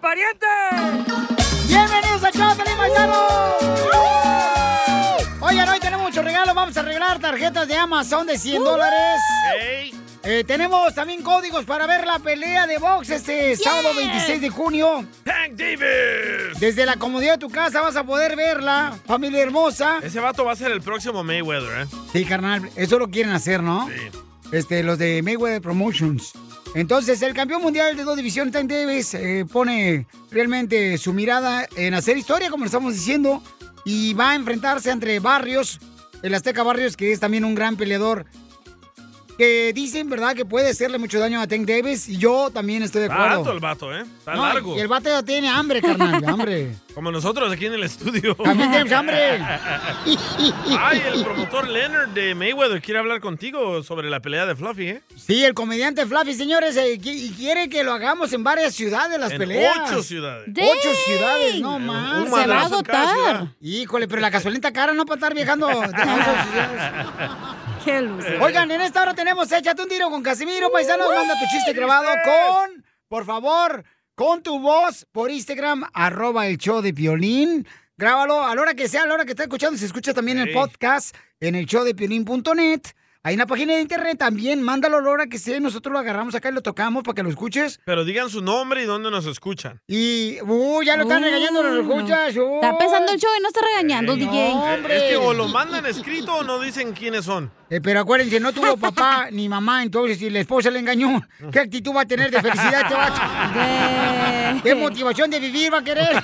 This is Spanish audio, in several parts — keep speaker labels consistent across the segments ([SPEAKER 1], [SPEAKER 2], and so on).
[SPEAKER 1] pariente!
[SPEAKER 2] ¡Bienvenidos a Chapelín Paisanos! Oigan, hoy tenemos muchos regalos. Vamos a arreglar tarjetas de Amazon de 100 dólares. Eh, tenemos también códigos para ver la pelea de box este sábado 26 de junio.
[SPEAKER 3] Hank Davis.
[SPEAKER 2] Desde la comodidad de tu casa vas a poder verla, familia hermosa.
[SPEAKER 3] Ese vato va a ser el próximo Mayweather, ¿eh?
[SPEAKER 2] Sí, carnal, eso lo quieren hacer, ¿no? Este, los de Mayweather Promotions. Entonces, el campeón mundial de dos divisiones, Tank Davis, eh, pone realmente su mirada en hacer historia, como lo estamos diciendo, y va a enfrentarse entre Barrios, el Azteca Barrios, que es también un gran peleador, que dicen, ¿verdad?, que puede hacerle mucho daño a Tank Davis, y yo también estoy de
[SPEAKER 3] Está
[SPEAKER 2] acuerdo.
[SPEAKER 3] alto el vato, ¿eh? Está
[SPEAKER 2] No,
[SPEAKER 3] largo.
[SPEAKER 2] y el vato ya tiene hambre, carnal, hambre.
[SPEAKER 3] Como nosotros aquí en el estudio.
[SPEAKER 2] También tenemos hambre.
[SPEAKER 3] Ay, el promotor Leonard de Mayweather quiere hablar contigo sobre la pelea de Fluffy, ¿eh?
[SPEAKER 2] Sí, el comediante Fluffy, señores, eh, qui- y quiere que lo hagamos en varias ciudades las
[SPEAKER 3] En
[SPEAKER 2] peleas.
[SPEAKER 3] ocho ciudades.
[SPEAKER 2] Ocho
[SPEAKER 3] ¡Dang!
[SPEAKER 2] ciudades, no
[SPEAKER 3] Un-
[SPEAKER 2] más.
[SPEAKER 3] un Se va a madrazo en cada agotar. ciudad.
[SPEAKER 2] Híjole, pero la gasolina cara no para estar viajando. de
[SPEAKER 4] Oh.
[SPEAKER 2] ocho ciudades.
[SPEAKER 4] Qué
[SPEAKER 2] Oigan, en esta hora tenemos Échate un tiro con Casimiro, paisanos. Manda tu chiste grabado con, por favor, con tu voz por Instagram, arroba el show de Piolín. Grábalo a la hora que sea, a la hora que está escuchando. Se escucha también el
[SPEAKER 5] Sí.
[SPEAKER 2] podcast en el show de Piolín.net. Hay una página de internet también. Mándalo a la hora que sea. Nosotros lo agarramos acá y lo tocamos para que lo escuches.
[SPEAKER 3] Pero digan su nombre y dónde nos escuchan.
[SPEAKER 2] Y, uh, ya lo están
[SPEAKER 3] Uh,
[SPEAKER 2] regañando los
[SPEAKER 3] no.
[SPEAKER 2] escuchas. uy.
[SPEAKER 4] Mm. Está pensando el show y no está regañando, DJ.
[SPEAKER 2] hombre.
[SPEAKER 3] Es que o lo mandan escrito o no dicen quiénes son.
[SPEAKER 2] Eh, pero acuérdense, no tuvo papá ni mamá, entonces si la esposa le engañó, ¿qué actitud va a tener de felicidad este vato? ¿Qué motivación de vivir va a querer?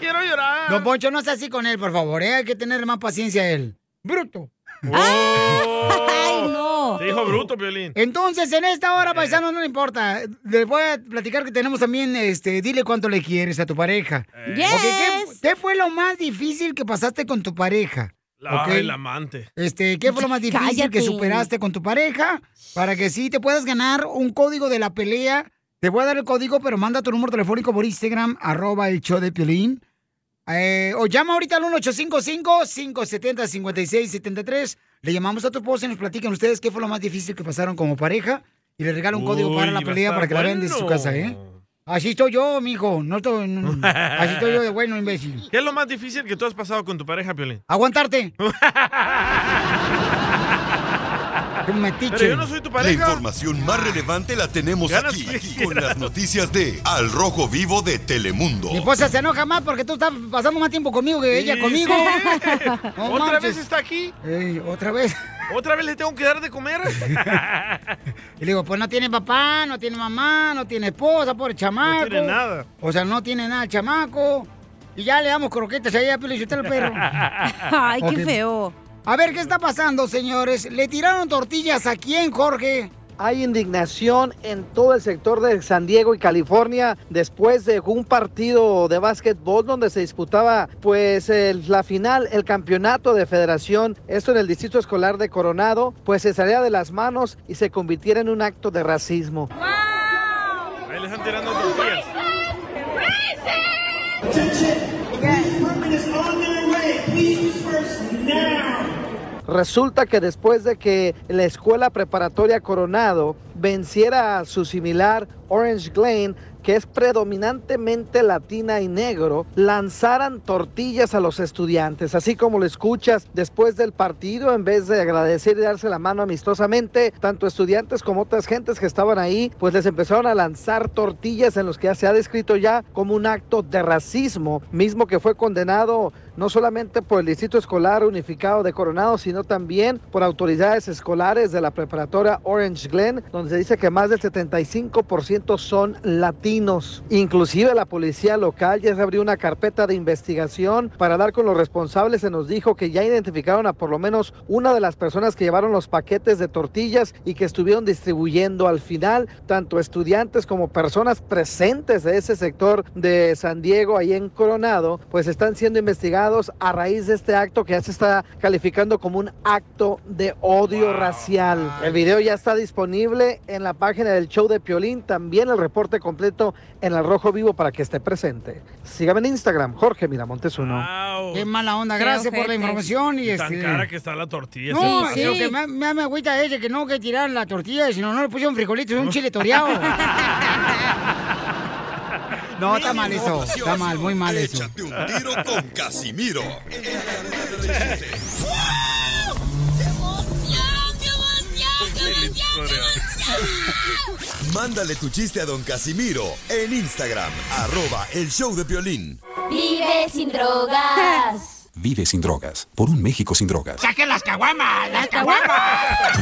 [SPEAKER 3] Quiero llorar.
[SPEAKER 2] Don Poncho, no sea así con él, por favor, ¿eh? hay que tener más paciencia a él. ¡Bruto!
[SPEAKER 3] ¡Ay,
[SPEAKER 2] no!
[SPEAKER 3] Te Oh. dijo bruto, Piolín.
[SPEAKER 2] Entonces, en esta hora, paisano, no le importa. Les voy a platicar que tenemos también, este, dile cuánto le quieres a tu pareja.
[SPEAKER 3] Eh.
[SPEAKER 2] Ok, ¿qué- ¿qué, fue lo más difícil que pasaste con tu pareja?
[SPEAKER 3] La,
[SPEAKER 2] Ok.
[SPEAKER 3] ay, la amante.
[SPEAKER 2] Este, ¿qué fue lo más difícil
[SPEAKER 3] Cállate.
[SPEAKER 2] que superaste con tu pareja? Para que sí te puedas ganar un código de la pelea. Te voy a dar el código, pero manda tu número telefónico por Instagram, arroba el show de Piolín. Eh, o llama ahorita al 1-855-570-5673. Le llamamos a tu esposa y nos platican ustedes qué fue lo más difícil que pasaron como pareja. Y le regala un código
[SPEAKER 3] Uy,
[SPEAKER 2] para
[SPEAKER 3] va
[SPEAKER 2] la
[SPEAKER 3] a
[SPEAKER 2] pelea
[SPEAKER 3] estar
[SPEAKER 2] para que la vean desde su
[SPEAKER 3] bueno.
[SPEAKER 2] casa, ¿eh? Así estoy yo, mijo. No estoy- no- Eh, así estoy yo de bueno, imbécil.
[SPEAKER 3] ¿Qué es lo más difícil que tú has pasado con tu pareja, Piolín?
[SPEAKER 2] Aguantarte. Qué metiche.
[SPEAKER 3] Pero yo no soy tu
[SPEAKER 6] La
[SPEAKER 3] pareja.
[SPEAKER 6] información más relevante la tenemos
[SPEAKER 3] Ganas
[SPEAKER 6] aquí,
[SPEAKER 3] que
[SPEAKER 6] con las noticias de Al Rojo Vivo de Telemundo.
[SPEAKER 2] Mi esposa se enoja más porque tú estás pasando más tiempo conmigo que ella
[SPEAKER 6] Sí,
[SPEAKER 2] conmigo.
[SPEAKER 6] sí.
[SPEAKER 2] No Eh.
[SPEAKER 3] ¿Otra
[SPEAKER 2] marches.
[SPEAKER 3] vez está aquí?
[SPEAKER 2] Ey, otra vez.
[SPEAKER 3] ¿Otra vez le tengo que dar de comer?
[SPEAKER 2] Y le digo, pues no tiene papá, no tiene mamá, no tiene esposa, pobre chamaco.
[SPEAKER 3] tiene nada.
[SPEAKER 2] O sea, no tiene nada el chamaco. Y ya le damos croquetas ahí a Pilo y usted el perro.
[SPEAKER 4] Ay, qué
[SPEAKER 2] Ok.
[SPEAKER 4] feo.
[SPEAKER 2] A ver, ¿qué está pasando, señores? ¿Le tiraron tortillas a quién, Jorge?
[SPEAKER 7] Hay indignación en todo el sector de San Diego y California después de un partido de básquetbol donde se disputaba pues el- la final, el campeonato de federación, esto en el distrito escolar de Coronado, pues se salía de las manos y se convirtiera en un acto de racismo.
[SPEAKER 3] Ahí le están tirando tortillas.
[SPEAKER 7] Resulta que después de que la escuela preparatoria Coronado venciera a su similar Orange Glen, que es predominantemente latina y negro, lanzaran tortillas a los estudiantes. Así como lo escuchas después del partido, en vez de agradecer y darse la mano amistosamente, tanto estudiantes como otras gentes que estaban ahí, pues les empezaron a lanzar tortillas en los que ya se ha descrito ya como un acto de racismo, mismo que fue condenado no solamente por el Distrito Escolar Unificado de Coronado, sino también por autoridades escolares de la preparatoria Orange Glen, donde se dice que más del 75% son latinos. Inclusive la policía local ya se abrió una carpeta de investigación para dar con los responsables. Se nos dijo que ya identificaron a por lo menos una de las personas que llevaron los paquetes de tortillas y que estuvieron distribuyendo al final tanto estudiantes como personas presentes de ese sector de San Diego, ahí en Coronado, pues están siendo investigados a raíz de este acto que ya se está calificando como un acto de odio racial. El video ya está disponible en la página del show de Piolín, también el reporte completo en El Rojo Vivo para que esté presente. Sígame en Instagram, Jorge Miramontes uno.
[SPEAKER 2] Qué mala onda,
[SPEAKER 7] Qué
[SPEAKER 2] gracias por la
[SPEAKER 7] ojete.
[SPEAKER 2] información. Y
[SPEAKER 3] Y tan
[SPEAKER 2] este-
[SPEAKER 3] cara que está la tortilla.
[SPEAKER 2] No,
[SPEAKER 3] esa
[SPEAKER 2] sí, lo
[SPEAKER 3] pasión.
[SPEAKER 2] que me, me, me agüita es de que no que tiraron la tortilla, sino no le pusieron frijolitos, es un chile toreado. No, está mal eso. Está mal, muy mal eso.
[SPEAKER 6] Échate un tiro con Casimiro. Mándale tu chiste a don Casimiro en Instagram, arroba el show de violín.
[SPEAKER 1] Vive sin drogas.
[SPEAKER 5] Vive sin drogas, por un México sin drogas.
[SPEAKER 2] ¡Saquen las caguamas! ¡Las caguamas!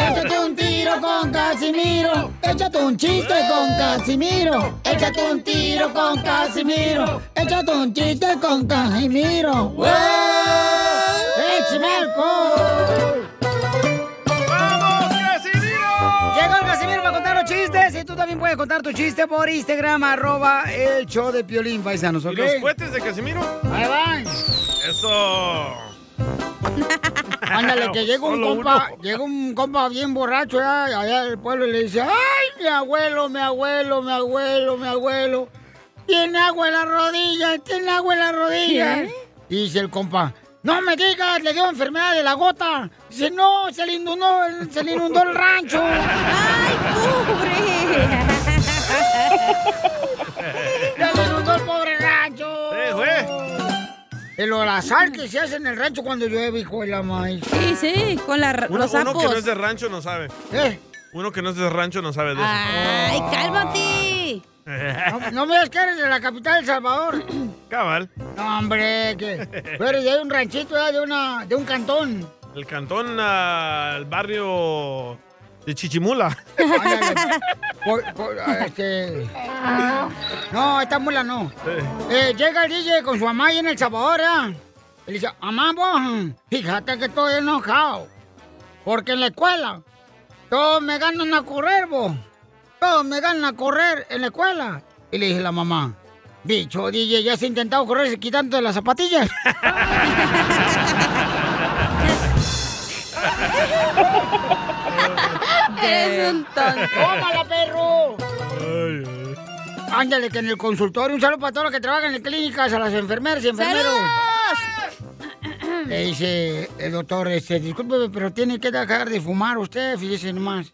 [SPEAKER 2] Échate un tiro con Casimiro. Échate un chiste con Casimiro. Échate un tiro con Casimiro. Échate un chiste con Casimiro. ¡Wow! ¡Échame alcohol!
[SPEAKER 3] ¡Vamos, Casimiro!
[SPEAKER 2] Llegó el Casimiro para contar los chistes. Y tú también puedes contar tu chiste por Instagram, arroba el show de Piolín, paisanos,
[SPEAKER 3] ¿Y
[SPEAKER 2] ¿ok?
[SPEAKER 3] los cohetes de Casimiro?
[SPEAKER 2] Ahí van.
[SPEAKER 3] ¡Eso!
[SPEAKER 2] Ándale, que llega un
[SPEAKER 3] Solo
[SPEAKER 2] compa,
[SPEAKER 3] uno.
[SPEAKER 2] llega un compa bien borracho ya, allá del pueblo y le dice, ay, mi abuelo, mi abuelo, mi abuelo, mi abuelo, tiene agua en la rodilla, tiene agua en la rodilla.
[SPEAKER 4] ¿Qué?
[SPEAKER 2] Y Dice el compa, no me digas, le dio enfermedad de la gota. Dice, no, se le inundó, se le inundó el rancho.
[SPEAKER 4] ¡Ay, pobre!
[SPEAKER 2] Se le inundó el pobre rancho.
[SPEAKER 3] ¡Eh, güey!
[SPEAKER 2] El olazar que se hace en el rancho cuando llueve, hijo de la maíz.
[SPEAKER 4] Sí, sí, con la, r-
[SPEAKER 3] Uno,
[SPEAKER 4] los
[SPEAKER 3] uno que no
[SPEAKER 4] sapos.
[SPEAKER 3] es de rancho no sabe.
[SPEAKER 2] Eh,
[SPEAKER 3] Uno que no es de rancho no sabe de eso.
[SPEAKER 4] ¡Ay, cálmate!
[SPEAKER 2] no,
[SPEAKER 4] Ah.
[SPEAKER 2] no me digas que eres de la capital de El Salvador.
[SPEAKER 3] Cabal.
[SPEAKER 2] No, hombre, que. Pero eres de un ranchito, ¿verdad? de, una, de un cantón.
[SPEAKER 3] El cantón al barrio de Chichimula.
[SPEAKER 2] Ándale. Por- por- ah, este... No, esta mula no. Eh, llega el DJ con su mamá y en El Salvador, ¿ah? Y le dice, mamá, vos, fíjate que estoy enojado. Porque en la escuela todos me ganan a correr, vos. Todos me ganan a correr en la escuela. Y le dice la mamá, bicho, DJ, ya has intentado correr quitándote las zapatillas.
[SPEAKER 4] Eres un tonto.
[SPEAKER 2] ¡Tómala, perro!
[SPEAKER 3] Ay, ay.
[SPEAKER 2] Ándale, que en el consultorio, un saludo para todos los que trabajan en clínicas, a las enfermeras y enfermeros. Le dice el doctor, este, discúlpeme, pero tiene que dejar de fumar usted, fíjese nomás.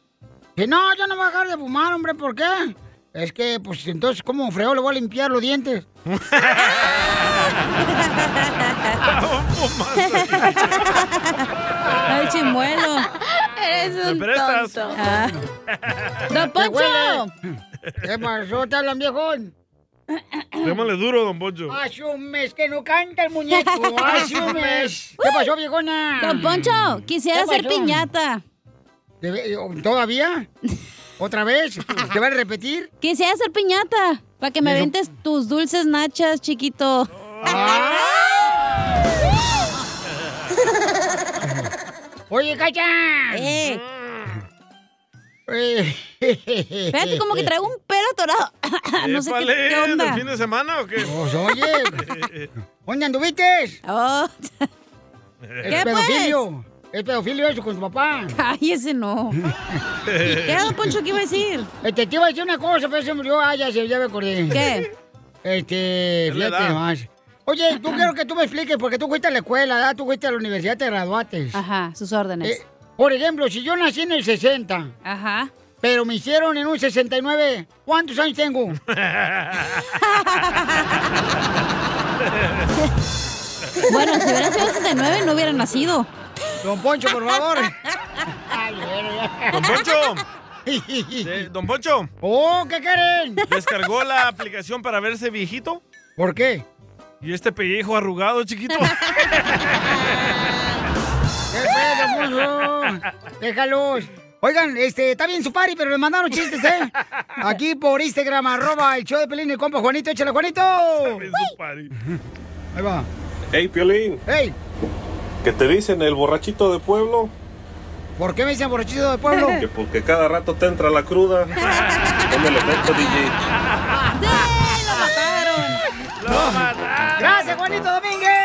[SPEAKER 2] Que no, yo no voy a dejar de fumar, hombre, ¿por qué? Es que, pues, entonces, ¿cómo freo le voy a limpiar los dientes?
[SPEAKER 4] ¡Ay, chimuelo!
[SPEAKER 1] Eres
[SPEAKER 3] ¿Me
[SPEAKER 1] un
[SPEAKER 3] prestas?
[SPEAKER 1] tonto.
[SPEAKER 4] Ah. ¡Don Poncho!
[SPEAKER 2] ¿Qué pasó? ¿Te hablan, viejón?
[SPEAKER 3] Démosle duro, don Poncho.
[SPEAKER 2] Hace un mes que no canta el muñeco, hace un mes. ¿Qué pasó, viejona?
[SPEAKER 4] ¡Don Poncho! Quisiera
[SPEAKER 2] ¿Qué
[SPEAKER 4] ser
[SPEAKER 2] pasó?
[SPEAKER 4] piñata.
[SPEAKER 2] ¿Debe- oh, ¿Todavía? ¿Otra vez? ¿Te van a repetir?
[SPEAKER 4] Quisiera ser piñata. Para que me
[SPEAKER 2] Pero-
[SPEAKER 4] ventes tus dulces nachas, chiquito.
[SPEAKER 2] Ah. Oye, Cacha.
[SPEAKER 4] ¡Eh!
[SPEAKER 2] Eh,
[SPEAKER 4] Espérate, como que traigo un pelo atorado. no sé qué,
[SPEAKER 3] Épale,
[SPEAKER 4] qué
[SPEAKER 3] ¿del
[SPEAKER 4] onda.
[SPEAKER 3] fin de semana o qué?
[SPEAKER 2] Pues, oye, ¿dónde anduviste?
[SPEAKER 4] Oh,
[SPEAKER 2] El
[SPEAKER 4] ¿Qué, pues?
[SPEAKER 2] pedofilio. El pedofilio eso con tu papá.
[SPEAKER 4] cállese, no. ¿Qué era, don Poncho, qué iba a decir?
[SPEAKER 2] Este, te iba a decir una cosa, pero se me olvidó. Ah, ya, se, ya me acordé.
[SPEAKER 4] ¿Qué?
[SPEAKER 2] Este,
[SPEAKER 3] Es la
[SPEAKER 2] fíjate
[SPEAKER 3] edad.
[SPEAKER 2] más. Oye, tú quiero que tú me expliques, porque tú fuiste a la escuela, ¿verdad? tú fuiste a la universidad, te graduaste.
[SPEAKER 4] Ajá, sus órdenes.
[SPEAKER 2] Eh, por ejemplo, si yo nací en el 60,
[SPEAKER 4] Ajá.
[SPEAKER 2] pero me hicieron en un 69, ¿cuántos años tengo?
[SPEAKER 4] Bueno, si hubiera sido 69, no hubiera nacido.
[SPEAKER 2] Don Poncho, por favor. Ay,
[SPEAKER 3] Don Poncho,
[SPEAKER 2] verga.
[SPEAKER 3] eh, don Poncho,
[SPEAKER 2] oh, ¿qué quieren?
[SPEAKER 3] descargó la aplicación para verse viejito
[SPEAKER 2] ¿Por qué?
[SPEAKER 3] y este pellejo arrugado, chiquito.
[SPEAKER 2] ¿Qué fue, Don Poncho? Déjalos. Oigan, este, está bien su party, pero le mandaron chistes, ¿eh? Aquí por Instagram, arroba el show de Pelín, el compa Juanito, échale, Juanito.
[SPEAKER 3] En su party.
[SPEAKER 2] Ahí va.
[SPEAKER 8] Hey, Piolín,
[SPEAKER 2] Ey,
[SPEAKER 8] que te dicen el borrachito de pueblo,
[SPEAKER 2] ¿por qué me dicen borrachito de pueblo?
[SPEAKER 8] que porque cada rato te entra la cruda. No me le meto, DJ.
[SPEAKER 4] ¡Sí! ¡Lo mataron!
[SPEAKER 3] ¡Lo mataron!
[SPEAKER 2] Gracias, Juanito Domínguez.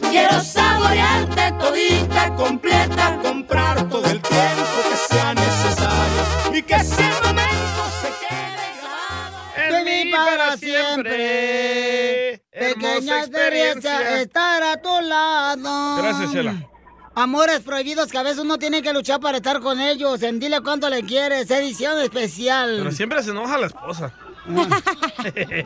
[SPEAKER 1] Quiero saborearte todita completa.
[SPEAKER 9] comprar todo el tiempo que sea necesario y que ese momento se quede grabado.
[SPEAKER 2] De mí para siempre.
[SPEAKER 3] Hermosa
[SPEAKER 2] Pequeña experiencia estar a tu lado.
[SPEAKER 3] Gracias, Chela.
[SPEAKER 2] Amores prohibidos que a veces uno tiene que luchar para estar con ellos. En Dile Cuánto Le Quieres, edición especial.
[SPEAKER 3] Pero siempre se enoja la esposa.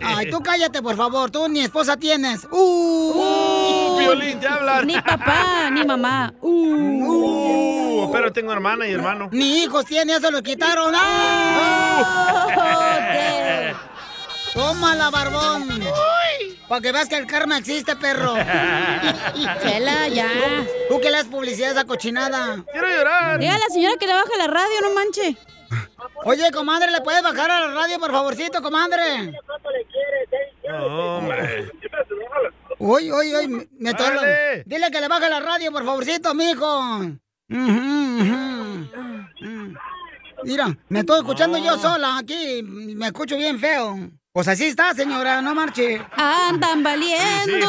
[SPEAKER 2] Ay, tú cállate, por favor. Tú ni esposa tienes. ¡Uh!
[SPEAKER 3] Piolín, te hablan.
[SPEAKER 2] Ni papá, ni mamá. ¡Uh!
[SPEAKER 3] Uh, pero tengo hermana y hermano.
[SPEAKER 2] Ni hijos tiene, ya se los quitaron. ¡Ah!
[SPEAKER 3] ¡Uh!
[SPEAKER 2] Tómala, barbón. Para que veas que el karma existe, perro.
[SPEAKER 4] Chela, ya.
[SPEAKER 2] Tú que le das publicidad a esa cochinada.
[SPEAKER 3] Quiero llorar.
[SPEAKER 4] Diga a la señora que le baje la radio, no manche.
[SPEAKER 2] Oye, comadre, ¿le puedes bajar a la radio, por favorcito, comadre?
[SPEAKER 4] eh?
[SPEAKER 3] No, hombre.
[SPEAKER 2] Uy, uy, uy, me- me atoró.
[SPEAKER 3] Dale.
[SPEAKER 2] Dile que le baje la radio, por favorcito, mijo. Ujú, ujú.
[SPEAKER 4] Mm,
[SPEAKER 2] Mira, me estoy escuchando yo sola aquí, me escucho bien feo. Pues así está, señora, no marche. Andan valiendo.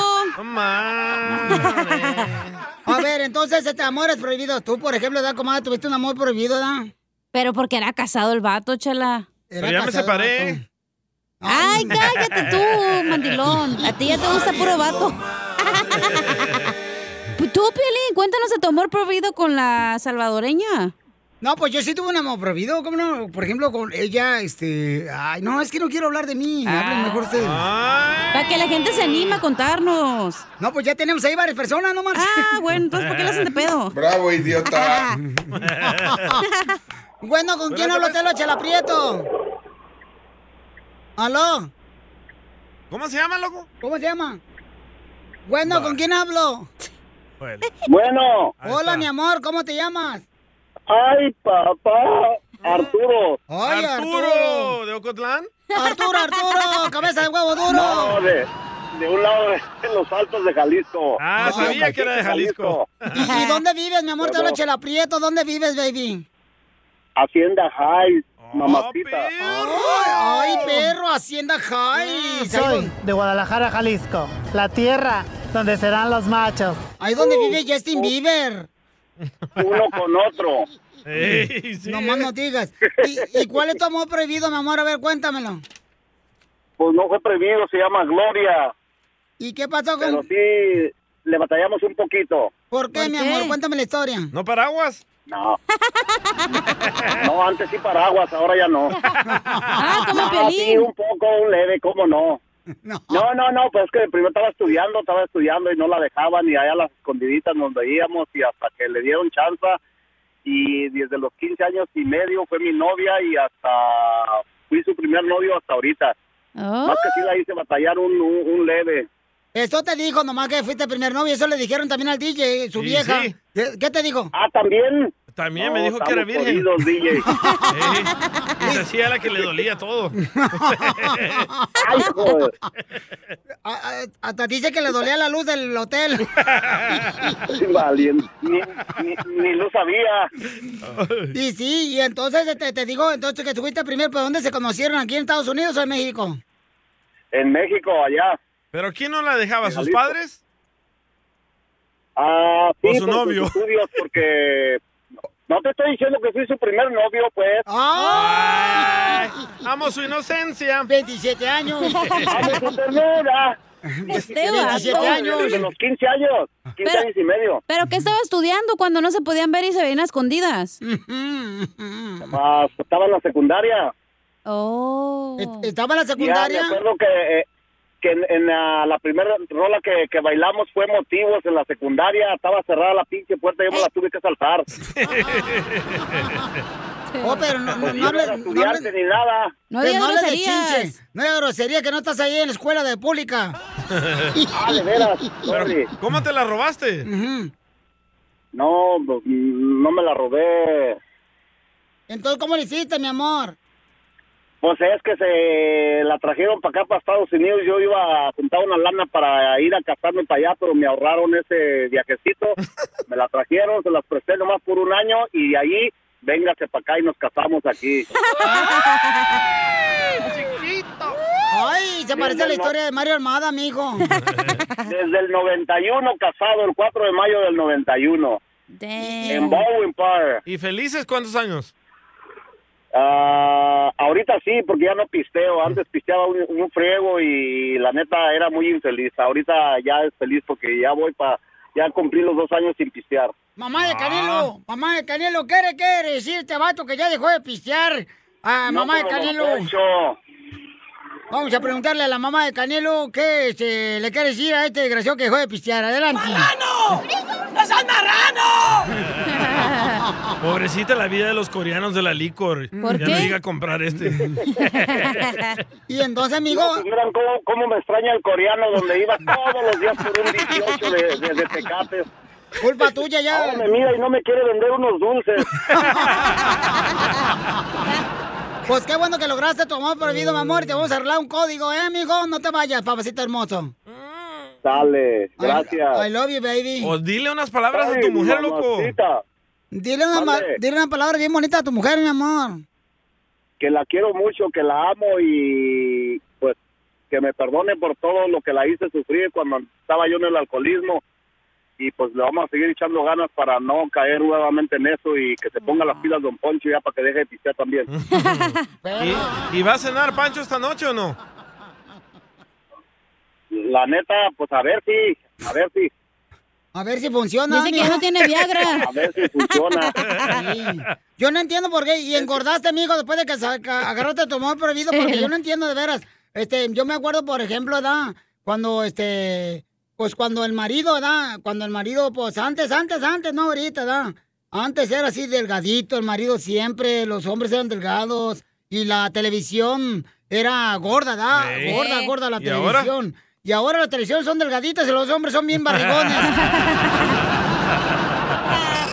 [SPEAKER 2] A ver, entonces este amor es prohibido. Tú, por ejemplo, da comadre, tuviste un amor prohibido, da.
[SPEAKER 4] Pero porque era casado el vato, chela.
[SPEAKER 3] Pero ya me separé.
[SPEAKER 4] Ay, cállate tú, mandilón. A ti ya te gusta puro vato. Pues Tú, Piolín, cuéntanos de tu amor prohibido con la salvadoreña.
[SPEAKER 2] No, pues yo sí tuve un amor prohibido, ¿cómo no? Por ejemplo, con ella, este... Ay, no, es que no quiero hablar de mí, hablen mejor ustedes.
[SPEAKER 4] Ah. Para que la gente se anime a contarnos.
[SPEAKER 2] No, pues ya tenemos ahí varias personas, no marches.
[SPEAKER 4] Ah, bueno, entonces, ¿por qué la hacen de pedo?
[SPEAKER 10] Bravo, idiota.
[SPEAKER 2] Bueno, ¿con quién hablo, Telo Chelaprieto? ¿Aló?
[SPEAKER 3] ¿Cómo se llama, loco?
[SPEAKER 2] ¿Cómo se llama? Bueno, ¿con quién hablo?
[SPEAKER 11] Bueno.
[SPEAKER 2] Hola, mi amor, ¿cómo te llamas?
[SPEAKER 11] Ay, papá. Arturo.
[SPEAKER 2] Ah. Ay, Arturo.
[SPEAKER 3] ¿De Ocotlán?
[SPEAKER 2] Arturo, Arturo, cabeza de huevo duro.
[SPEAKER 11] No, de, de un lado de los altos de Jalisco.
[SPEAKER 3] Ah, sabía que era de Jalisco.
[SPEAKER 2] ¿Y, y dónde vives, mi amor? Te hablo Chelaprieto, ¿dónde vives, baby?
[SPEAKER 11] Hacienda High,
[SPEAKER 3] Oh.
[SPEAKER 11] mamacita.
[SPEAKER 2] Ah, Ay, perro, Hacienda
[SPEAKER 11] Ah,
[SPEAKER 2] High.
[SPEAKER 12] Soy de Guadalajara, Jalisco, la tierra donde serán los machos. Uh.
[SPEAKER 2] Ahí donde vive Justin Bieber.
[SPEAKER 11] Uno con otro.
[SPEAKER 2] no más no digas. ¿Y, y cuál es tu amor prohibido, mi amor? A ver, cuéntamelo.
[SPEAKER 11] Pues no fue prohibido, se llama Gloria.
[SPEAKER 2] ¿Y qué pasó con...?
[SPEAKER 11] Pero sí, le batallamos un poquito.
[SPEAKER 2] ¿Por qué, mi amor? Cuéntame la historia.
[SPEAKER 3] ¿No paraguas?
[SPEAKER 11] No. No, antes sí paraguas, ahora ya no.
[SPEAKER 4] Ah, como
[SPEAKER 11] No, sí,
[SPEAKER 4] Piolín.
[SPEAKER 11] un poco, un leve, ¿cómo no?
[SPEAKER 2] No.
[SPEAKER 11] no, no, pues es que primero estaba estudiando, estaba estudiando y no la dejaban y allá las escondiditas nos veíamos y hasta que le dieron chance y desde los 15 años y medio fue mi novia y hasta fui su primer novio hasta ahorita.
[SPEAKER 4] Oh.
[SPEAKER 11] Más que sí la hice batallar un, un, un leve.
[SPEAKER 2] Eso te dijo nomás que fuiste primer novio, eso le dijeron también al DJ, su
[SPEAKER 11] Sí,
[SPEAKER 2] vieja.
[SPEAKER 11] sí.
[SPEAKER 2] ¿Qué, qué te dijo?
[SPEAKER 11] Ah, también.
[SPEAKER 3] También me
[SPEAKER 11] No,
[SPEAKER 3] dijo que era
[SPEAKER 11] estamos
[SPEAKER 3] virgen.
[SPEAKER 11] jodidos, DJ.
[SPEAKER 3] Sí. Y se hacía la que le dolía todo.
[SPEAKER 11] Ay, joder.
[SPEAKER 2] A- a- hasta dice que le dolía la luz del hotel.
[SPEAKER 11] Valiente. Ni, ni, ni lo sabía.
[SPEAKER 2] y sí, y entonces este, te digo, entonces que estuviste primero, ¿pero dónde se conocieron? ¿Aquí en Estados Unidos o en México?
[SPEAKER 11] En México, allá.
[SPEAKER 3] ¿Pero quién no la dejaba? ¿Sus
[SPEAKER 11] Jalisco.
[SPEAKER 3] padres?
[SPEAKER 11] Ah, sí,
[SPEAKER 3] O su
[SPEAKER 11] por sus
[SPEAKER 3] novio.
[SPEAKER 11] estudios, porque no te estoy diciendo que fui su primer novio, pues.
[SPEAKER 3] ¡Ah! ¡Ay! Amo su inocencia.
[SPEAKER 2] 27 años.
[SPEAKER 11] Amo su ternura.
[SPEAKER 4] Este vato.
[SPEAKER 11] Desde los 15 años, 15
[SPEAKER 4] Pero-
[SPEAKER 11] años y medio.
[SPEAKER 4] ¿Pero qué estaba estudiando cuando no se podían ver y se veían a escondidas?
[SPEAKER 11] Más, Ah, estaba en la secundaria.
[SPEAKER 4] Oh.
[SPEAKER 2] Estaba en la
[SPEAKER 11] Ya, me acuerdo que, eh, que en, en la, la primera rola que, que bailamos fue Motivos en la secundaria. Estaba cerrada la pinche puerta, yo me la tuve que saltar.
[SPEAKER 2] Oh, pero no, no,
[SPEAKER 11] Pues
[SPEAKER 2] no
[SPEAKER 11] yo no
[SPEAKER 2] hables-
[SPEAKER 11] era
[SPEAKER 2] no
[SPEAKER 11] estudiante
[SPEAKER 2] hables-
[SPEAKER 11] ni nada.
[SPEAKER 2] Pues No
[SPEAKER 11] Pero
[SPEAKER 2] digas
[SPEAKER 11] no hables de
[SPEAKER 2] groserías.
[SPEAKER 11] chinches.
[SPEAKER 2] No digas grosería, que no estás ahí en la escuela de pública.
[SPEAKER 11] Ah, de veras. Sorry.
[SPEAKER 3] Pero, ¿Cómo te la robaste?
[SPEAKER 11] No, pues, mm, no me la robé.
[SPEAKER 2] Entonces, ¿cómo le hiciste, mi amor?
[SPEAKER 11] Pues es que se la trajeron para acá, para Estados Unidos. Yo iba a juntar una lana para ir a casarme para allá, pero me ahorraron ese viajecito. Me la trajeron, se las presté nomás por un año y de ahí, véngase para acá y nos casamos aquí.
[SPEAKER 2] Ay, se parece a la historia de Mario Armada, mijo.
[SPEAKER 11] Desde el 91 casado, el 4 de mayo del 91. En Bowen Park.
[SPEAKER 3] ¿Y felices cuántos años?
[SPEAKER 11] Ah, ahorita sí, porque ya no pisteo. Antes pisteaba un, un friego y la neta era muy infeliz. Ahorita ya es feliz porque ya voy para, ya cumplí los dos años sin pistear.
[SPEAKER 2] Mamá de Canelo, mamá de Canelo, ¿qué le quiere decir este vato que ya dejó de pistear a
[SPEAKER 11] No
[SPEAKER 2] Ah, mamá de
[SPEAKER 11] como
[SPEAKER 2] Canelo?
[SPEAKER 11] Poncho.
[SPEAKER 2] Vamos a preguntarle a la mamá de Canelo qué este, le quiere decir a este desgraciado que dejó de pistear. Adelante. ¡Marrano! ¡No seas marrano!
[SPEAKER 3] Pobrecita la vida de los coreanos de la licor.
[SPEAKER 2] ¿Por
[SPEAKER 3] ya
[SPEAKER 2] qué?
[SPEAKER 3] no llega a comprar este.
[SPEAKER 2] y entonces, amigo.
[SPEAKER 11] miran cómo, cómo me extraña el coreano donde iba todos los días por un 18 de, de, de tecates.
[SPEAKER 2] Culpa tuya ya.
[SPEAKER 11] Ahora me mira y no me quiere vender unos dulces.
[SPEAKER 2] Pues qué bueno que lograste tu amor prohibido, mi amor. y Te vamos a arreglar un código, ¿eh, amigo? No te vayas, papacito hermoso.
[SPEAKER 11] Dale, gracias.
[SPEAKER 2] I love you, baby.
[SPEAKER 3] O dile unas palabras a tu mujer, loco.
[SPEAKER 2] Dile una, ma-
[SPEAKER 11] Mande.
[SPEAKER 2] dile una palabra bien bonita a tu mujer, mi amor.
[SPEAKER 11] Que la quiero mucho, que la amo y pues que me perdone por todo lo que la hice sufrir cuando estaba yo en el alcoholismo. Y pues le vamos a seguir echando ganas para no caer nuevamente en eso y que se ponga las pilas Don Poncho ya para que deje de pistear también.
[SPEAKER 3] ¿Y, y va a cenar Pancho esta noche o no?
[SPEAKER 11] La neta, pues a ver si, a ver si.
[SPEAKER 2] A ver si funciona.
[SPEAKER 4] Dice que
[SPEAKER 2] amigo.
[SPEAKER 4] ya no tiene Viagra.
[SPEAKER 11] A ver si funciona.
[SPEAKER 2] Sí. Yo no entiendo por qué. Y engordaste, amigo, después de que saca- agarraste tu amor prohibido, porque yo no entiendo de veras. Este, yo me acuerdo, por ejemplo, da, cuando este, pues cuando el marido, da, cuando el marido, pues antes, antes, antes, no ahorita, da. Antes era así delgadito, el marido siempre, los hombres eran delgados, y la televisión era gorda, da,
[SPEAKER 3] Sí.
[SPEAKER 2] gorda, gorda la
[SPEAKER 3] ¿Y ahora?
[SPEAKER 2] televisión. Y ahora las televisiones son delgaditas y los hombres son bien barrigones.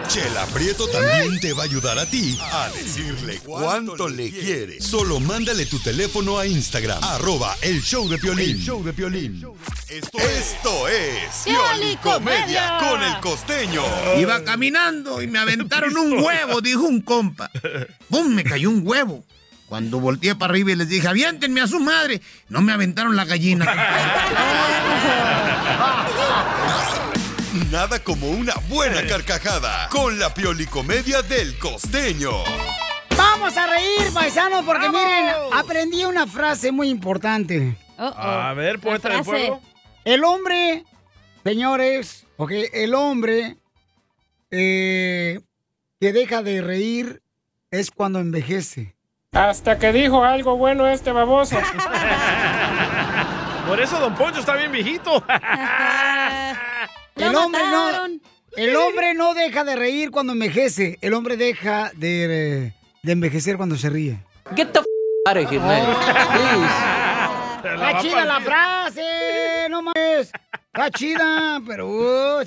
[SPEAKER 6] Chela Prieto también te va a ayudar a ti a decirle cuánto le quiere. Solo mándale tu teléfono a Instagram, arroba el show de Piolín.
[SPEAKER 13] El
[SPEAKER 6] show de Esto, Esto es Pioli
[SPEAKER 13] Piolicomedia.
[SPEAKER 6] Comedia con el costeño.
[SPEAKER 13] Iba caminando y me aventaron un huevo, dijo un compa. ¡Bum! Me cayó un huevo. Cuando volteé para arriba y les dije, aviéntenme a su madre, no me aventaron la gallina.
[SPEAKER 6] Nada como una buena carcajada con la Pioli Comedia del costeño.
[SPEAKER 2] Vamos a reír, paisanos, porque miren, aprendí una frase muy importante.
[SPEAKER 3] A ver, poeta del pueblo.
[SPEAKER 2] El hombre, señores, ok, el hombre eh, que deja de reír es cuando envejece.
[SPEAKER 14] Hasta que dijo algo bueno este baboso.
[SPEAKER 3] Por eso Don Poncho está bien viejito.
[SPEAKER 2] El hombre, no, el hombre no deja de reír cuando envejece. El hombre deja de, eh, de envejecer cuando se ríe. Get the f out of here,
[SPEAKER 3] la va
[SPEAKER 2] Está
[SPEAKER 3] a
[SPEAKER 2] chida la
[SPEAKER 3] partir.
[SPEAKER 2] frase, no mames. Está chida, pero uff,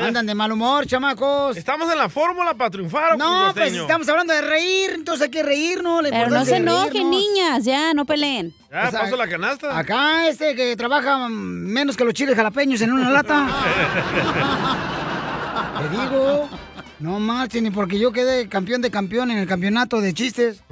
[SPEAKER 2] andan de mal humor, chamacos.
[SPEAKER 3] Eh. Estamos en la fórmula para triunfar.
[SPEAKER 2] No,
[SPEAKER 3] Costeño?
[SPEAKER 2] pues estamos hablando de reír, entonces hay que reírnos. la
[SPEAKER 4] Pero no
[SPEAKER 2] importancia
[SPEAKER 4] se
[SPEAKER 2] de
[SPEAKER 4] enojen,
[SPEAKER 2] reírnos. Pues
[SPEAKER 4] niñas, ya, no peleen.
[SPEAKER 3] Ya, paso la canasta.
[SPEAKER 2] Acá este que trabaja menos que los chiles jalapeños en una lata. Te digo, no marchen, ni porque yo quedé campeón de campeón en el campeonato de chistes.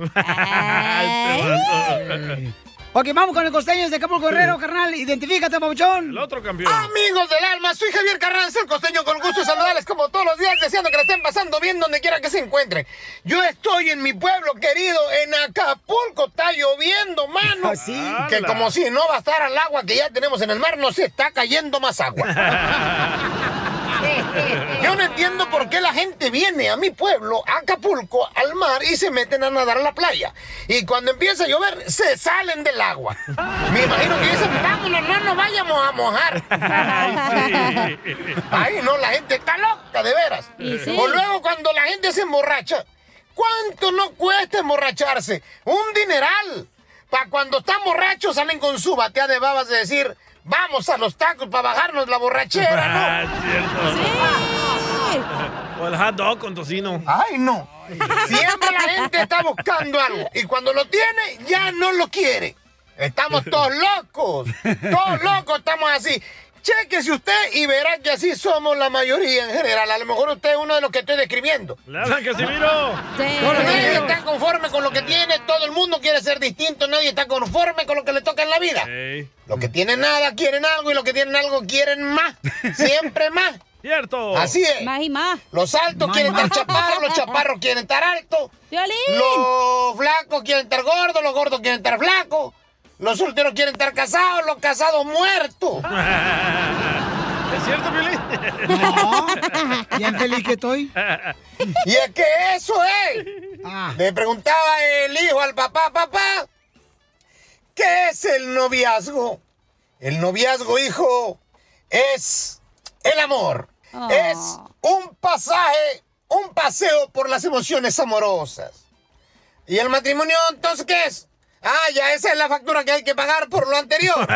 [SPEAKER 2] Ok, vamos con el costeño de Acapulco Guerrero, carnal. Identifícate, Pabuchón. El
[SPEAKER 3] otro campeón.
[SPEAKER 12] Amigos del alma, soy Javier Carranza, el costeño, con gusto de saludarles como todos los días, deseando que la estén pasando bien donde quiera que se encuentren. Yo estoy en mi pueblo querido, en Acapulco, está lloviendo, mano.
[SPEAKER 2] Así.
[SPEAKER 12] Que
[SPEAKER 2] Ala.
[SPEAKER 12] como si no bastara el agua que ya tenemos en el mar, nos está cayendo más agua. Yo no entiendo por qué la gente viene a mi pueblo, a Acapulco, al mar y se meten a nadar a la playa. Y cuando empieza a llover, se salen del agua. Me imagino que dicen, vámonos, no nos vayamos a mojar. Ay, no, la gente está loca, de veras.
[SPEAKER 9] Y sí.
[SPEAKER 12] O luego cuando la gente se emborracha, ¿cuánto no cuesta emborracharse? Un dineral. Para cuando están borrachos salen con su batea de babas de decir, vamos a los tacos para bajarnos la borrachera, ¿no?
[SPEAKER 3] Ah, O el hot dog con tocino.
[SPEAKER 12] Ay, no. Siempre la gente está buscando algo. Y cuando lo tiene, ya no lo quiere. Estamos todos locos. Todos locos estamos así. Chequese usted y verá que así somos la mayoría en general. A lo mejor usted es uno de los que estoy describiendo.
[SPEAKER 3] ¡Nada, Casimiro!
[SPEAKER 12] Nadie está conforme con lo que tiene. Todo el mundo quiere ser distinto. Nadie está conforme con lo que le toca en la vida. Los que tienen nada quieren algo y los que tienen algo quieren más. Siempre más.
[SPEAKER 3] Cierto.
[SPEAKER 12] Así es.
[SPEAKER 4] Más y más.
[SPEAKER 12] Los altos
[SPEAKER 4] Más y
[SPEAKER 12] quieren
[SPEAKER 4] más.
[SPEAKER 12] estar chaparros, los chaparros quieren estar altos.
[SPEAKER 4] Violín.
[SPEAKER 12] Los flacos quieren estar gordos, los gordos quieren estar flacos. Los solteros quieren estar casados, los casados muertos.
[SPEAKER 3] ¿Es cierto, Piolín?
[SPEAKER 2] No. Bien feliz que estoy.
[SPEAKER 12] Y es que eso es. Le preguntaba el hijo al papá, papá, ¿qué es el noviazgo? El noviazgo, hijo, es el amor.
[SPEAKER 9] Oh.
[SPEAKER 12] Es un pasaje, un paseo por las emociones amorosas. ¿Y el matrimonio entonces qué es? Ah, ya esa es la factura que hay que pagar por lo anterior.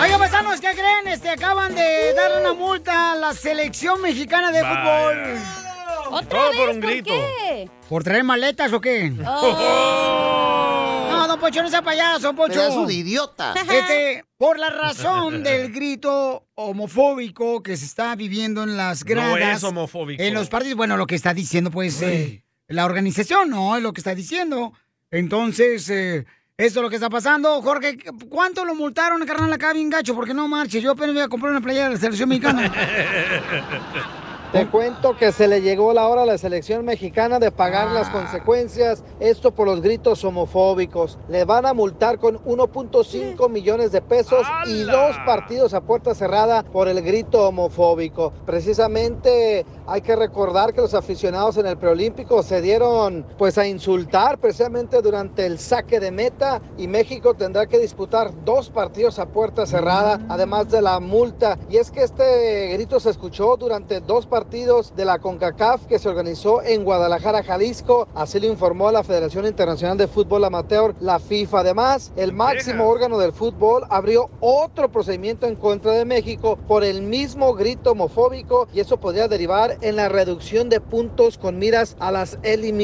[SPEAKER 2] Oigan, paisanos, ¿qué creen? Este, acaban de dar una multa a la selección mexicana de
[SPEAKER 3] Vaya.
[SPEAKER 2] fútbol.
[SPEAKER 3] Todo por un grito.
[SPEAKER 2] ¿Eh? ¿Por traer maletas o qué?
[SPEAKER 9] Oh.
[SPEAKER 2] No, don Pocho, no sea payaso, Pocho.
[SPEAKER 9] Pedazo de idiota.
[SPEAKER 2] Este, por la razón del grito homofóbico que se está viviendo en las gradas.
[SPEAKER 3] es homofóbico.
[SPEAKER 2] En los partidos, bueno, lo que está diciendo, pues, eh, la organización, ¿no? Es lo que está diciendo. Entonces, eh, esto es lo que está pasando. Jorge, ¿cuánto lo multaron, carnal, acá bien gacho? Porque no marche, yo apenas voy a comprar una playera de la selección mexicana.
[SPEAKER 7] Te cuento que se le llegó la hora a la selección mexicana de pagar las consecuencias, esto por los gritos homofóbicos. Le van a multar con 1.5 millones de pesos y dos partidos a puerta cerrada por el grito homofóbico. Precisamente hay que recordar que los aficionados en el preolímpico se dieron pues a insultar precisamente durante el saque de meta y México tendrá que disputar dos partidos a puerta cerrada, además de la multa. Y es que este grito se escuchó durante dos partidos de la CONCACAF que se organizó en Guadalajara, Jalisco. Así lo informó la Federación Internacional de Fútbol Amateur, la FIFA. Además, el máximo órgano del fútbol abrió otro procedimiento en contra de México por el mismo grito homofóbico y eso podría derivar en la reducción de puntos con miras a las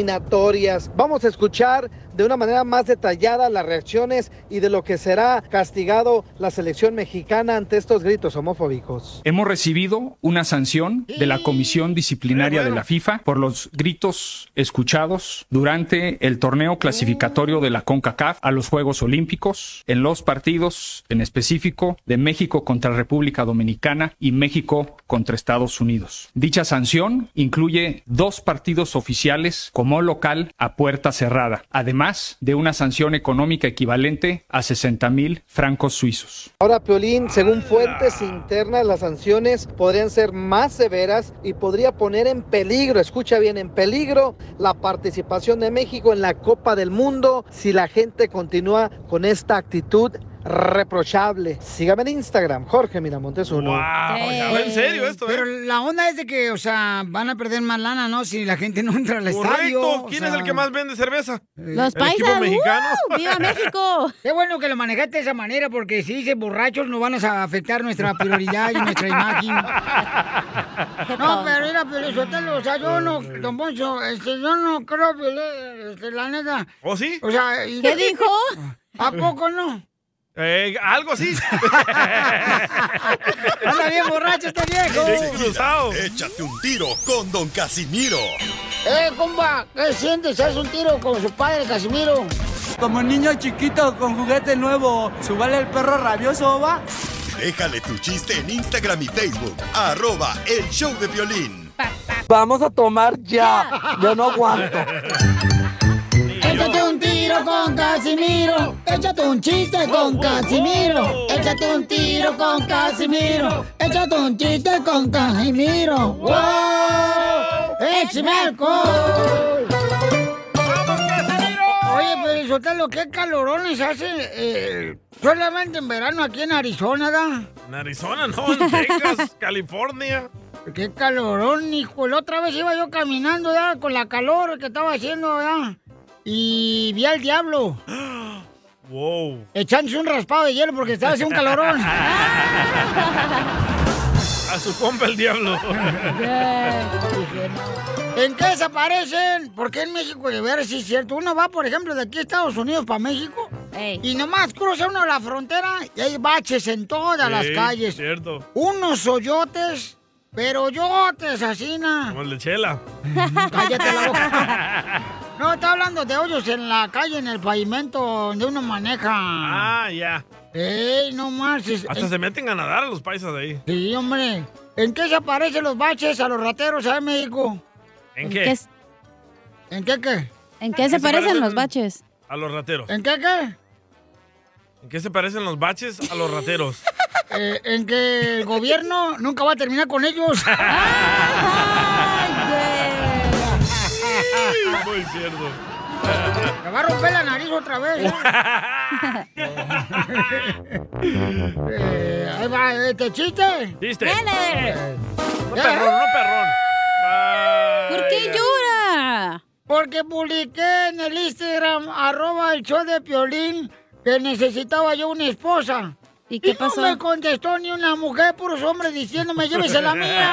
[SPEAKER 7] eliminatorias. Vamos a escuchar de una manera más detallada las reacciones y de lo que será castigado la selección mexicana ante estos gritos homofóbicos.
[SPEAKER 15] Hemos recibido una sanción de la Comisión Disciplinaria de la FIFA por los gritos escuchados durante el torneo clasificatorio de la CONCACAF a los Juegos Olímpicos, en los partidos en específico de México contra República Dominicana y México contra Estados Unidos. Dicha sanción incluye dos partidos oficiales como local a puerta cerrada, además de una sanción económica equivalente a 60 mil francos suizos.
[SPEAKER 7] Ahora, Piolín, según fuentes internas, las sanciones podrían ser más severas y podría poner en peligro, escucha bien, en peligro la participación de México en la Copa del Mundo si la gente continúa con esta actitud reprochable. Sígame en Instagram, Jorge Miramontes uno.
[SPEAKER 2] Eh,
[SPEAKER 3] ¿eh?
[SPEAKER 2] Pero la onda es de que, o sea, van a perder más lana, ¿no? Si la gente no entra al estadio.
[SPEAKER 3] Correcto.
[SPEAKER 2] o
[SPEAKER 3] ¿Quién
[SPEAKER 2] sea.
[SPEAKER 3] es el que más vende cerveza?
[SPEAKER 2] Los
[SPEAKER 3] ¿El equipo
[SPEAKER 2] paisas,
[SPEAKER 3] mexicano?
[SPEAKER 2] ¡uh! ¡Viva México! Qué bueno que lo manejaste de esa manera, porque si dices borrachos, no van a afectar nuestra prioridad y nuestra imagen. No, pero mira, pero Sotelo, o sea, yo no, don Poncho, este, yo no creo, Piolín, este, la neta.
[SPEAKER 3] ¿O ¿Oh, sí?
[SPEAKER 2] O sea, y-
[SPEAKER 3] ¿Qué dijo?
[SPEAKER 2] ¿A poco no?
[SPEAKER 3] Eh, algo así.
[SPEAKER 2] Anda bien borracho este viejo.
[SPEAKER 6] Enseguida, échate un tiro con Don Casimiro.
[SPEAKER 10] ¡Eh, compa! ¿Qué sientes? ¿Haz un tiro con su padre, Casimiro?
[SPEAKER 16] Como niño chiquito con juguete nuevo, subale el perro rabioso, va.
[SPEAKER 6] Déjale tu chiste en Instagram y Facebook. Arroba el show de violín.
[SPEAKER 16] Vamos a tomar ya. Yo no aguanto.
[SPEAKER 10] Échate un tiro con Casimiro. Échate un chiste con Casimiro. Échate un tiro con Casimiro. Échate un chiste con Casimiro. ¡Wow! ¡Échame alcohol! Oye, pero Sotelo, qué calorones hace eh, solamente en verano aquí en Arizona, ¿da?
[SPEAKER 3] En Arizona, no, en Texas, California.
[SPEAKER 10] Qué calorón, hijo. La otra vez iba yo caminando, ¿verdad? Con la calor que estaba haciendo, ¿verdad? Y vi al diablo
[SPEAKER 3] Wow.
[SPEAKER 10] echándose un raspado de hielo porque estaba haciendo un calorón.
[SPEAKER 3] A su compa el diablo.
[SPEAKER 10] ¿En qué se parecen? Porque en México, de ver si es cierto. Uno va, por ejemplo, de aquí a Estados Unidos para México. Y nomás cruza uno la frontera y hay baches en todas las
[SPEAKER 3] Sí,
[SPEAKER 10] calles.
[SPEAKER 3] Cierto.
[SPEAKER 10] Unos hoyotes, pero hoyotes, asina.
[SPEAKER 3] Como el de Chela.
[SPEAKER 10] Cállate la boca. No, está hablando de hoyos en la calle, en el pavimento, donde uno maneja.
[SPEAKER 3] Ah, ya.
[SPEAKER 10] ¡Ey, no marches!
[SPEAKER 3] Hasta
[SPEAKER 10] En-
[SPEAKER 3] se meten a nadar los paisas de ahí.
[SPEAKER 10] Sí, hombre. ¿En qué se aparecen los baches a los rateros allá en México?
[SPEAKER 3] ¿En qué?
[SPEAKER 2] eh, ¿En qué qué?
[SPEAKER 4] ¿En qué se parecen los baches?
[SPEAKER 3] A los rateros.
[SPEAKER 2] ¿En qué qué?
[SPEAKER 3] ¿En qué se parecen los baches a los rateros?
[SPEAKER 2] Eh, en que el gobierno nunca va a terminar con ellos.
[SPEAKER 3] Muy cierto. Ah.
[SPEAKER 2] Me va a romper la nariz otra vez. ¿eh? Eh, ahí va, este chiste.
[SPEAKER 3] ¿Viste?
[SPEAKER 2] Dale.
[SPEAKER 3] No perrón, no perrón.
[SPEAKER 2] ¿Por
[SPEAKER 4] qué llora?
[SPEAKER 2] Porque publiqué en el Instagram, arroba el show de Piolín, que necesitaba yo una esposa. ¿Y
[SPEAKER 4] qué pasó?
[SPEAKER 2] no me contestó ni una mujer, puros hombres diciéndome, llévese la mía.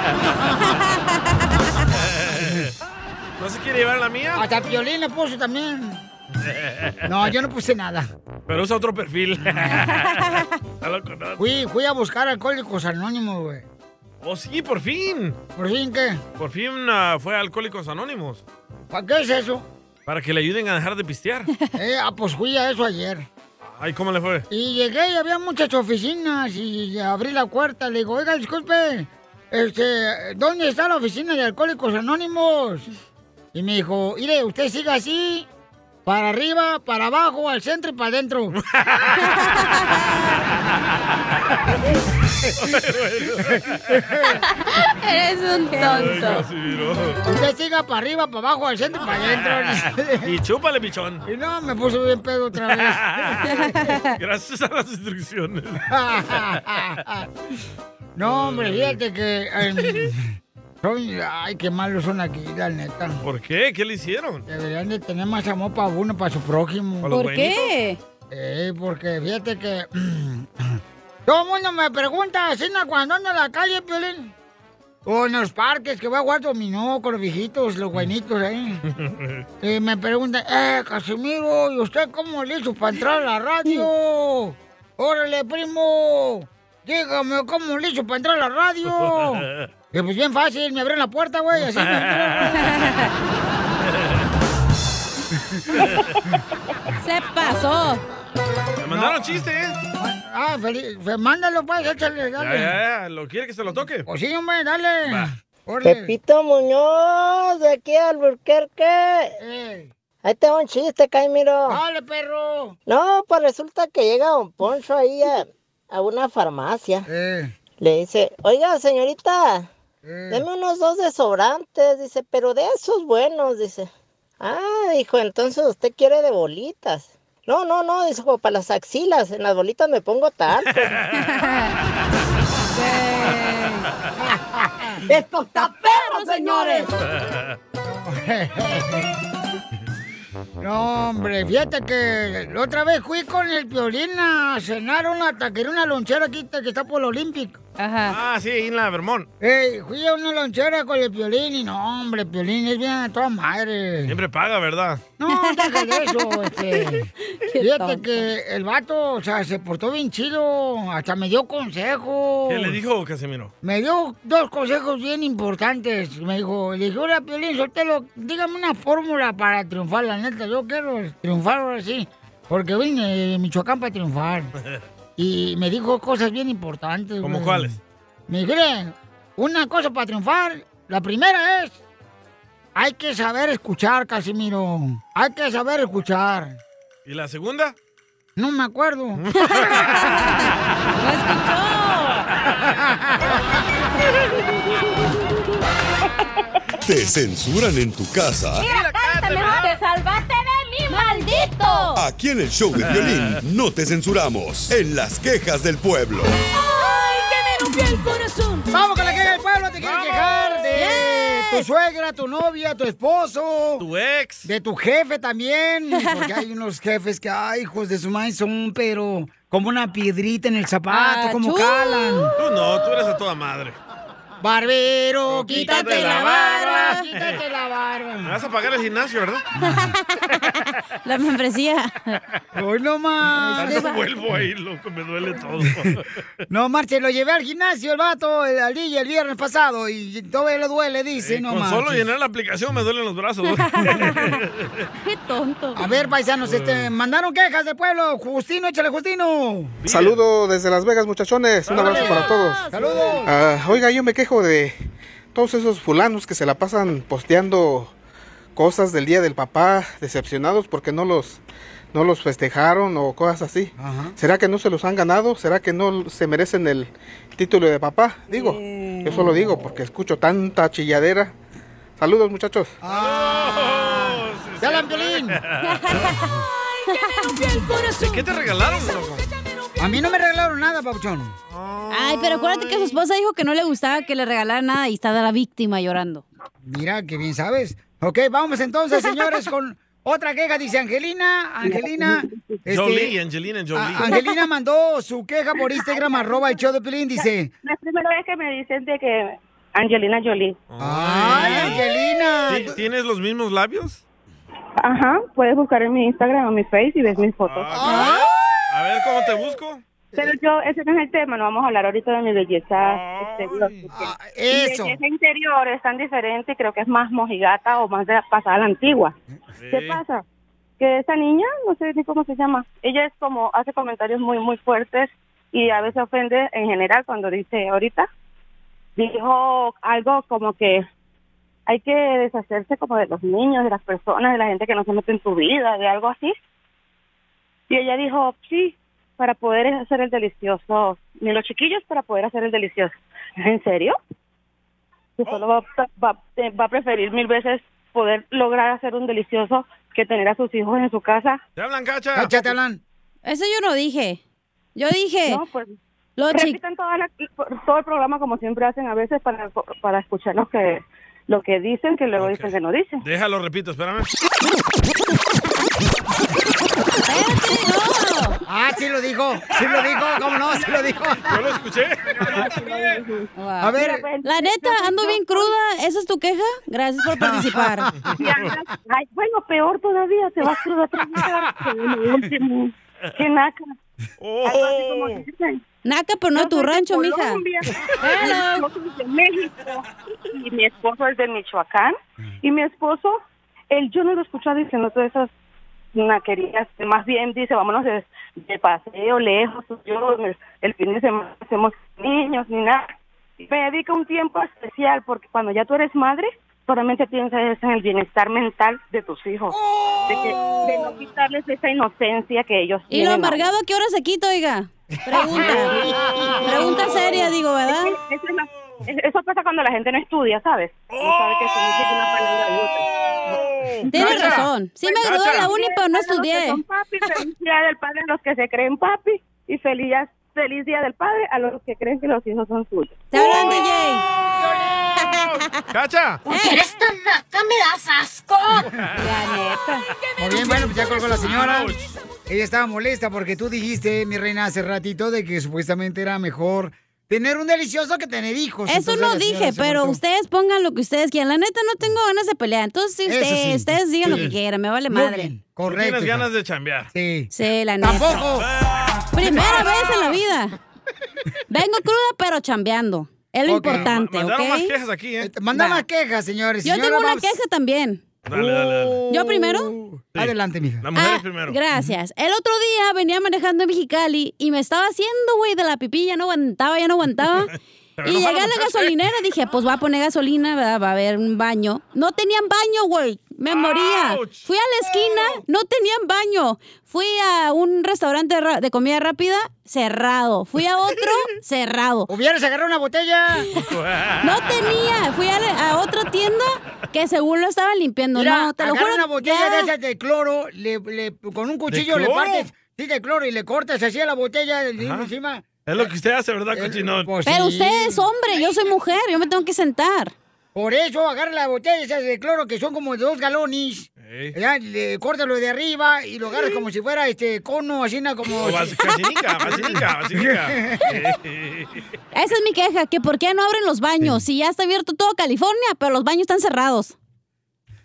[SPEAKER 3] ¿No se quiere llevar la mía?
[SPEAKER 2] Hasta Piolín le puso también. No, yo no puse nada.
[SPEAKER 3] Pero usa otro perfil. Está loco, ¿no?
[SPEAKER 2] Fui, fui a buscar Alcohólicos Anónimos, güey.
[SPEAKER 3] Oh, sí, por fin.
[SPEAKER 2] ¿Por fin qué?
[SPEAKER 3] Por fin ah, fue a Alcohólicos Anónimos.
[SPEAKER 2] ¿Para qué es eso?
[SPEAKER 3] Para que le ayuden a dejar de pistear.
[SPEAKER 2] Eh, ah, pues fui a eso ayer.
[SPEAKER 3] Ay, ¿cómo le fue?
[SPEAKER 2] Y llegué y había muchas oficinas y abrí la puerta. Le digo, oiga, disculpe, este, ¿dónde está la oficina de Alcohólicos Anónimos? Y me dijo, mire, usted siga así, para arriba, para abajo, al centro y para adentro.
[SPEAKER 1] Eres un tonto.
[SPEAKER 2] usted siga para arriba, para abajo, al centro y para adentro.
[SPEAKER 3] y chúpale, bichón.
[SPEAKER 2] y no, me puso bien pedo otra vez.
[SPEAKER 3] Gracias a las instrucciones.
[SPEAKER 2] No, hombre, fíjate que. em, son- ay, qué malos son aquí, la neta.
[SPEAKER 3] ¿Por qué? ¿Qué le hicieron?
[SPEAKER 2] Deberían de tener más amor para uno, para su prójimo.
[SPEAKER 3] ¿Para los ¿Por qué?
[SPEAKER 2] Eh, porque fíjate que. Todo el mundo me pregunta, Sina, cuando ando en la calle, Piolín. O en los parques, que voy a jugar dominó con los viejitos, los buenitos ahí. Y me preguntan, eh, Casimiro, ¿y usted cómo le hizo para entrar a la radio? Órale, primo, dígame cómo le hizo para entrar a la radio. Y pues bien fácil, me abrieron la puerta, güey, así me
[SPEAKER 4] Se pasó.
[SPEAKER 3] Me mandaron chistes.
[SPEAKER 2] Ah, feliz, fe- mándalo, pues, échale,
[SPEAKER 3] Ya,
[SPEAKER 2] dale.
[SPEAKER 3] ya, ya. ¿Lo quiere que se lo toque?
[SPEAKER 2] Pues sí, hombre, dale. Órale.
[SPEAKER 17] Pepito Muñoz, de aquí al Burquerque. Ahí tengo un chiste, Caimiro.
[SPEAKER 2] Dale, perro.
[SPEAKER 17] No, pues resulta que llega don Poncho ahí a, a una farmacia. Le dice, oiga, señorita, deme unos dos desobrantes, dice, pero de esos buenos, dice. Ah, dijo, entonces usted quiere de bolitas. No, no, no, dijo, para las axilas, en las bolitas me pongo tanto.
[SPEAKER 1] Esto está perro, señores.
[SPEAKER 2] No, hombre, fíjate que la otra vez fui con el violín a cenar a una taquería, una lonchera aquí que está por el Olímpico.
[SPEAKER 3] Ajá. Ah, sí, ahí en la Vermont.
[SPEAKER 2] Ey, fui a una lonchera con el violín y no, hombre, el violín es bien a toda madre.
[SPEAKER 3] Siempre paga, ¿verdad?
[SPEAKER 2] No, deja de eso, este. Fíjate que el vato, o sea, se portó bien chido, hasta me dio consejos.
[SPEAKER 3] ¿Qué le dijo Casimiro?
[SPEAKER 2] Me dio dos consejos bien importantes. Me dijo, le dije, hola, Piolín, Sotelo, dígame una fórmula para triunfar, la neta. Yo quiero triunfar ahora sí, porque vine de Michoacán para triunfar. Y me dijo cosas bien importantes.
[SPEAKER 3] ¿Cómo
[SPEAKER 2] güey.
[SPEAKER 3] cuáles?
[SPEAKER 2] Me dijo, "Mire, una cosa para triunfar, la primera es, hay que saber escuchar, Casimiro. Hay que saber escuchar.
[SPEAKER 3] ¿Y la segunda?
[SPEAKER 2] No me acuerdo. Ah,
[SPEAKER 6] Te censuran en tu casa.
[SPEAKER 1] Mira, cántame, te salvaste de mí, maldito.
[SPEAKER 6] Aquí en el show de violín no te censuramos. En las quejas del pueblo.
[SPEAKER 1] Ay, que me rompió el corazón.
[SPEAKER 2] Vamos con la queja del pueblo, te quieres quejar de tu suegra, tu novia, tu esposo.
[SPEAKER 3] Tu ex.
[SPEAKER 2] De tu jefe también. Porque hay unos jefes que, ay, hijos de su madre, son pero como una piedrita en el zapato, como
[SPEAKER 3] Achú.
[SPEAKER 2] calan.
[SPEAKER 3] Tú no, tú eres a toda madre.
[SPEAKER 2] Barbero, quítate la barba.
[SPEAKER 3] Quítate
[SPEAKER 2] la barba.
[SPEAKER 3] Me vas a pagar el gimnasio, ¿verdad?
[SPEAKER 4] La membresía.
[SPEAKER 2] Hoy no más.
[SPEAKER 3] Ah, No vuelvo ahí, loco, me duele todo.
[SPEAKER 2] No, marche, lo llevé al gimnasio el vato, el, al DJ el viernes pasado y todavía le duele, dice, no
[SPEAKER 3] Eh, Con
[SPEAKER 2] más.
[SPEAKER 3] solo llenar la aplicación me duelen los brazos.
[SPEAKER 2] Qué tonto. A ver, paisanos, este, mandaron quejas del pueblo. Justino, échale, Justino.
[SPEAKER 18] Saludo desde Las Vegas, muchachones. Un abrazo para todos.
[SPEAKER 2] Saludos.
[SPEAKER 18] Ah, oiga, yo me quejo de todos esos fulanos que se la pasan posteando cosas del día del papá, decepcionados porque no los no los festejaron o cosas así. ¿Será que no se los han ganado? ¿Será que no se merecen el título de papá? Digo, yo solo digo porque escucho tanta chilladera. Saludos, muchachos.
[SPEAKER 9] Ah,
[SPEAKER 2] ¡Ya la violín!
[SPEAKER 3] ¿De qué te regalaron, loco?
[SPEAKER 2] A mí no me regalaron nada, papuchón.
[SPEAKER 4] Ay, pero acuérdate que su esposa dijo que no le gustaba que le regalaran nada y está la víctima llorando.
[SPEAKER 2] Mira, qué bien sabes. Ok, vamos entonces, señores, con otra queja. Dice Angelina, Angelina. este, ah,
[SPEAKER 3] Jolie, Angelina Jolie.
[SPEAKER 2] a- Angelina mandó su queja por Instagram, arroba el show de Pelín, dice.
[SPEAKER 19] La primera vez que me dicen de que Angelina Jolie.
[SPEAKER 2] ¡Ay, Angelina!
[SPEAKER 3] ¿Ti- ¿Tienes los mismos labios?
[SPEAKER 19] Ajá, puedes buscar en mi Instagram o mi Face y ves mis fotos.
[SPEAKER 3] A ver, Ah, ¿cómo te busco?
[SPEAKER 19] Pero yo, ese no es el tema, no vamos a hablar ahorita de mi belleza exterior. porque
[SPEAKER 3] ah,
[SPEAKER 2] eso.
[SPEAKER 19] Mi belleza interior es tan diferente, creo que es más mojigata o más de la pasada a la antigua. ¿Qué pasa? Que esa niña, no sé ni cómo se llama, ella es como, hace comentarios muy, muy fuertes y a veces ofende en general cuando dice ahorita, dijo algo como que hay que deshacerse como de los niños, de las personas, de la gente que no se mete en tu vida, de algo así. Y ella dijo, sí, para poder hacer el delicioso, ni los chiquillos para poder hacer el delicioso. ¿En serio? Que solo va, va- eh, va a preferir mil veces poder lograr hacer un delicioso que tener a sus hijos en su casa.
[SPEAKER 3] ¿Te hablan, Cacha?
[SPEAKER 2] Cacha, Ah, te hablan.
[SPEAKER 4] Eso yo no dije. Yo dije.
[SPEAKER 19] No, pues,
[SPEAKER 4] Los chi-
[SPEAKER 19] repitan toda la- todo el programa como siempre hacen a veces para, para escuchar lo que, lo que dicen, que luego dicen que no dicen.
[SPEAKER 3] Déjalo, repito, espérame.
[SPEAKER 2] Ah, sí lo dijo, sí lo dijo, ¿cómo no? Sí lo dijo.
[SPEAKER 3] Yo lo escuché.
[SPEAKER 2] A ver.
[SPEAKER 4] Mira, pues, la neta, ando bien cruda. ¿Esa es tu queja? Gracias por participar.
[SPEAKER 19] Y andas- ay, bueno, peor todavía, te vas cruda tres último. Qué naca.
[SPEAKER 10] Oh.
[SPEAKER 19] Algo así como dicen.
[SPEAKER 4] Naca, pero no de
[SPEAKER 19] Yo
[SPEAKER 4] tu
[SPEAKER 19] soy de
[SPEAKER 4] rancho, mija.
[SPEAKER 19] Colombia, Mi esposo es de México y mi esposo es de Michoacán. Y mi esposo, él yo no lo escuchaba diciendo todas esas naquerías. Más bien dice, vámonos de, de paseo lejos. Yo el, el fin de semana hacemos niños ni nada. Y Me dedica un tiempo especial porque cuando ya tú eres madre, solamente piensas en el bienestar mental de tus hijos. De, que- de no quitarles esa inocencia que ellos
[SPEAKER 4] ¿Y lo
[SPEAKER 19] tienen.
[SPEAKER 4] amargado a qué hora se quita, oiga? Pregunta.
[SPEAKER 2] Pues
[SPEAKER 4] Pregunta seria, digo, ¿verdad?
[SPEAKER 19] Es que esa es la- es- Eso pasa cuando la gente no estudia, ¿sabes? No sabe qué significa una palabra u otra.
[SPEAKER 4] Tienes Cacha. razón. Sí me gradué de la uni, pero no
[SPEAKER 19] Feliz día
[SPEAKER 4] estudié.
[SPEAKER 19] a los que son papi, feliz día del padre a los que se creen papi y feliz, día- feliz día del padre a los que creen que los hijos son suyos.
[SPEAKER 4] Te hablan, DJ.
[SPEAKER 3] ¡Cacha!
[SPEAKER 4] Eh.
[SPEAKER 1] Eres tan naca, me das asco.
[SPEAKER 2] Muy bien, bueno, pues ya colgó la señora. Ella estaba molesta porque tú dijiste, mi reina, hace ratito de que supuestamente era mejor tener un delicioso que tener hijos.
[SPEAKER 4] Eso
[SPEAKER 2] Entonces,
[SPEAKER 4] no
[SPEAKER 2] la señora
[SPEAKER 4] dije,
[SPEAKER 2] se
[SPEAKER 4] pero
[SPEAKER 2] molestó.
[SPEAKER 4] ustedes pongan lo que ustedes quieran. La neta, no tengo ganas de pelear. Entonces, si
[SPEAKER 2] Eso
[SPEAKER 4] ustedes,
[SPEAKER 2] sí.
[SPEAKER 4] ustedes digan lo
[SPEAKER 2] Sí.
[SPEAKER 4] que quieran, me vale
[SPEAKER 2] Muy
[SPEAKER 4] madre.
[SPEAKER 2] bien,
[SPEAKER 3] Tú
[SPEAKER 2] Correcto.
[SPEAKER 3] Tienes ganas de chambear.
[SPEAKER 2] Sí.
[SPEAKER 4] Sí, la neta.
[SPEAKER 2] Tampoco.
[SPEAKER 4] Primera vez en la vida. Vengo cruda, pero chambeando. Es lo
[SPEAKER 2] Ok.
[SPEAKER 4] importante,
[SPEAKER 2] Ma-
[SPEAKER 4] ¿ok?
[SPEAKER 2] mandaron más quejas
[SPEAKER 3] aquí, ¿eh?
[SPEAKER 2] Manda
[SPEAKER 4] Va.
[SPEAKER 2] Este, más quejas, señores.
[SPEAKER 4] Yo
[SPEAKER 2] Señora,
[SPEAKER 4] tengo una
[SPEAKER 2] vamos-
[SPEAKER 4] queja también.
[SPEAKER 3] Dale, dale, dale.
[SPEAKER 4] ¿Yo primero?
[SPEAKER 2] Oh. Adelante, mija.
[SPEAKER 3] Las mujeres
[SPEAKER 4] Ah,
[SPEAKER 3] primero.
[SPEAKER 4] Gracias. El otro día venía manejando en Mexicali y me estaba haciendo, güey, de la pipí, ya no aguantaba, ya no aguantaba.
[SPEAKER 1] Pero
[SPEAKER 4] Y
[SPEAKER 1] no
[SPEAKER 4] llegué a
[SPEAKER 1] para
[SPEAKER 4] la
[SPEAKER 1] mujer,
[SPEAKER 4] gasolinera, dije, pues voy a poner gasolina, ¿verdad? va a haber un baño. No tenían baño, güey. Me moría. Fui a la esquina, no tenían baño. Fui a un restaurante ra- de comida rápida, cerrado. Fui a otro, cerrado.
[SPEAKER 2] Hubieras agarrado una botella.
[SPEAKER 4] No tenía. Fui a, la- a otra tienda que según lo estaban limpiando.
[SPEAKER 2] Mira,
[SPEAKER 4] no, te lo
[SPEAKER 2] agarra
[SPEAKER 4] juro.
[SPEAKER 2] una botella
[SPEAKER 4] ya.
[SPEAKER 2] de esas de cloro, le, le- con un cuchillo
[SPEAKER 3] ¿De
[SPEAKER 2] le
[SPEAKER 3] cloro?
[SPEAKER 2] partes, sí, de cloro, y le cortas así a la botella de encima. Pues
[SPEAKER 3] Es lo que usted hace, ¿verdad,
[SPEAKER 2] Eh,
[SPEAKER 3] cochinón?
[SPEAKER 4] Pero usted es hombre, yo soy mujer, yo me tengo que sentar.
[SPEAKER 2] Por eso agarra la botella esas de cloro que son como de dos galones. Ya, le cortas lo de arriba y lo agarras como si fuera este cono, así na, como.
[SPEAKER 3] O vas- Vacinica, vacinica, vacinica.
[SPEAKER 4] Esa es mi queja, que por qué no abren los baños, si ya está abierto todo California, pero los baños están cerrados.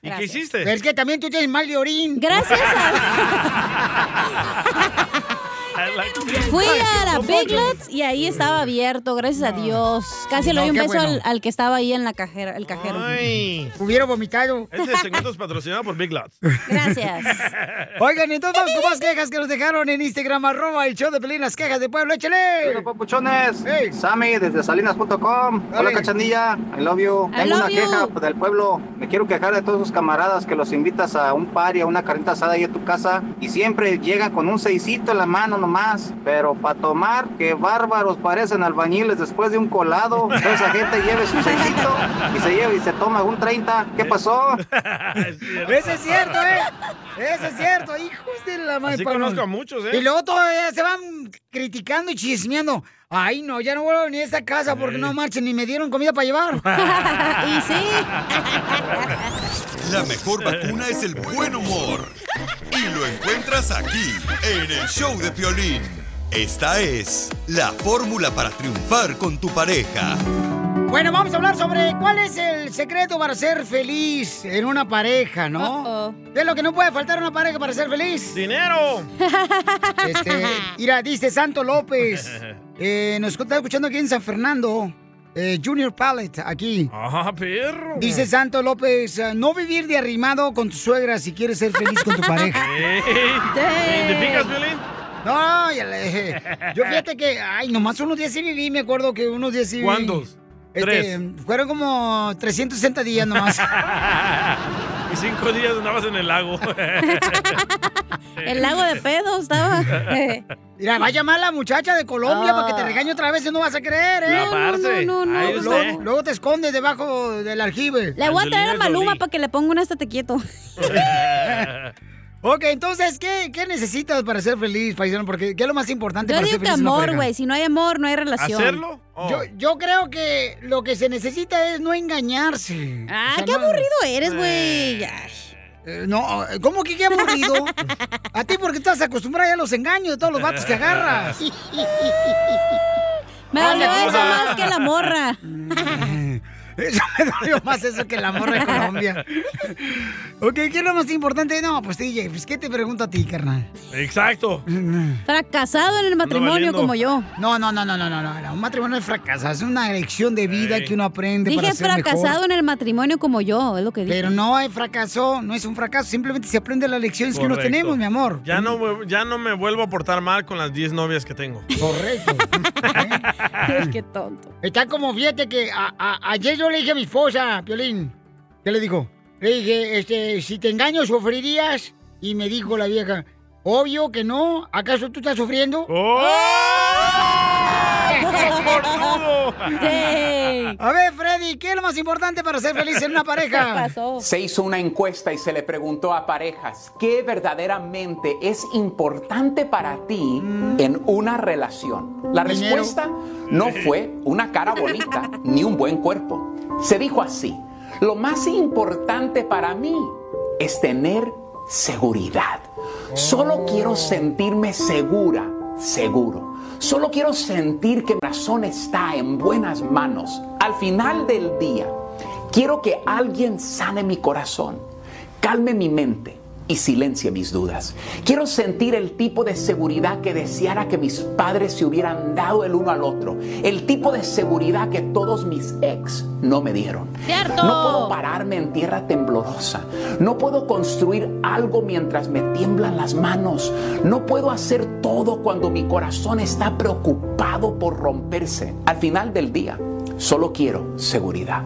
[SPEAKER 3] ¿Y qué hiciste?
[SPEAKER 2] Es que también tú tienes mal de orín.
[SPEAKER 4] Gracias a... Fui a la Big Lots y ahí estaba abierto, gracias a Dios. Casi le
[SPEAKER 3] No,
[SPEAKER 4] doy un
[SPEAKER 3] qué
[SPEAKER 4] beso
[SPEAKER 3] bueno.
[SPEAKER 4] al, al que estaba ahí en la cajera, el cajero.
[SPEAKER 2] Hubiera vomitado.
[SPEAKER 3] Este segmento es patrocinado por Big Lots.
[SPEAKER 2] Oigan, entonces vamos con más quejas que nos dejaron en Instagram, arroba el show de Pelín, las quejas de pueblo, échale.
[SPEAKER 20] Hola, papuchones. Sammy desde salinas.com. Hola,
[SPEAKER 2] Dale.
[SPEAKER 20] cachanilla. I love you.
[SPEAKER 2] I
[SPEAKER 20] Tengo
[SPEAKER 2] love
[SPEAKER 20] una
[SPEAKER 2] you.
[SPEAKER 20] queja del pueblo. Me quiero quejar de todos sus camaradas que los invitas a un party, a una carnita asada ahí a tu casa y siempre llegan con un seisito en la mano nomás. Pero para tomar, que bárbaros parecen albañiles después de un colado. Toda esa gente lleve su seisito y se lleva y se toma un 30. ¿Qué pasó?
[SPEAKER 2] Eso es cierto, ¿eh? Eso es cierto, hijos de la madre.
[SPEAKER 20] Así
[SPEAKER 2] Pablo.
[SPEAKER 20] conozco a muchos, ¿eh?
[SPEAKER 2] Y luego todavía se van criticando y chismeando. Ay, no, ya no vuelvo a venir a esta casa porque no marchen ni me dieron comida para llevar.
[SPEAKER 4] y sí.
[SPEAKER 6] La mejor vacuna es el buen humor. Y lo encuentras aquí, en el show de Piolín. Esta es la fórmula para triunfar con tu pareja.
[SPEAKER 2] Bueno, vamos a hablar sobre cuál es el secreto para ser feliz en una pareja, ¿no? ¿Qué es lo que no puede faltar en una pareja para ser feliz?
[SPEAKER 3] ¡Dinero!
[SPEAKER 2] Este, mira, dice Santo López. eh, nos está escuchando aquí en San Fernando. eh, Junior Pallet, aquí.
[SPEAKER 3] ¡Ah, perro!
[SPEAKER 2] Dice Santo López, eh, no vivir de arrimado con tu suegra si quieres ser feliz con tu pareja.
[SPEAKER 3] Ey, ¿Te identificas, Violín?
[SPEAKER 2] No, ya le dije. Yo fíjate que, ay, nomás unos días sí viví, me acuerdo que unos días sí viví.
[SPEAKER 3] ¿Cuántos?
[SPEAKER 2] Este,
[SPEAKER 3] ¿Tres?
[SPEAKER 2] Fueron como 360 días nomás.
[SPEAKER 3] y cinco días andabas en el lago.
[SPEAKER 4] El lago de pedo estaba.
[SPEAKER 2] Mira, va a llamar la muchacha de Colombia para que te regañe otra vez y no vas a creer, ¿eh?
[SPEAKER 4] Ah. No, no, Lavarse. no, no, Ahí no. usted.
[SPEAKER 2] Luego, luego te escondes debajo del aljibe.
[SPEAKER 4] Le voy a traer a Maluma para que le ponga un estate quieto.
[SPEAKER 2] Ok, entonces, ¿qué, qué necesitas para ser feliz, paisano? Porque ¿qué es lo más importante
[SPEAKER 4] Yo
[SPEAKER 2] para ser
[SPEAKER 4] digo que
[SPEAKER 2] feliz en una
[SPEAKER 4] amor,
[SPEAKER 2] pareja?
[SPEAKER 4] güey. Si no hay amor, no hay relación.
[SPEAKER 2] ¿Hacerlo?
[SPEAKER 4] Oh.
[SPEAKER 3] Oh.
[SPEAKER 2] Yo, yo creo que lo que se necesita es no engañarse.
[SPEAKER 4] Ah,
[SPEAKER 2] O sea,
[SPEAKER 4] qué
[SPEAKER 2] no-
[SPEAKER 4] aburrido eres, güey. Ay.
[SPEAKER 2] Eh, No, eh, ¿cómo que qué aburrido? A ti porque estás acostumbrada ya a los engaños de todos los vatos que agarras.
[SPEAKER 4] Me
[SPEAKER 2] Dale,
[SPEAKER 4] dolió eso
[SPEAKER 2] cosa.
[SPEAKER 4] más que la morra.
[SPEAKER 2] Eso me dolió más eso que la morra de Colombia. Ok, ¿qué es lo más importante? No, pues DJ, pues ¿qué te pregunto a ti, carnal?
[SPEAKER 3] Exacto.
[SPEAKER 4] Fracasado en el matrimonio
[SPEAKER 2] valiendo.
[SPEAKER 4] como yo.
[SPEAKER 2] No, no, no, no, no, no, no. Un matrimonio es fracasado, es una lección de vida que uno aprende
[SPEAKER 4] Dije
[SPEAKER 2] para ser
[SPEAKER 4] fracasado
[SPEAKER 2] mejor.
[SPEAKER 4] en el matrimonio como yo, es lo que dije.
[SPEAKER 2] Pero no hay fracaso, no es un fracaso, simplemente se aprende las lecciones que uno
[SPEAKER 3] Correcto.
[SPEAKER 2] tenemos, mi amor.
[SPEAKER 3] Ya no, me- ya no me vuelvo a portar mal con las 10 novias que tengo.
[SPEAKER 2] Correcto.
[SPEAKER 4] Qué tonto.
[SPEAKER 2] Ah. Está como, fíjate que a- a- ayer yo le dije a mi esposa, Piolín, ¿qué le dijo? Le dije, este, si te engaño, ¿sufrirías? Y me dijo la vieja, obvio que no, ¿acaso tú estás sufriendo?
[SPEAKER 3] ¡Oh!
[SPEAKER 2] ¡Eh!
[SPEAKER 9] Sí.
[SPEAKER 2] A ver, Freddy, ¿qué es lo más importante para ser feliz en una pareja?
[SPEAKER 21] Se hizo una encuesta y se le preguntó a parejas, ¿qué verdaderamente es importante para ti en una relación? La
[SPEAKER 22] Dinero.
[SPEAKER 21] respuesta no fue una cara bonita ni un buen cuerpo. Se dijo así, lo más importante para mí es tener seguridad. Solo quiero sentirme segura, seguro. Solo quiero sentir que mi corazón está en buenas manos. Al final del día, Quiero que alguien sane mi corazón, calme mi mente y silencie mis dudas. Quiero sentir el tipo de seguridad que deseara que mis padres se hubieran dado el uno al otro, el tipo de seguridad que todos mis ex no me dieron.
[SPEAKER 4] ¡Cierto!
[SPEAKER 21] No puedo pararme en tierra temblorosa. No puedo construir algo mientras me tiemblan las manos. No puedo hacer todo cuando mi corazón está preocupado por romperse. Al final del día, solo quiero seguridad.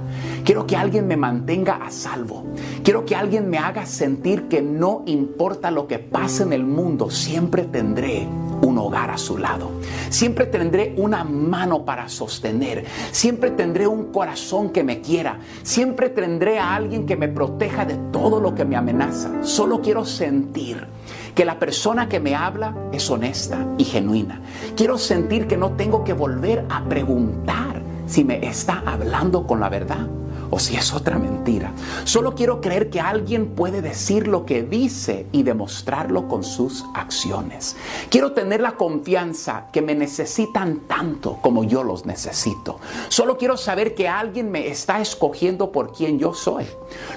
[SPEAKER 21] Quiero que alguien me mantenga a salvo. Quiero que alguien me haga sentir que no importa lo que pase en el mundo, siempre tendré un hogar a su lado. Siempre tendré una mano para sostener. Siempre tendré un corazón que me quiera. Siempre tendré a alguien que me proteja de todo lo que me amenaza. Solo quiero sentir que la persona que me habla es honesta y genuina. Quiero sentir que no tengo que volver a preguntar si me está hablando con la verdad o si es otra mentira. Solo quiero creer que alguien puede decir lo que dice y demostrarlo con sus acciones. Quiero tener la confianza que me necesitan tanto como yo los necesito. Solo quiero saber que alguien me está escogiendo por quien yo soy,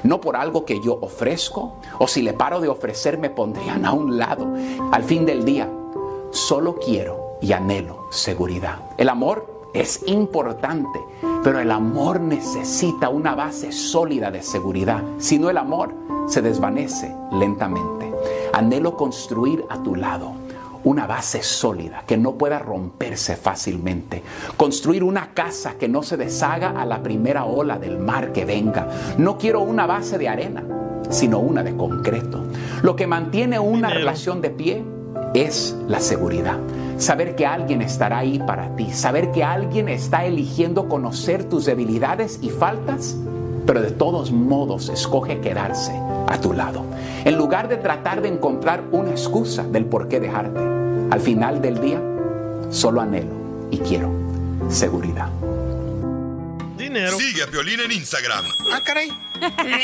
[SPEAKER 21] no por algo que yo ofrezco o si le paro de ofrecer me pondrían a un lado. Al fin del día, Solo quiero y anhelo seguridad. El amor es importante, pero el amor necesita una base sólida de seguridad. Si no, el amor se desvanece lentamente. Anhelo construir a tu lado una base sólida que no pueda romperse fácilmente. Construir una casa que no se deshaga a la primera ola del mar que venga. No quiero una base de arena, sino una de concreto. Lo que mantiene una relación de pie es la seguridad. Saber que alguien estará ahí para ti. Saber que alguien está eligiendo conocer tus debilidades y faltas pero de todos modos escoge quedarse a tu lado. En lugar de tratar de encontrar una excusa del por qué dejarte, al final del día solo anhelo y quiero seguridad.
[SPEAKER 6] Sigue a Piolín en Instagram.
[SPEAKER 12] Ah, caray.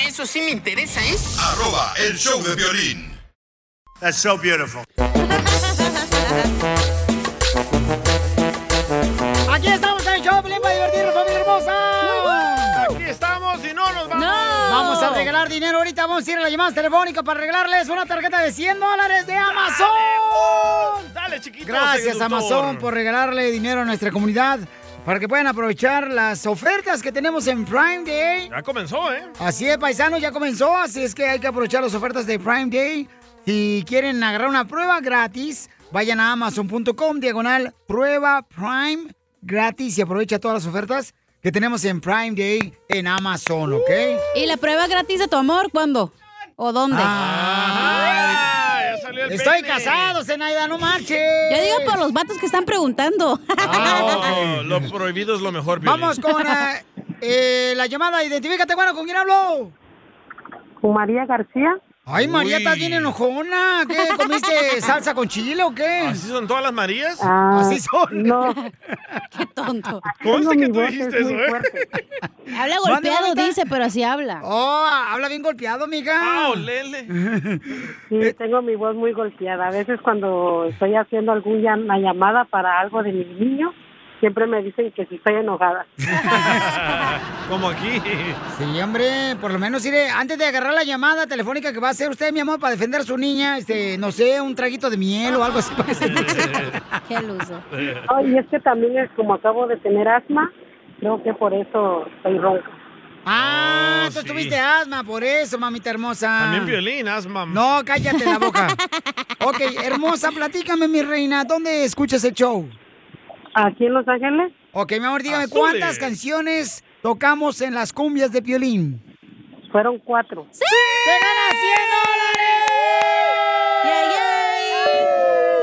[SPEAKER 12] Eso sí me interesa, ¿eh?
[SPEAKER 6] Arroba el show de violín.
[SPEAKER 13] That's so beautiful.
[SPEAKER 2] Aquí estamos en el show, Pelín, para divertirnos, familia hermosa.
[SPEAKER 3] Aquí estamos y no nos vamos.
[SPEAKER 2] Vamos a regalar dinero ahorita. Vamos a ir a las llamadas telefónicas para regalarles una tarjeta de 100 dólares de Amazon.
[SPEAKER 3] Dale, chiquito.
[SPEAKER 2] Gracias,
[SPEAKER 3] seductor.
[SPEAKER 2] Amazon, por regalarle dinero a nuestra comunidad para que puedan aprovechar las ofertas que tenemos en Prime Day.
[SPEAKER 3] Ya comenzó, ¿eh?
[SPEAKER 2] Así es, paisano, ya comenzó, así es que hay que aprovechar las ofertas de Prime Day. Si quieren agarrar una prueba gratis, vayan a amazon.com, diagonal, prueba Prime gratis y aprovecha todas las ofertas que tenemos en Prime Day en Amazon, ¿ok?
[SPEAKER 4] ¿Y la prueba gratis de tu amor cuándo? ¿O dónde?
[SPEAKER 3] Ah, ya salió el
[SPEAKER 2] Estoy
[SPEAKER 3] pene.
[SPEAKER 2] casado, Zenaida, no marches.
[SPEAKER 4] Yo digo por los vatos que están preguntando.
[SPEAKER 3] Ah, oh, lo prohibido es lo mejor, Piolín.
[SPEAKER 2] Vamos con eh, eh, la llamada. Identifícate, bueno, ¿con quién hablo?
[SPEAKER 19] ¿Con María García?
[SPEAKER 2] Ay, María,
[SPEAKER 19] Uy.
[SPEAKER 2] estás bien enojona. ¿Qué? ¿Comiste salsa con chile o qué?
[SPEAKER 3] ¿Así son todas las Marías?
[SPEAKER 19] Ah,
[SPEAKER 2] Así son.
[SPEAKER 19] No.
[SPEAKER 4] Qué tonto.
[SPEAKER 3] Conste que
[SPEAKER 19] mi
[SPEAKER 3] tú
[SPEAKER 19] voz
[SPEAKER 3] dijiste
[SPEAKER 19] es
[SPEAKER 3] eso,
[SPEAKER 19] muy
[SPEAKER 3] ¿eh?
[SPEAKER 4] Habla
[SPEAKER 2] Mande,
[SPEAKER 4] golpeado,
[SPEAKER 2] mamita.
[SPEAKER 4] dice, pero así habla.
[SPEAKER 2] Oh, habla bien golpeado, mija.
[SPEAKER 3] Ah, lele.
[SPEAKER 19] Sí, tengo mi voz muy golpeada. A veces cuando estoy haciendo alguna llamada para algo de mi niño, siempre me dicen que si estoy enojada.
[SPEAKER 3] Como aquí.
[SPEAKER 2] Sí, hombre, por lo menos, mire, antes de agarrar la llamada telefónica que va a hacer usted, mi amor, para defender a su niña, este, no sé, un traguito de miel o algo así. para que-
[SPEAKER 4] Qué luso.
[SPEAKER 19] Ay, y es que también es como acabo de tener asma, creo que por eso estoy ronca.
[SPEAKER 2] Ah,
[SPEAKER 3] Oh,
[SPEAKER 2] tú
[SPEAKER 3] sí.
[SPEAKER 2] tuviste asma, por eso, mamita hermosa.
[SPEAKER 3] También Piolín, asma.
[SPEAKER 2] No, cállate la boca. ok, hermosa, platícame, mi reina, ¿dónde escuchas el show?
[SPEAKER 19] Aquí en Los Ángeles.
[SPEAKER 2] Ok, mi amor, dígame,
[SPEAKER 19] Azules.
[SPEAKER 2] ¿cuántas canciones tocamos en las cumbias de Piolín?
[SPEAKER 19] Fueron cuatro.
[SPEAKER 4] ¡Sí!
[SPEAKER 2] ¡Te ganas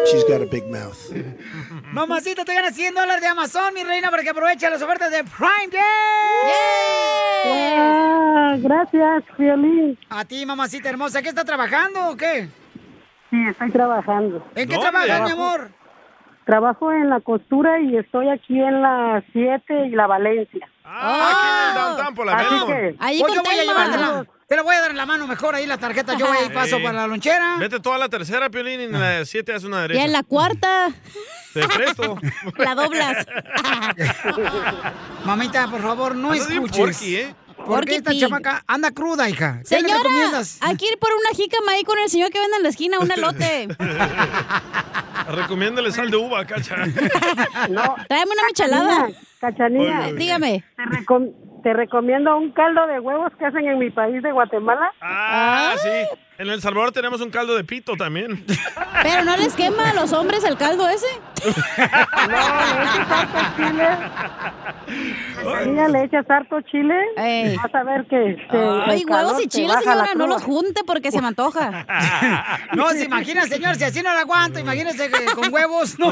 [SPEAKER 2] 100 dólares!
[SPEAKER 5] She's got a big mouth.
[SPEAKER 2] Mamacita, te ganas 100 dólares de Amazon, mi reina, para que aproveche las ofertas de Prime Day.
[SPEAKER 19] Ah, gracias, Violín.
[SPEAKER 2] A ti, mamacita hermosa, ¿qué está trabajando o qué?
[SPEAKER 19] Sí, estoy trabajando.
[SPEAKER 2] ¿En qué trabajas, mi amor?
[SPEAKER 19] Trabajo en la costura y estoy aquí en la 7 y la Valencia.
[SPEAKER 3] Ah, aquí en el downtown por la
[SPEAKER 19] Así
[SPEAKER 3] Belmont.
[SPEAKER 19] que-
[SPEAKER 4] Ahí
[SPEAKER 2] Pues yo
[SPEAKER 4] con
[SPEAKER 2] voy a
[SPEAKER 4] Telma.
[SPEAKER 2] llevártela. Te la voy a dar en la mano mejor ahí la tarjeta. Yo voy y paso
[SPEAKER 3] Sí.
[SPEAKER 2] para la lonchera.
[SPEAKER 3] Vete toda la tercera, Piolín, y en la siete haz una
[SPEAKER 4] Ya
[SPEAKER 3] derecha.
[SPEAKER 4] en la cuarta
[SPEAKER 3] Te presto.
[SPEAKER 4] la doblas.
[SPEAKER 2] Mamita, por favor, no
[SPEAKER 3] Andas bien
[SPEAKER 2] escuches.
[SPEAKER 3] porky, ¿eh?
[SPEAKER 2] Porque esta
[SPEAKER 4] Porky pig.
[SPEAKER 2] chamaca anda cruda, hija. ¿Qué le
[SPEAKER 4] Señora,
[SPEAKER 2] recomiendas?
[SPEAKER 4] hay que ir por una jícama ahí con el señor que vende en la esquina, un elote.
[SPEAKER 3] Recomiéndale sal de uva, cacha.
[SPEAKER 4] Tráeme una michelada.
[SPEAKER 19] Cachanilla.
[SPEAKER 4] Eh, Dígame.
[SPEAKER 19] Te, recom- te recomiendo un caldo de huevos que hacen en mi país de Guatemala.
[SPEAKER 3] Ah, sí. En El Salvador tenemos un caldo de pito también.
[SPEAKER 4] Pero no les quema a los hombres el caldo ese.
[SPEAKER 19] Cachanilla, le echas harto chile. Vas a ver que. este,
[SPEAKER 4] Ay,
[SPEAKER 19] el calor
[SPEAKER 4] huevos y
[SPEAKER 19] te
[SPEAKER 4] chile,
[SPEAKER 19] baja la
[SPEAKER 4] señora, no
[SPEAKER 19] cruda.
[SPEAKER 4] los junte porque se me antoja.
[SPEAKER 2] No, se imagina, señor, si así no la aguanto, imagínese que con huevos, no.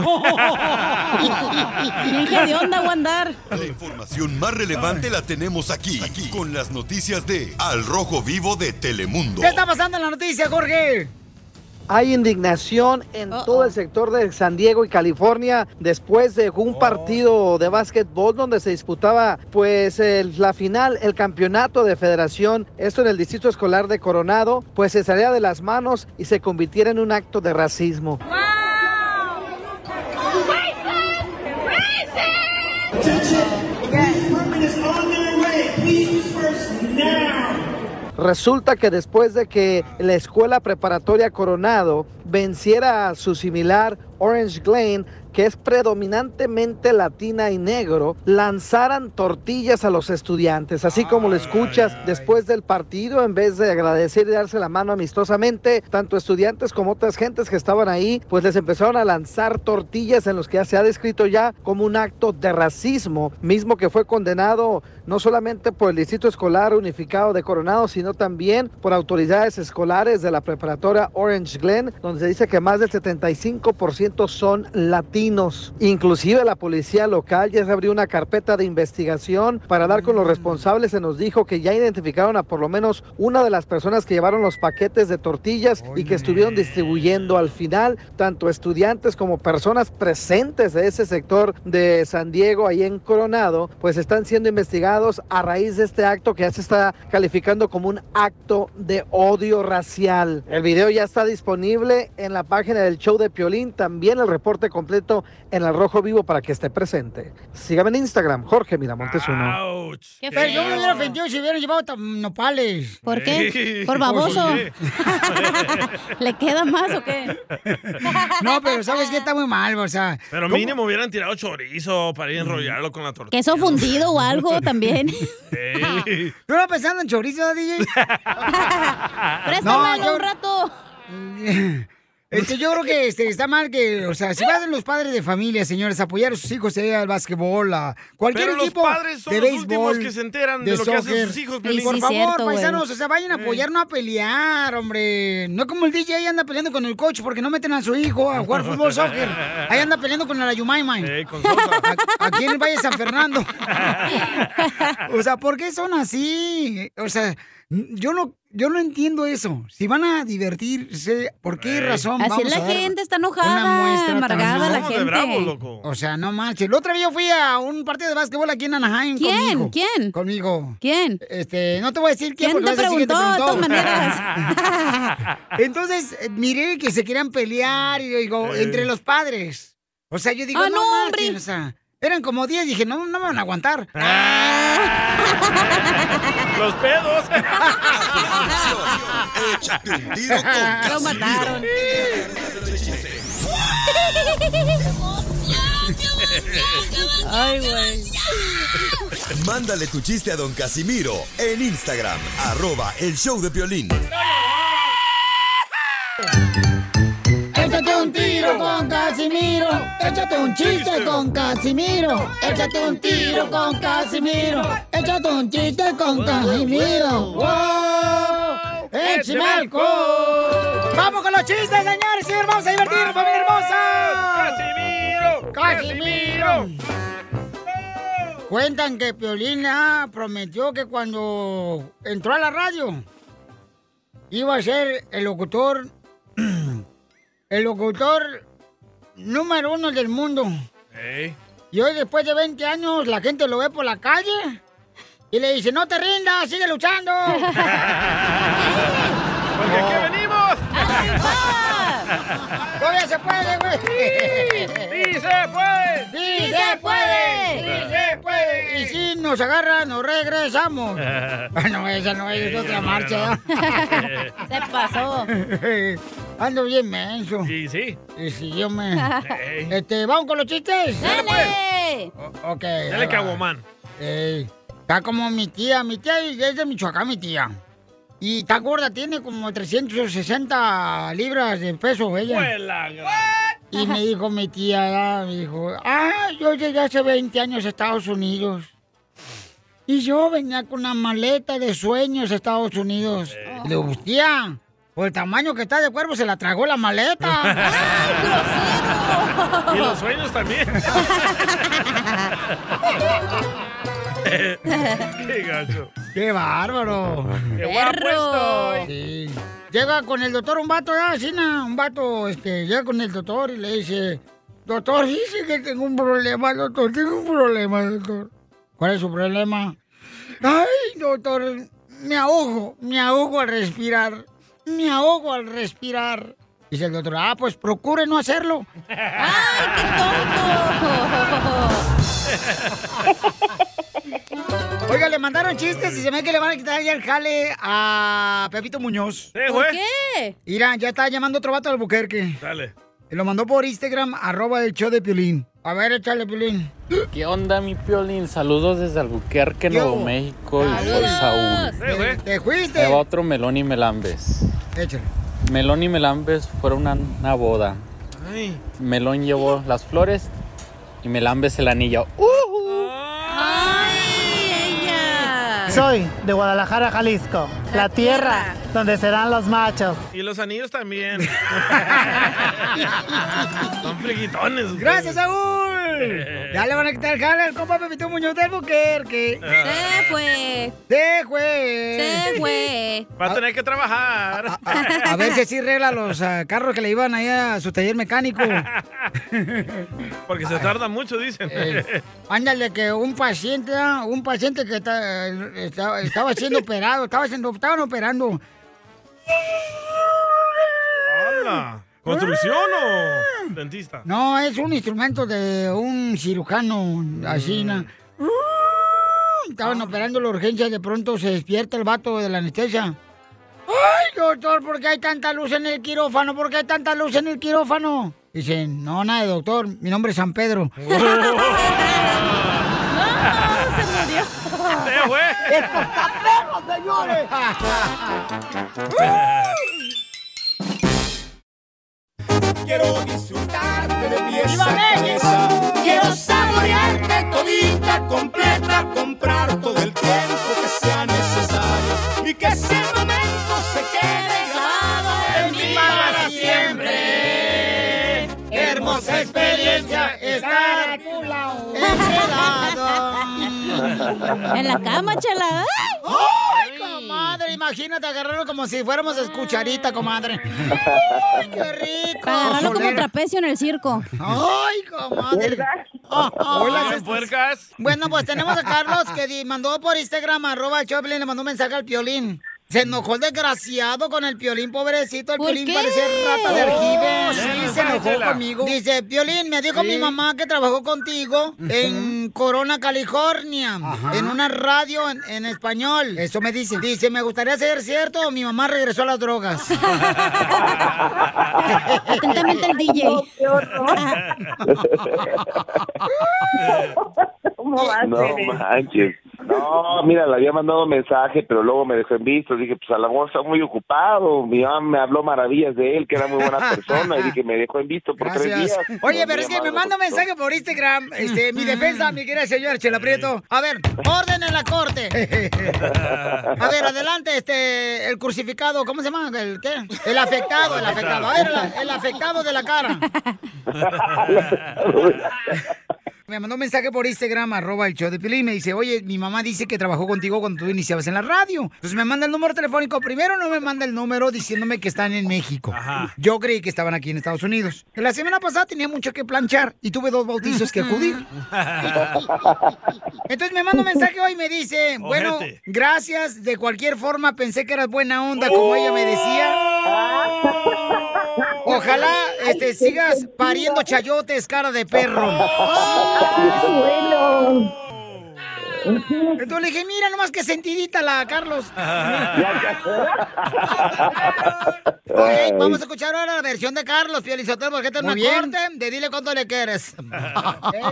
[SPEAKER 4] Bien de onda voy a andar.
[SPEAKER 6] La información más relevante la tenemos aquí, aquí, con las noticias de Al Rojo Vivo de Telemundo.
[SPEAKER 2] ¿Qué está pasando en la noticia, Jorge?
[SPEAKER 7] Hay indignación en todo el sector de San Diego y California después de un partido de básquetbol donde se disputaba pues el- la final, el campeonato de federación, esto en el Distrito Escolar de Coronado, pues se salía de las manos y se convirtiera en un acto de racismo. Resulta que después de que la escuela preparatoria Coronado venciera a su similar Orange Glen, que es predominantemente latina y negro, lanzaran tortillas a los estudiantes. Así como lo escuchas, después del partido, en vez de agradecer y darse la mano amistosamente, tanto estudiantes como otras gentes que estaban ahí, pues les empezaron a lanzar tortillas en los que se ha descrito ya como un acto de racismo, mismo que fue condenado no solamente por el Distrito Escolar Unificado de Coronado, sino también por autoridades escolares de la preparatoria Orange Glen, donde se dice que más del 75% son latinos. Inclusive la policía local ya se abrió una carpeta de investigación para dar con los responsables. Se nos dijo que ya identificaron a por lo menos una de las personas que llevaron los paquetes de tortillas y que estuvieron distribuyendo al final, tanto estudiantes como personas presentes de ese sector de San Diego, ahí en Coronado, pues están siendo investigados a raíz de este acto que ya se está calificando como un acto de odio racial. El video ya está disponible en la página del show de Piolín, también el reporte completo en el Rojo Vivo para que esté presente. Sígame en Instagram, Jorge Miramontes uno.
[SPEAKER 2] Qué Pero yo me hubiera ofendido si hubieran llevado tam- nopales.
[SPEAKER 10] ¿Por qué? ¿Por baboso? ¿Le queda más o qué?
[SPEAKER 2] No, pero ¿sabes qué? Está muy mal, o sea.
[SPEAKER 3] Pero
[SPEAKER 2] ¿cómo?
[SPEAKER 3] mínimo hubieran tirado chorizo para ir a enrollarlo con la tortilla.
[SPEAKER 10] ¿Queso fundido o algo también?
[SPEAKER 3] Sí.
[SPEAKER 2] ¿Tú no pensando en chorizo, DJ?
[SPEAKER 10] Préstamelo
[SPEAKER 2] yo-
[SPEAKER 10] un rato.
[SPEAKER 2] Este, yo creo que este, está mal que, o sea, si van los padres de familia, señores, a apoyar a sus hijos, sea al básquetbol, a cualquier
[SPEAKER 3] Pero los
[SPEAKER 2] equipo
[SPEAKER 3] padres son
[SPEAKER 2] de
[SPEAKER 3] los
[SPEAKER 2] béisbol,
[SPEAKER 3] últimos que se enteran de lo que hacen
[SPEAKER 2] soccer.
[SPEAKER 3] sus hijos, Piolín.
[SPEAKER 2] Por
[SPEAKER 3] Sí,
[SPEAKER 2] favor,
[SPEAKER 3] cierto, güey.
[SPEAKER 2] paisanos, o sea, vayan a apoyar, no a pelear, hombre. No como el DJ anda peleando con el coach porque no meten a su hijo a jugar fútbol soccer. Ahí anda peleando con la Yumaima. A- Aquí en el Valle de San Fernando. O sea, ¿por qué son así? O sea, n- yo no, yo no entiendo eso. Si van a divertirse, ¿por qué razón?
[SPEAKER 10] Así
[SPEAKER 2] vamos
[SPEAKER 10] es la
[SPEAKER 2] a dar
[SPEAKER 10] gente, está
[SPEAKER 2] una
[SPEAKER 10] enojada,
[SPEAKER 2] muestra tan-
[SPEAKER 10] amargada la gente.
[SPEAKER 2] O sea, no manches. El otro día yo fui a un partido de básquetbol aquí en Anaheim
[SPEAKER 10] ¿Quién?
[SPEAKER 2] conmigo.
[SPEAKER 10] ¿Quién?
[SPEAKER 2] Conmigo.
[SPEAKER 10] ¿Quién?
[SPEAKER 2] Este, no te voy a decir quién,
[SPEAKER 10] ¿Quién
[SPEAKER 2] porque
[SPEAKER 10] te
[SPEAKER 2] vas a decir que
[SPEAKER 10] preguntó? De todas
[SPEAKER 2] maneras. Entonces, eh, miré que se querían pelear y yo digo,
[SPEAKER 10] Eh.
[SPEAKER 2] entre los padres. O sea, yo digo,
[SPEAKER 10] Ah,
[SPEAKER 2] no,
[SPEAKER 10] no,
[SPEAKER 2] marchen", o sea, eran como 10, dije, no, no me van a aguantar.
[SPEAKER 3] Ah. Los pedos.
[SPEAKER 2] Ah,
[SPEAKER 6] Échate un tiro con Casimiro.
[SPEAKER 10] Ay, güey.
[SPEAKER 6] Mándale tu chiste a don Casimiro en Instagram, arroba el show de Piolín.
[SPEAKER 2] Échate un tiro con Casimiro. Échate un chiste con Casimiro. Échate un tiro con Casimiro. Échate un chiste con Casimiro. ¡Wow! ¡Échame alcohol! ¡Eh, ¡Vamos con los chistes, señores! ¡Sí, vamos a divertirnos, familia hermosa! ¡Casimiro! ¡Casimiro! Cuentan que Piolina prometió que cuando entró a la radio iba a ser el locutor el locutor número uno del mundo. Y hoy, después de 20 años, la gente lo ve por la calle y le dice, no te rindas, sigue luchando.
[SPEAKER 9] Porque aquí venimos.
[SPEAKER 2] Todavía se puede, güey.
[SPEAKER 9] Sí, sí se puede.
[SPEAKER 2] Sí se puede.
[SPEAKER 9] Sí
[SPEAKER 2] se puede. Y si nos agarran, nos regresamos. Bueno, esa no es, es otra marcha. ¿eh?
[SPEAKER 10] Se pasó.
[SPEAKER 2] Ando bien menso. Sí, sí. Y si yo me... Este, ¿vamos con los chistes?
[SPEAKER 4] Eh,
[SPEAKER 2] pues.
[SPEAKER 10] ¡Dale!
[SPEAKER 2] O- ok.
[SPEAKER 3] Dale,
[SPEAKER 2] ahí va.
[SPEAKER 3] Caguamán.
[SPEAKER 2] Ey, está como mi tía, mi tía es de Michoacán, mi tía. Y está gorda, tiene como 360 libras de peso ella.
[SPEAKER 3] Huela,
[SPEAKER 2] Y me dijo mi tía, ya, me dijo, ah, yo llegué hace 20 años a Estados Unidos. Y yo venía con una maleta de sueños a Estados Unidos. Y le digo, tía, por el tamaño que está de cuervo se la tragó la maleta.
[SPEAKER 3] Y los sueños también. Qué gacho.
[SPEAKER 2] ¡Qué bárbaro!
[SPEAKER 3] Qué guapo
[SPEAKER 2] Perro.
[SPEAKER 3] estoy.
[SPEAKER 2] Sí. Llega con el doctor un vato, ya, Sina, un vato, este, llega con el doctor y le dice, doctor, dice que tengo un problema, doctor, tengo un problema, doctor. ¿Cuál es su problema? Ay, doctor, me ahogo, me ahogo al respirar, me ahogo al respirar. Dice el doctor, ah, pues procure no hacerlo. Oiga, le mandaron chistes y se me que le van a quitar ya el jale a Pepito Muñoz.
[SPEAKER 3] güey. ¿Por
[SPEAKER 2] qué? Mira, ya está llamando otro vato al buquerque.
[SPEAKER 3] Dale.
[SPEAKER 2] Lo mandó por Instagram, arroba el show de Piolín. A ver, échale, Piolín.
[SPEAKER 8] ¿Qué onda, mi Piolín? Saludos desde Albuquerque,
[SPEAKER 2] Yo.
[SPEAKER 8] Nuevo México. Y soy
[SPEAKER 2] Saludos.
[SPEAKER 8] Saúl.
[SPEAKER 2] Te, te
[SPEAKER 8] Ahí
[SPEAKER 2] fuiste.
[SPEAKER 8] va otro Melón y Melambes.
[SPEAKER 2] Échale.
[SPEAKER 8] Melón y Melambes fueron a una boda.
[SPEAKER 3] Ay.
[SPEAKER 8] Melón llevó las flores y Melambes el anillo.
[SPEAKER 23] Soy de Guadalajara, Jalisco, la tierra donde serán los machos.
[SPEAKER 3] Y los anillos también. Son friquitones. ustedes.
[SPEAKER 2] Gracias, Saúl. Ya le van a quitar el jale al compa Pepito Muñoz del Buquerque.
[SPEAKER 3] Se
[SPEAKER 2] fue. Se fue.
[SPEAKER 4] Se fue.
[SPEAKER 3] Va a tener que
[SPEAKER 2] Ah,
[SPEAKER 3] trabajar.
[SPEAKER 2] A ver si así arregla los ah, carros que le iban ahí a su taller mecánico. ah.
[SPEAKER 3] Porque se tarda mucho, dicen.
[SPEAKER 2] Eh. Ándale, que un paciente, ah, un paciente que ta- estaba- estaba siendo operado, estaba siendo, estaban operando.
[SPEAKER 3] ¡Hala! ¿Construcción o dentista?
[SPEAKER 2] No, es un instrumento de un cirujano, así. na-
[SPEAKER 9] Ah.
[SPEAKER 2] Estaban operando la urgencia, de pronto se despierta el vato de la anestesia. ¡Ay, doctor! ¿Por qué hay tanta luz en el quirófano? ¿Por qué hay tanta luz en el quirófano? Dicen, no, nada, doctor. Mi nombre es San Pedro.
[SPEAKER 9] ¡Se fue!
[SPEAKER 2] ¡Esto está perro, señores!
[SPEAKER 9] Quiero disfrutarte de pieza
[SPEAKER 10] ¡Viva
[SPEAKER 9] a
[SPEAKER 10] México!
[SPEAKER 9] cabeza. Quiero saborearte todita, completa, comprar todo el tiempo que sea necesario. Y que ese momento se quede grabado en mí para siempre. Hermosa experiencia estar a tu lado.
[SPEAKER 4] En la cama, chela.
[SPEAKER 2] ¡Ay, comadre! Imagínate agarrarlo como si fuéramos escucharita, comadre. ¡Ay, qué rico!
[SPEAKER 4] Para agarrarlo como
[SPEAKER 2] Solera.
[SPEAKER 4] trapecio en el circo.
[SPEAKER 2] ¡Ay, comadre! Oh, oh.
[SPEAKER 4] Hola,
[SPEAKER 2] Estas- Bueno, pues tenemos a Carlos que di- mandó por Instagram, arroba el Choplin, le mandó un mensaje al Piolín. Se enojó el desgraciado con el Piolín, pobrecito. El
[SPEAKER 4] ¿Por
[SPEAKER 2] Piolín
[SPEAKER 4] qué?
[SPEAKER 2] parece rata de aljibe.
[SPEAKER 4] Oh,
[SPEAKER 2] sí,
[SPEAKER 4] Chela,
[SPEAKER 2] se enojó
[SPEAKER 4] Chela.
[SPEAKER 2] conmigo. Dice, Piolín, me dijo
[SPEAKER 4] Sí.
[SPEAKER 2] mi mamá que trabajó contigo en Corona, California, en una radio en, en español. Eso me dice. Dice, me gustaría ser cierto, mi mamá regresó a las drogas.
[SPEAKER 4] Atentamente el DJ.
[SPEAKER 22] No manches. No, mira, le había mandado un mensaje, pero luego me dejó en visto. Dije, pues a lo mejor está muy ocupado. Mi mamá me habló maravillas de él, que era muy buena persona. Y dije, me dejó en visto por
[SPEAKER 2] Gracias.
[SPEAKER 22] tres días.
[SPEAKER 2] Oye,
[SPEAKER 22] No,
[SPEAKER 2] pero es
[SPEAKER 22] mi
[SPEAKER 2] que me
[SPEAKER 22] mamá,
[SPEAKER 2] manda
[SPEAKER 22] no,
[SPEAKER 2] mensaje por Instagram. Este, mi defensa, mi querida señora Chela Prieto. A ver, orden en la
[SPEAKER 10] Eh,
[SPEAKER 2] corte. A ver, adelante, este, el crucificado, ¿cómo se llama? ¿El qué? El afectado, el afectado. A ver, el, el afectado de la cara. Me mandó un mensaje por Instagram, arroba el show de Piolín, y me dice, oye, mi mamá dice que trabajó contigo cuando tú iniciabas en la radio. Entonces me manda el número telefónico. Primero no me manda el número diciéndome que están en México. Yo creí que estaban aquí en Estados Unidos. La semana pasada tenía mucho que planchar y tuve dos bautizos que acudir. Entonces me manda un mensaje hoy y me dice, bueno,
[SPEAKER 9] Ojete.
[SPEAKER 2] gracias, de cualquier forma pensé que eras buena onda, como ella me decía. Ojalá este, sigas pariendo chayotes, cara de perro. ¡Oh! Entonces le dije, mira, nomás que sentidita la Carlos.
[SPEAKER 22] Ay.
[SPEAKER 2] Ok, vamos a escuchar ahora la versión de Carlos, Pielizotero, porque está en una
[SPEAKER 22] Muy bien.
[SPEAKER 2] corte de dile cuánto le quieres.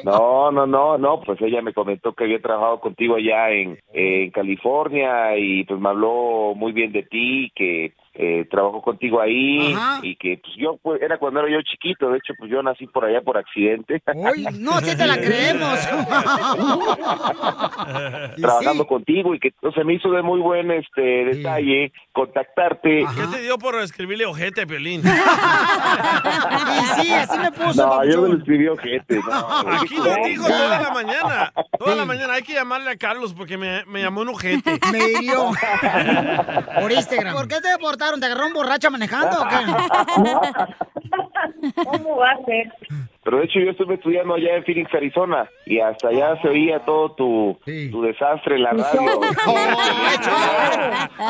[SPEAKER 22] No, no, no, no, pues ella me comentó que había trabajado contigo allá en, en California y pues me habló muy bien de ti, que eh, trabajó contigo ahí
[SPEAKER 2] Ajá.
[SPEAKER 22] y que pues yo pues, era cuando era yo chiquito, de hecho pues yo nací por allá por accidente.
[SPEAKER 2] No, si te la creemos.
[SPEAKER 22] trabajando contigo y que o se me hizo de muy buen este detalle contactarte.
[SPEAKER 3] ¿Qué te dio por escribirle ojete a Piolín?
[SPEAKER 2] y sí, así me puso.
[SPEAKER 22] No, yo
[SPEAKER 2] papuchón.
[SPEAKER 22] no le escribí ojete, no. güey. "Ah".
[SPEAKER 3] Aquí le digo toda la mañana. Toda la mañana hay que llamarle a Carlos porque me, me llamó un ojete.
[SPEAKER 2] Me hirió. Por Instagram. ¿Por qué te deportaron? ¿Te agarraron borracha manejando o qué?
[SPEAKER 19] ¿Cómo va a ser?
[SPEAKER 22] Pero de hecho yo estuve estudiando allá en Phoenix, Arizona, y hasta allá se oía todo tu, tu desastre en la radio.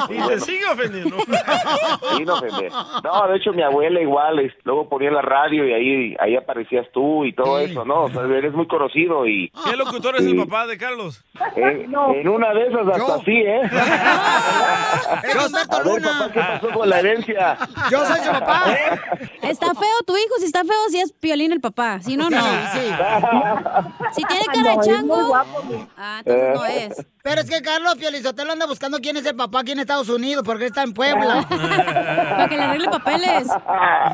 [SPEAKER 3] Y te sigue ofendiendo.
[SPEAKER 22] Sí, no, gente. No, de hecho mi abuela igual, es- luego ponía la radio y ahí, ahí aparecías tú y todo eso, ¿no? O sea, eres muy conocido y...
[SPEAKER 3] ¿Qué locutor es el papá de Carlos?
[SPEAKER 22] En, en una de esas hasta así, ¿eh? A ver, papá, ¿qué pasó con la herencia?
[SPEAKER 2] Yo soy su papá.
[SPEAKER 4] Está feo tu hijo, si está feo, si es Piolín el papá. Si no, no. Si tiene
[SPEAKER 2] Ay,
[SPEAKER 4] cara
[SPEAKER 2] no,
[SPEAKER 4] de
[SPEAKER 2] es muy
[SPEAKER 4] chango.
[SPEAKER 2] guapo,
[SPEAKER 4] Ah, entonces no es.
[SPEAKER 2] Pero es que Carlos Piolizotelo anda buscando quién es el papá aquí en Estados Unidos, porque está en Puebla.
[SPEAKER 4] Para que le arregle papeles.
[SPEAKER 22] Ya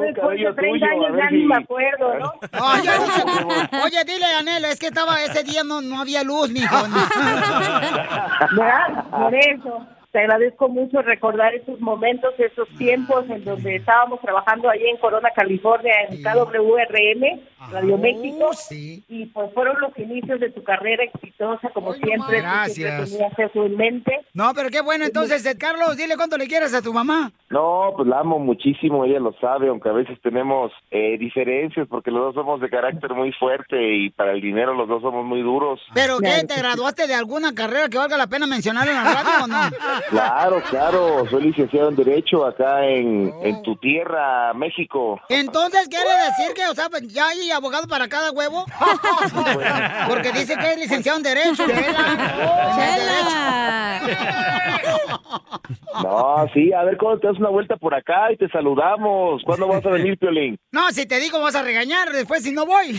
[SPEAKER 22] después de 30 años ya ni me acuerdo,
[SPEAKER 4] ¿no?
[SPEAKER 2] Oye, Oh, dice- oye, dile, Anel, es que estaba ese día no, no había luz, mijo.
[SPEAKER 11] ¿verdad? Por eso, te agradezco mucho recordar esos momentos, esos tiempos en donde estábamos trabajando allí en Corona, California, en KWRM, Radio México, y pues fueron los inicios de tu carrera exitosa, como siempre. tú siempre
[SPEAKER 2] Gracias.
[SPEAKER 11] tenías eso en mente.
[SPEAKER 2] No, pero qué bueno, entonces, eh, Carlos, dile cuánto le quieres a tu mamá.
[SPEAKER 22] No, pues la amo muchísimo, ella lo sabe, aunque a veces tenemos eh, diferencias porque los dos somos de carácter muy fuerte y para el dinero los dos somos muy duros.
[SPEAKER 2] ¿Pero qué? ¿Te graduaste de alguna carrera que valga la pena mencionar en la radio o no?
[SPEAKER 22] Claro, claro, soy licenciado en Derecho acá en, en tu tierra, México.
[SPEAKER 2] Entonces, ¿quiere decir que, o sea, pues, ya hay abogado para cada huevo? Porque dice que es licenciado en Derecho.
[SPEAKER 22] No, sí, a ver cuándo te das una vuelta por acá y te saludamos. ¿Cuándo vas a venir, Piolín?
[SPEAKER 2] No, si te digo vas a regañar después si no voy.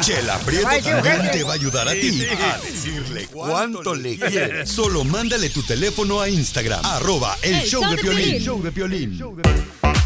[SPEAKER 6] Chela Prieto
[SPEAKER 2] Ay, qué
[SPEAKER 6] también
[SPEAKER 2] ojete.
[SPEAKER 6] te va a ayudar a
[SPEAKER 2] Sí,
[SPEAKER 6] ti
[SPEAKER 2] sí.
[SPEAKER 6] a decirle cuánto le quieres. Solo mándale tu teléfono a Instagram, arroba el show de Piolín.
[SPEAKER 2] El show
[SPEAKER 6] de Piolín.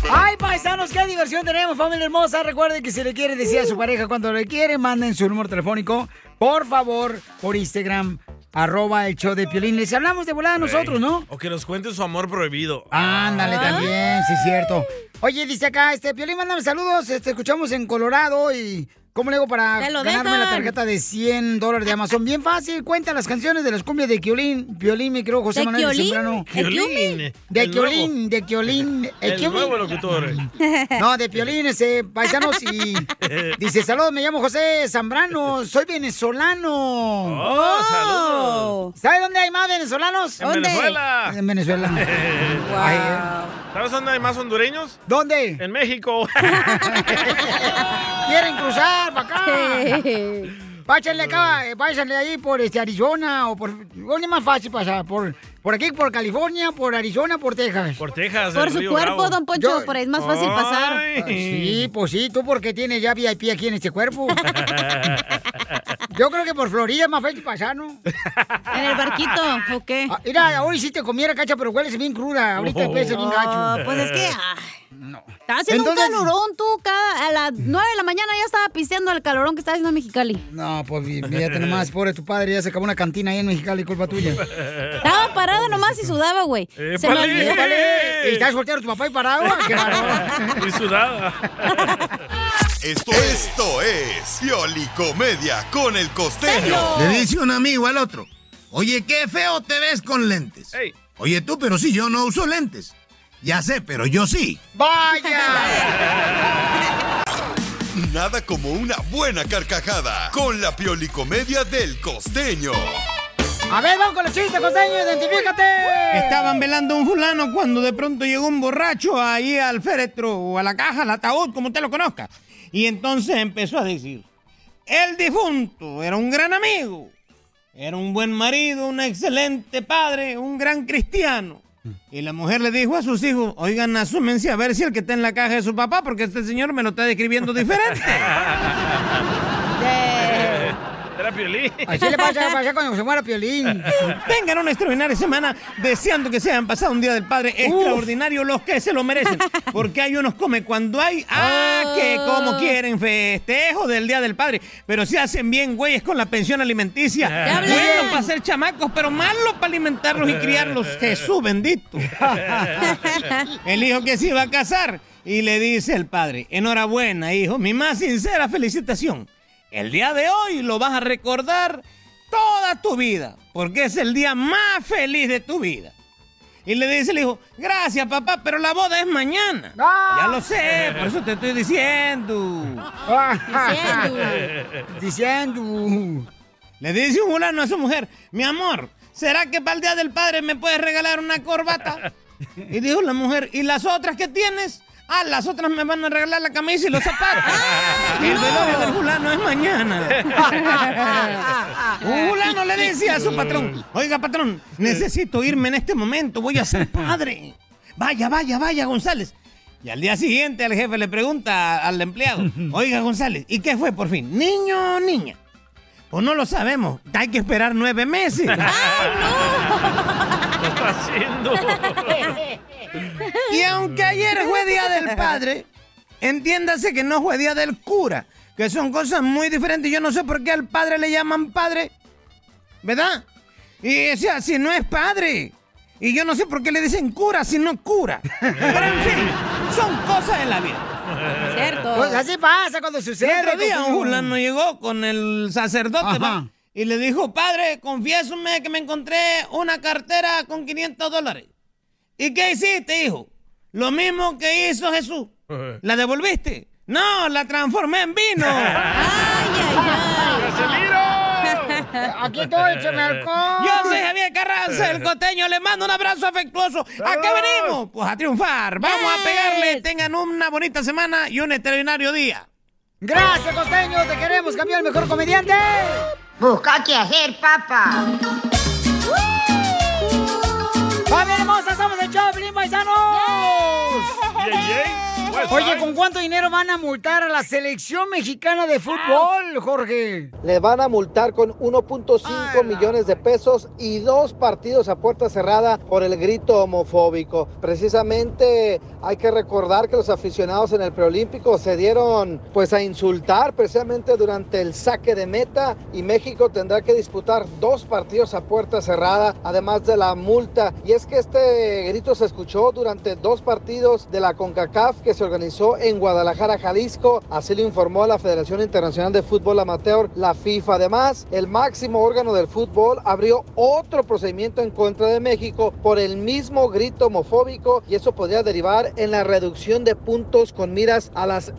[SPEAKER 2] Ay, paisanos, qué diversión tenemos, familia hermosa. Recuerden que si le quiere decir
[SPEAKER 4] Uh.
[SPEAKER 2] a su pareja cuando le quiere, manden su número telefónico, por favor, por Instagram, arroba el show de Piolín. Les hablamos de volada a nosotros, ¿no?
[SPEAKER 3] O que nos cuente su amor prohibido. Ah.
[SPEAKER 2] Ándale también, sí es cierto. Oye, dice acá, este, Piolín, mándame saludos, este, escuchamos en Colorado y... ¿Cómo le hago para
[SPEAKER 4] Te lo
[SPEAKER 2] ganarme la
[SPEAKER 4] dejan.
[SPEAKER 2] tarjeta de 100 dólares de Amazon? Bien fácil, cuenta las canciones de las cumbias de Kiolín, Piolín, mi querido José
[SPEAKER 4] ¿De
[SPEAKER 2] Manuel
[SPEAKER 4] Kiolín?
[SPEAKER 2] Zambrano.
[SPEAKER 4] ¿De Kiolín?
[SPEAKER 2] De
[SPEAKER 4] El nuevo.
[SPEAKER 2] Kiolín, de Kiolín, el
[SPEAKER 3] El
[SPEAKER 2] Kiolín.
[SPEAKER 3] nuevo locutor.
[SPEAKER 2] No, de Piolín, ese, paisanos, y dice, saludos, me llamo José Zambrano, soy venezolano.
[SPEAKER 3] Oh, saludos.
[SPEAKER 2] ¿Sabe dónde hay más venezolanos?
[SPEAKER 3] En
[SPEAKER 2] ¿Dónde?
[SPEAKER 3] Venezuela.
[SPEAKER 2] En Venezuela. Ay, eh.
[SPEAKER 3] ¿Sabes dónde hay más hondureños?
[SPEAKER 2] ¿Dónde?
[SPEAKER 3] En México.
[SPEAKER 2] Quieren cruzar para acá. Páchenle acá, eh, páchenle ahí por este Arizona o por... ¿Dónde es más fácil pasar? Por, por aquí, por California, por Arizona, por Texas.
[SPEAKER 3] Por Texas.
[SPEAKER 4] Por
[SPEAKER 3] el
[SPEAKER 4] su
[SPEAKER 3] Río
[SPEAKER 4] cuerpo,
[SPEAKER 3] Bravo.
[SPEAKER 4] don Poncho, por ahí es más fácil pasar.
[SPEAKER 3] Ay.
[SPEAKER 2] Sí, pues sí, tú porque tienes ya VIP aquí en este cuerpo. Yo creo que por Florida es más fácil pasar, ¿no? Ah,
[SPEAKER 4] En el barquito, ¿o qué?
[SPEAKER 2] mira, hoy sí te comiera, cacha, pero hueles bien cruda. Ahorita el pez es bien gacho.
[SPEAKER 4] Oh, pues es que. ah, Estaba haciendo
[SPEAKER 2] Entonces-
[SPEAKER 4] un calorón tú cada, a las 9 de la mañana ya estaba pisteando el calorón que estaba haciendo en Mexicali.
[SPEAKER 2] No, pues fíjate nomás, pobre tu padre, ya se acabó una cantina ahí en Mexicali, culpa tuya.
[SPEAKER 4] Estaba parada nomás y sudaba, güey. Se me
[SPEAKER 2] ¡Épale!
[SPEAKER 4] olvidó.
[SPEAKER 2] ¡Épale! ¿Y estás soltero tu papá y parado? ¡Qué bárbaro!
[SPEAKER 3] Y sudada.
[SPEAKER 6] Esto, esto es Pioli Comedia con el costeño.
[SPEAKER 13] Le dice un amigo al otro, oye, qué feo te ves con lentes. Oye tú, pero si yo no uso lentes. Ya sé, pero yo sí.
[SPEAKER 2] ¡Vaya!
[SPEAKER 6] Nada como una buena carcajada con la Pioli Comedia del costeño.
[SPEAKER 2] A ver, vamos con los chistes, costeño, identifícate.
[SPEAKER 14] Estaban velando a un fulano cuando de pronto llegó un borracho ahí al féretro o a la caja, al ataúd, como usted lo conozca. Y entonces empezó a decir, el difunto era un gran amigo, era un buen marido, un excelente padre, un gran cristiano. Y la mujer le dijo a sus hijos, oigan, asúmense a ver si el que está en la caja es su papá, porque este señor me lo está describiendo diferente.
[SPEAKER 3] Era Piolín.
[SPEAKER 2] Así le pasa, pasa cuando se muera Piolín.
[SPEAKER 14] Tengan una extraordinaria semana deseando que se hayan pasado un Día del Padre extraordinario los que se lo merecen. Porque hay unos come cuando hay, ah, que como quieren festejo del Día del Padre. Pero se hacen bien güeyes con la pensión alimenticia. Bueno para ser chamacos, pero malo para alimentarlos y criarlos. Jesús bendito. El hijo que se iba a casar y le dice el padre, enhorabuena hijo, mi más sincera felicitación. El día de hoy lo vas a recordar toda tu vida, porque es el día más feliz de tu vida. Y le dice el hijo, gracias papá, pero la boda es mañana. Ya lo sé, por eso te estoy diciendo.
[SPEAKER 2] Diciendo. diciendo.
[SPEAKER 14] Le dice un fulano a su mujer, mi amor, ¿será que para el Día del Padre me puedes regalar una corbata? Y dijo la mujer, ¿y las otras que tienes? Ah, las otras me van a regalar la camisa y los zapatos. el velorio del fulano es mañana. un fulano le decía a su patrón, oiga patrón, necesito irme en este momento, voy a ser padre. Vaya, vaya, vaya, González. Y al día siguiente el jefe le pregunta al empleado, oiga González, ¿y qué fue por fin? ¿Niño o niña? Pues no lo sabemos, hay que esperar nueve meses.
[SPEAKER 9] ¿Qué está haciendo?
[SPEAKER 14] Y aunque ayer fue día del padre, entiéndase que no fue día del cura, que son cosas muy diferentes. Yo no sé por qué al padre le llaman padre, ¿verdad? Y o sea, si no es padre. Y yo no sé por qué le dicen cura si no cura. Pero en fin, son cosas de la vida.
[SPEAKER 4] Cierto.
[SPEAKER 2] Pues así pasa cuando sucede.
[SPEAKER 14] El otro día un
[SPEAKER 2] cocuyo.
[SPEAKER 14] fulano llegó con el sacerdote va, y le dijo, padre, confiésame que me encontré una cartera con 500 dólares. ¿Y qué hiciste, hijo? Lo mismo que hizo Jesús. ¿La devolviste? No, la transformé en vino.
[SPEAKER 2] Aquí estoy, échame alcohol.
[SPEAKER 14] Yo soy Javier Carranza,
[SPEAKER 2] Eh.
[SPEAKER 14] el coteño. Le mando un abrazo afectuoso. ¿A qué
[SPEAKER 2] Ah.
[SPEAKER 14] venimos? Pues a triunfar. Vamos a pegarle. Tengan una bonita semana y un extraordinario día.
[SPEAKER 2] Gracias, costeño. Te queremos, campeón, el mejor comediante. Busca que hacer, papa. ¡Familia hermosa! ¡Somos el show, de Pelín Paisanos!
[SPEAKER 3] Pues,
[SPEAKER 2] Oye, ¿con cuánto dinero van a multar a la selección mexicana de fútbol, Jorge?
[SPEAKER 7] Le van a multar con 1.5 millones de pesos y dos partidos a puerta cerrada por el grito homofóbico. Precisamente hay que recordar que los aficionados en el preolímpico se dieron pues a insultar precisamente durante el saque de meta y México tendrá que disputar dos partidos a puerta cerrada además de la multa. Y es que este grito se escuchó durante dos partidos de la CONCACAF que se organizó en Guadalajara, Jalisco. Así lo informó la Federación Internacional de Fútbol Amateur, la FIFA. Además, el máximo órgano del fútbol abrió otro procedimiento en contra de México por el mismo grito homofóbico y eso podría derivar en la reducción de puntos con miras a las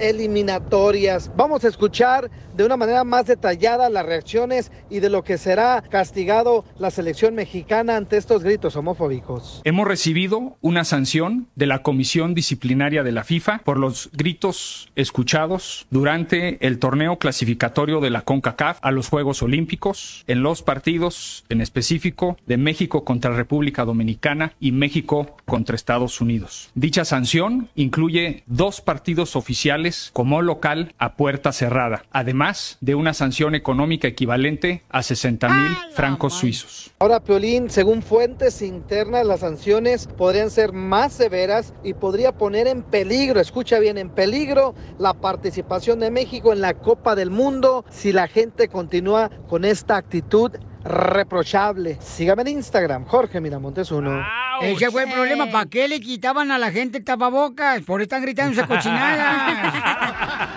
[SPEAKER 7] eliminatorias. Vamos a escuchar de una manera más detallada las reacciones y de lo que será castigado la selección mexicana ante estos gritos homofóbicos.
[SPEAKER 15] Hemos recibido una sanción de la Comisión Disciplinaria de la FIFA por los gritos escuchados durante el torneo clasificatorio de la CONCACAF a los Juegos Olímpicos, en los partidos en específico de México contra República Dominicana y México contra Estados Unidos. Dicha sanción incluye dos partidos oficiales como local a puerta cerrada, además de una sanción económica equivalente a 60 mil francos suizos.
[SPEAKER 7] Ahora, Piolín, según fuentes internas, las sanciones podrían ser más severas y podría poner en peligro, escucha bien, en peligro la participación de México en la Copa del Mundo si la gente continúa con esta actitud reprochable. Sígame en Instagram, Jorge Miramontes uno.
[SPEAKER 2] Ese fue el problema. ¿Para qué le quitaban a la gente el tapabocas? Por eso están gritando esa cochinada.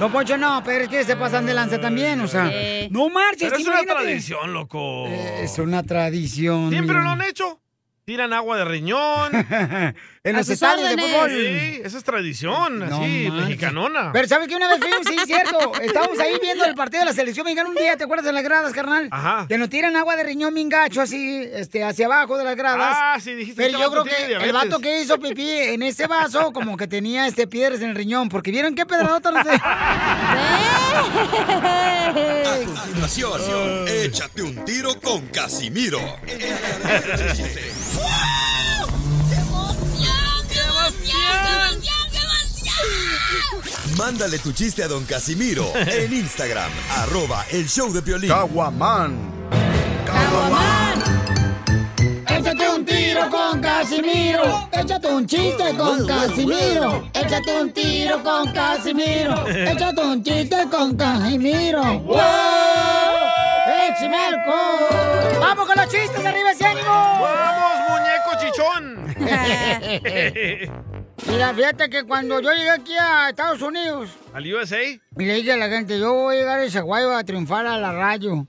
[SPEAKER 2] No, Poncho, no, pero es que se pasan de lanza también, o sea.
[SPEAKER 3] Sí.
[SPEAKER 2] No marches,
[SPEAKER 3] Pero es una
[SPEAKER 2] imagínate. Eh.
[SPEAKER 3] tradición, loco.
[SPEAKER 2] Es una tradición.
[SPEAKER 3] Siempre
[SPEAKER 2] mira.
[SPEAKER 3] lo han hecho. Tiran agua de riñón.
[SPEAKER 2] En los estadios de fútbol.
[SPEAKER 3] Sí, esa es tradición, así,
[SPEAKER 2] manches.
[SPEAKER 3] mexicanona.
[SPEAKER 2] Pero ¿sabes que Una vez fuimos, sí, es cierto. Estábamos ahí viendo el partido de la selección mexicana un día, ¿te acuerdas de las gradas, carnal?
[SPEAKER 3] Ajá.
[SPEAKER 2] Que nos tiran agua de riñón mingacho así, este, hacia abajo de las gradas.
[SPEAKER 3] Ah, sí, dijiste,
[SPEAKER 2] Pero
[SPEAKER 3] este
[SPEAKER 2] yo creo
[SPEAKER 3] vato tiene
[SPEAKER 2] que el
[SPEAKER 3] diabetes.
[SPEAKER 2] vato que hizo pipí en ese vaso, como que tenía este piedras en el riñón, porque vieron qué pedradota nos
[SPEAKER 6] A continuación, échate un tiro con Casimiro. Mándale tu chiste a don Casimiro en Instagram, arroba el show de violín. Caguaman.
[SPEAKER 2] Échate un tiro con Casimiro. Échate un chiste con Casimiro. Échate un tiro con Casimiro. Échate un chiste con Casimiro. ¡Wow! ¡Échame alcohol! ¡Vamos con los chistes! ¡Arriba ese ánimo!
[SPEAKER 3] ¡Vamos, muñeco chichón!
[SPEAKER 2] Mira, fíjate que cuando yo llegué aquí a Estados Unidos,
[SPEAKER 3] ¿Al USA?
[SPEAKER 2] y le dije a la gente, yo voy a llegar a Zaguayo a triunfar a la radio.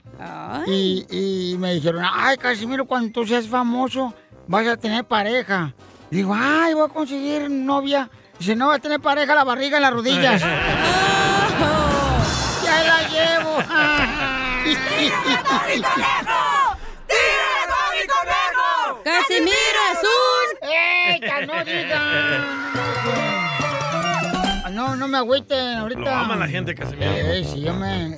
[SPEAKER 2] Y, y me dijeron, ay, Casimiro, cuando tú seas famoso, vas a tener pareja. Digo, ay, voy a conseguir novia. Dice, no, vas a tener pareja la barriga en las rodillas. ¡Ya la llevo!
[SPEAKER 4] ¡Casimiro Azul!
[SPEAKER 2] ¡Eh, no digan! No, no me agüiten ahorita.
[SPEAKER 3] Lo ama la gente, Casimiro.
[SPEAKER 2] Eh, sí, yo me...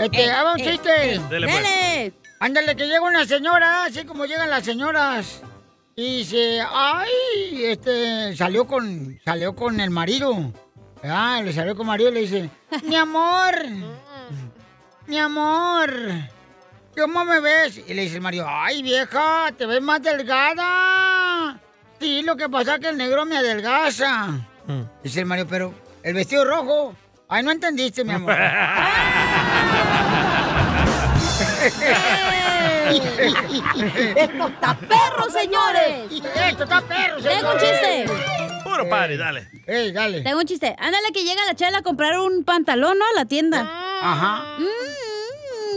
[SPEAKER 2] Este, haga un
[SPEAKER 3] eh,
[SPEAKER 2] chiste.
[SPEAKER 3] eh. Dele, pues. Dele.
[SPEAKER 2] Ándale, que llega una señora, así como llegan las señoras. Y dice, ay, este, salió con, salió con el marido. Ah, le salió con marido y le dice, mi amor,
[SPEAKER 3] Mm.
[SPEAKER 2] mi amor, ¿cómo me ves? Y le dice el marido, ay, vieja, te ves más delgada. Sí, lo que pasa es que el negro me adelgaza.
[SPEAKER 3] Mm.
[SPEAKER 2] Dice el marido, pero el vestido rojo. Ay, no entendiste, mi amor.
[SPEAKER 3] Pues
[SPEAKER 4] ¡Esto está perro, señores!
[SPEAKER 2] Eh. ¡Esto está perro,
[SPEAKER 4] Tengo un chiste.
[SPEAKER 3] Puro party, dale.
[SPEAKER 2] Ey, dale.
[SPEAKER 4] Tengo un chiste. Ándale que llega la chela a comprar un pantalón, ¿no? A la tienda.
[SPEAKER 2] Ah. Ajá.
[SPEAKER 4] Mm,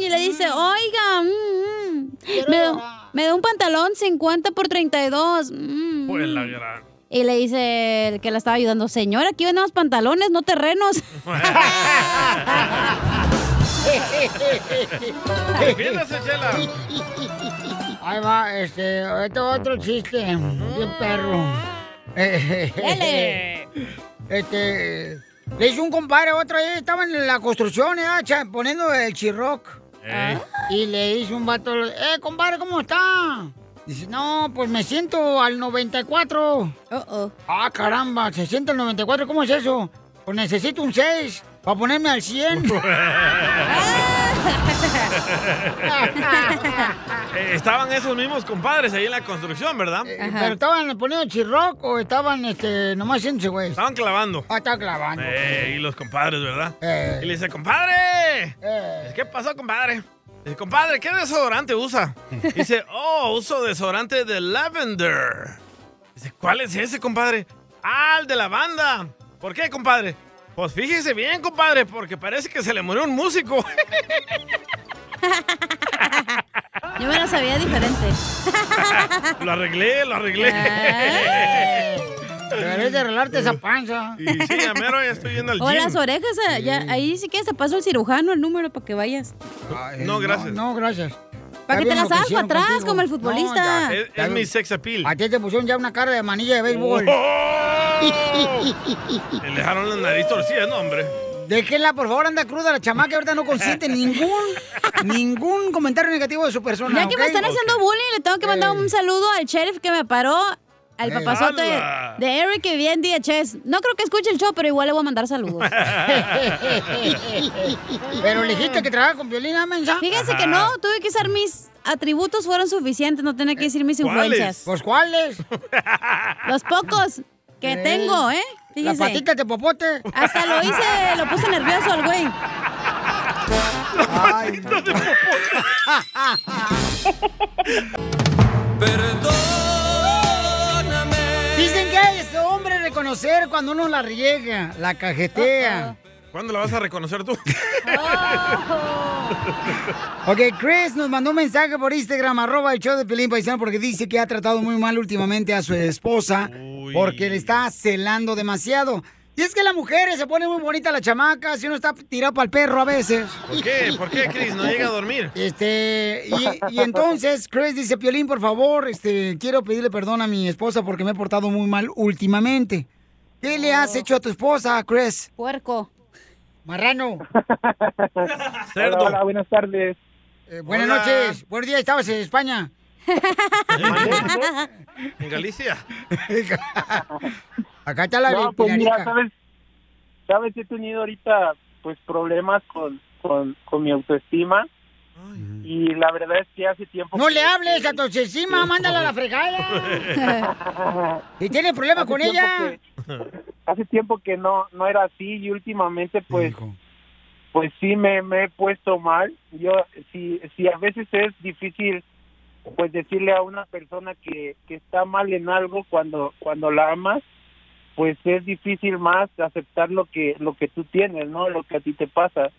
[SPEAKER 4] y le dice, oiga, mm, mm, me, da- me da un pantalón 50 por 32. Mm,
[SPEAKER 3] Pues
[SPEAKER 4] mm".
[SPEAKER 3] la gran.
[SPEAKER 4] Y le dice el que la estaba ayudando, señora, aquí vendemos pantalones, no terrenos.
[SPEAKER 3] Defiéndase, Chela.
[SPEAKER 2] Ahí va, este, este otro chiste. Bien perro. Eh,
[SPEAKER 4] Dale.
[SPEAKER 2] Este, le hizo un compadre otra vez, estaban en la construcción, eh, cha- poniendo el chirroc.
[SPEAKER 10] Ey.
[SPEAKER 2] Y le hizo un vato, eh, compadre, ¿cómo está? Dice, no, pues me siento al 94. Ah, caramba, se siente al 94, ¿cómo es eso? Pues necesito un 6 para ponerme al 100.
[SPEAKER 3] Eh, estaban esos mismos compadres ahí en la construcción, ¿verdad?
[SPEAKER 2] Eh, Pero estaban poniendo chirroc o estaban este, nomás haciéndose, güey.
[SPEAKER 3] Estaban clavando.
[SPEAKER 2] Ah, estaban Eh. clavando.
[SPEAKER 3] Eh, y los compadres, ¿verdad? Y le dice, compadre.
[SPEAKER 2] Eh.
[SPEAKER 3] ¿Qué pasó, compadre? Dice, compadre, ¿qué desodorante usa? Dice, oh, uso desodorante de lavender. Dice, ¿cuál es ese, compadre? Ah, el de lavanda. ¿Por qué, compadre? Pues fíjese bien, compadre, porque parece que se le murió un músico.
[SPEAKER 4] Yo me la sabía diferente.
[SPEAKER 3] lo arreglé, lo arreglé.
[SPEAKER 4] Ah.
[SPEAKER 2] Deberías de arreglarte esa panza.
[SPEAKER 3] Y sí, a mero ya estoy yendo al
[SPEAKER 4] O
[SPEAKER 3] gym.
[SPEAKER 4] las orejas, eh, ya, ahí sí que se pasó el cirujano el número para que vayas.
[SPEAKER 3] No, gracias.
[SPEAKER 2] No, gracias.
[SPEAKER 4] Para que
[SPEAKER 2] Ya
[SPEAKER 4] te
[SPEAKER 2] vieron lo
[SPEAKER 4] las hagas para
[SPEAKER 2] hicieron
[SPEAKER 4] atrás
[SPEAKER 2] contigo.
[SPEAKER 4] como el
[SPEAKER 2] No,
[SPEAKER 4] futbolista.
[SPEAKER 2] ya.
[SPEAKER 3] Es,
[SPEAKER 2] Ya
[SPEAKER 3] es
[SPEAKER 2] lo-
[SPEAKER 3] mi sex appeal.
[SPEAKER 2] A ti te pusieron ya una cara de manilla de béisbol.
[SPEAKER 3] Le dejaron la nariz torcida, no, hombre.
[SPEAKER 2] Déjenla, por favor, anda cruda la chamaca. Ahorita no consiente ningún, ningún comentario negativo de su persona.
[SPEAKER 4] Ya que me
[SPEAKER 2] ¿ok?
[SPEAKER 4] están haciendo bullying, le tengo que mandar un saludo al sheriff que me paró, al
[SPEAKER 2] Ey.
[SPEAKER 4] papazote
[SPEAKER 2] ¡Hala!
[SPEAKER 4] de Eric que vive en DHS. No creo que escuche el show, pero igual le voy a mandar saludos.
[SPEAKER 2] Pero le dijiste que trabaja con violina, mensa.
[SPEAKER 4] Fíjense que no, tuve que usar mis atributos, fueron suficientes, no
[SPEAKER 3] Eh,
[SPEAKER 4] tenía que decir mis influencias.
[SPEAKER 2] Pues cuáles.
[SPEAKER 4] Los pocos que
[SPEAKER 2] Ey.
[SPEAKER 4] tengo, ¿eh?
[SPEAKER 2] La
[SPEAKER 4] Fíjense.
[SPEAKER 2] patita de popote.
[SPEAKER 4] Hasta lo hice, lo puse nervioso al güey.
[SPEAKER 2] Ay, no. Dicen que hay este hombre reconocer cuando uno la riega, la cajetea.
[SPEAKER 3] ¿Cuándo la vas a reconocer tú?
[SPEAKER 2] Ok, Chris nos mandó un mensaje por Instagram, arroba el show de Pelín Paisano, porque dice que ha tratado muy mal últimamente a su esposa, porque le está celando demasiado. Y es que las mujeres se pone muy bonita la chamaca, si uno está tirado para el perro a veces.
[SPEAKER 3] ¿Por qué? ¿Por qué, Chris? No llega a dormir.
[SPEAKER 2] Este, y, y entonces Chris dice, Piolín, por favor, este, quiero pedirle perdón a mi esposa porque me he portado muy mal últimamente. ¿Qué le has hecho a tu esposa, Chris?
[SPEAKER 4] Puerco.
[SPEAKER 2] Marrano.
[SPEAKER 16] Hola, hola, buenas tardes.
[SPEAKER 2] Eh, Buenas
[SPEAKER 16] Hola.
[SPEAKER 2] noches. Buenos días, estabas en España.
[SPEAKER 3] En Galicia.
[SPEAKER 2] Acá está la
[SPEAKER 16] No, pues mira,
[SPEAKER 2] Pilarica.
[SPEAKER 16] sabes, sabes, he tenido ahorita pues problemas con, con, con mi autoestima y la verdad es que hace tiempo...
[SPEAKER 2] No
[SPEAKER 16] que-
[SPEAKER 2] le hables a tu encima, mándala a la fregada. ¿Y tiene problema
[SPEAKER 16] Hace
[SPEAKER 2] con
[SPEAKER 16] tiempo
[SPEAKER 2] ella?
[SPEAKER 16] que- hace tiempo que no no era así y últimamente pues pues sí me, me he puesto mal yo si si a veces es difícil pues decirle a una persona que, que está mal en algo cuando cuando la amas pues es difícil más aceptar lo que lo que tú tienes no lo que a ti te pasa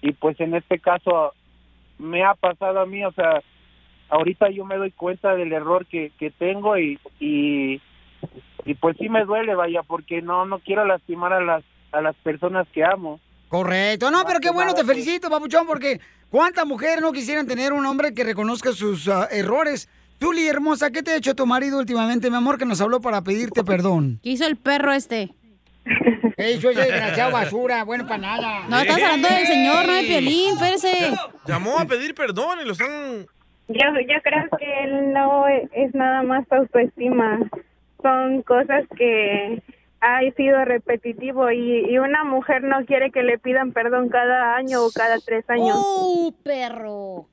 [SPEAKER 16] y pues en este caso me ha pasado a mí o sea ahorita yo me doy cuenta del error que, que tengo y, y, y pues sí me duele, vaya, porque no, no quiero lastimar a las, a las personas que amo.
[SPEAKER 2] Correcto, no, pero qué bueno, te felicito, papuchón, porque ¿cuántas mujeres no quisieran tener un hombre que reconozca sus ah, errores? Tuli, hermosa, ¿qué te ha hecho tu marido últimamente, mi amor, que nos habló para pedirte perdón?
[SPEAKER 4] ¿Qué hizo el perro este?
[SPEAKER 2] ¿Qué hizo ese desgraciado basura? Bueno, para nada.
[SPEAKER 4] No, estamos hablando del señor, no de Piolín, espérese.
[SPEAKER 3] Llamó a pedir perdón y lo están...
[SPEAKER 24] Yo, yo creo que no es nada más autoestima. Son cosas que ha sido repetitivo y, y una mujer no quiere que le pidan perdón cada año o cada tres años.
[SPEAKER 4] ¡Uh, perro!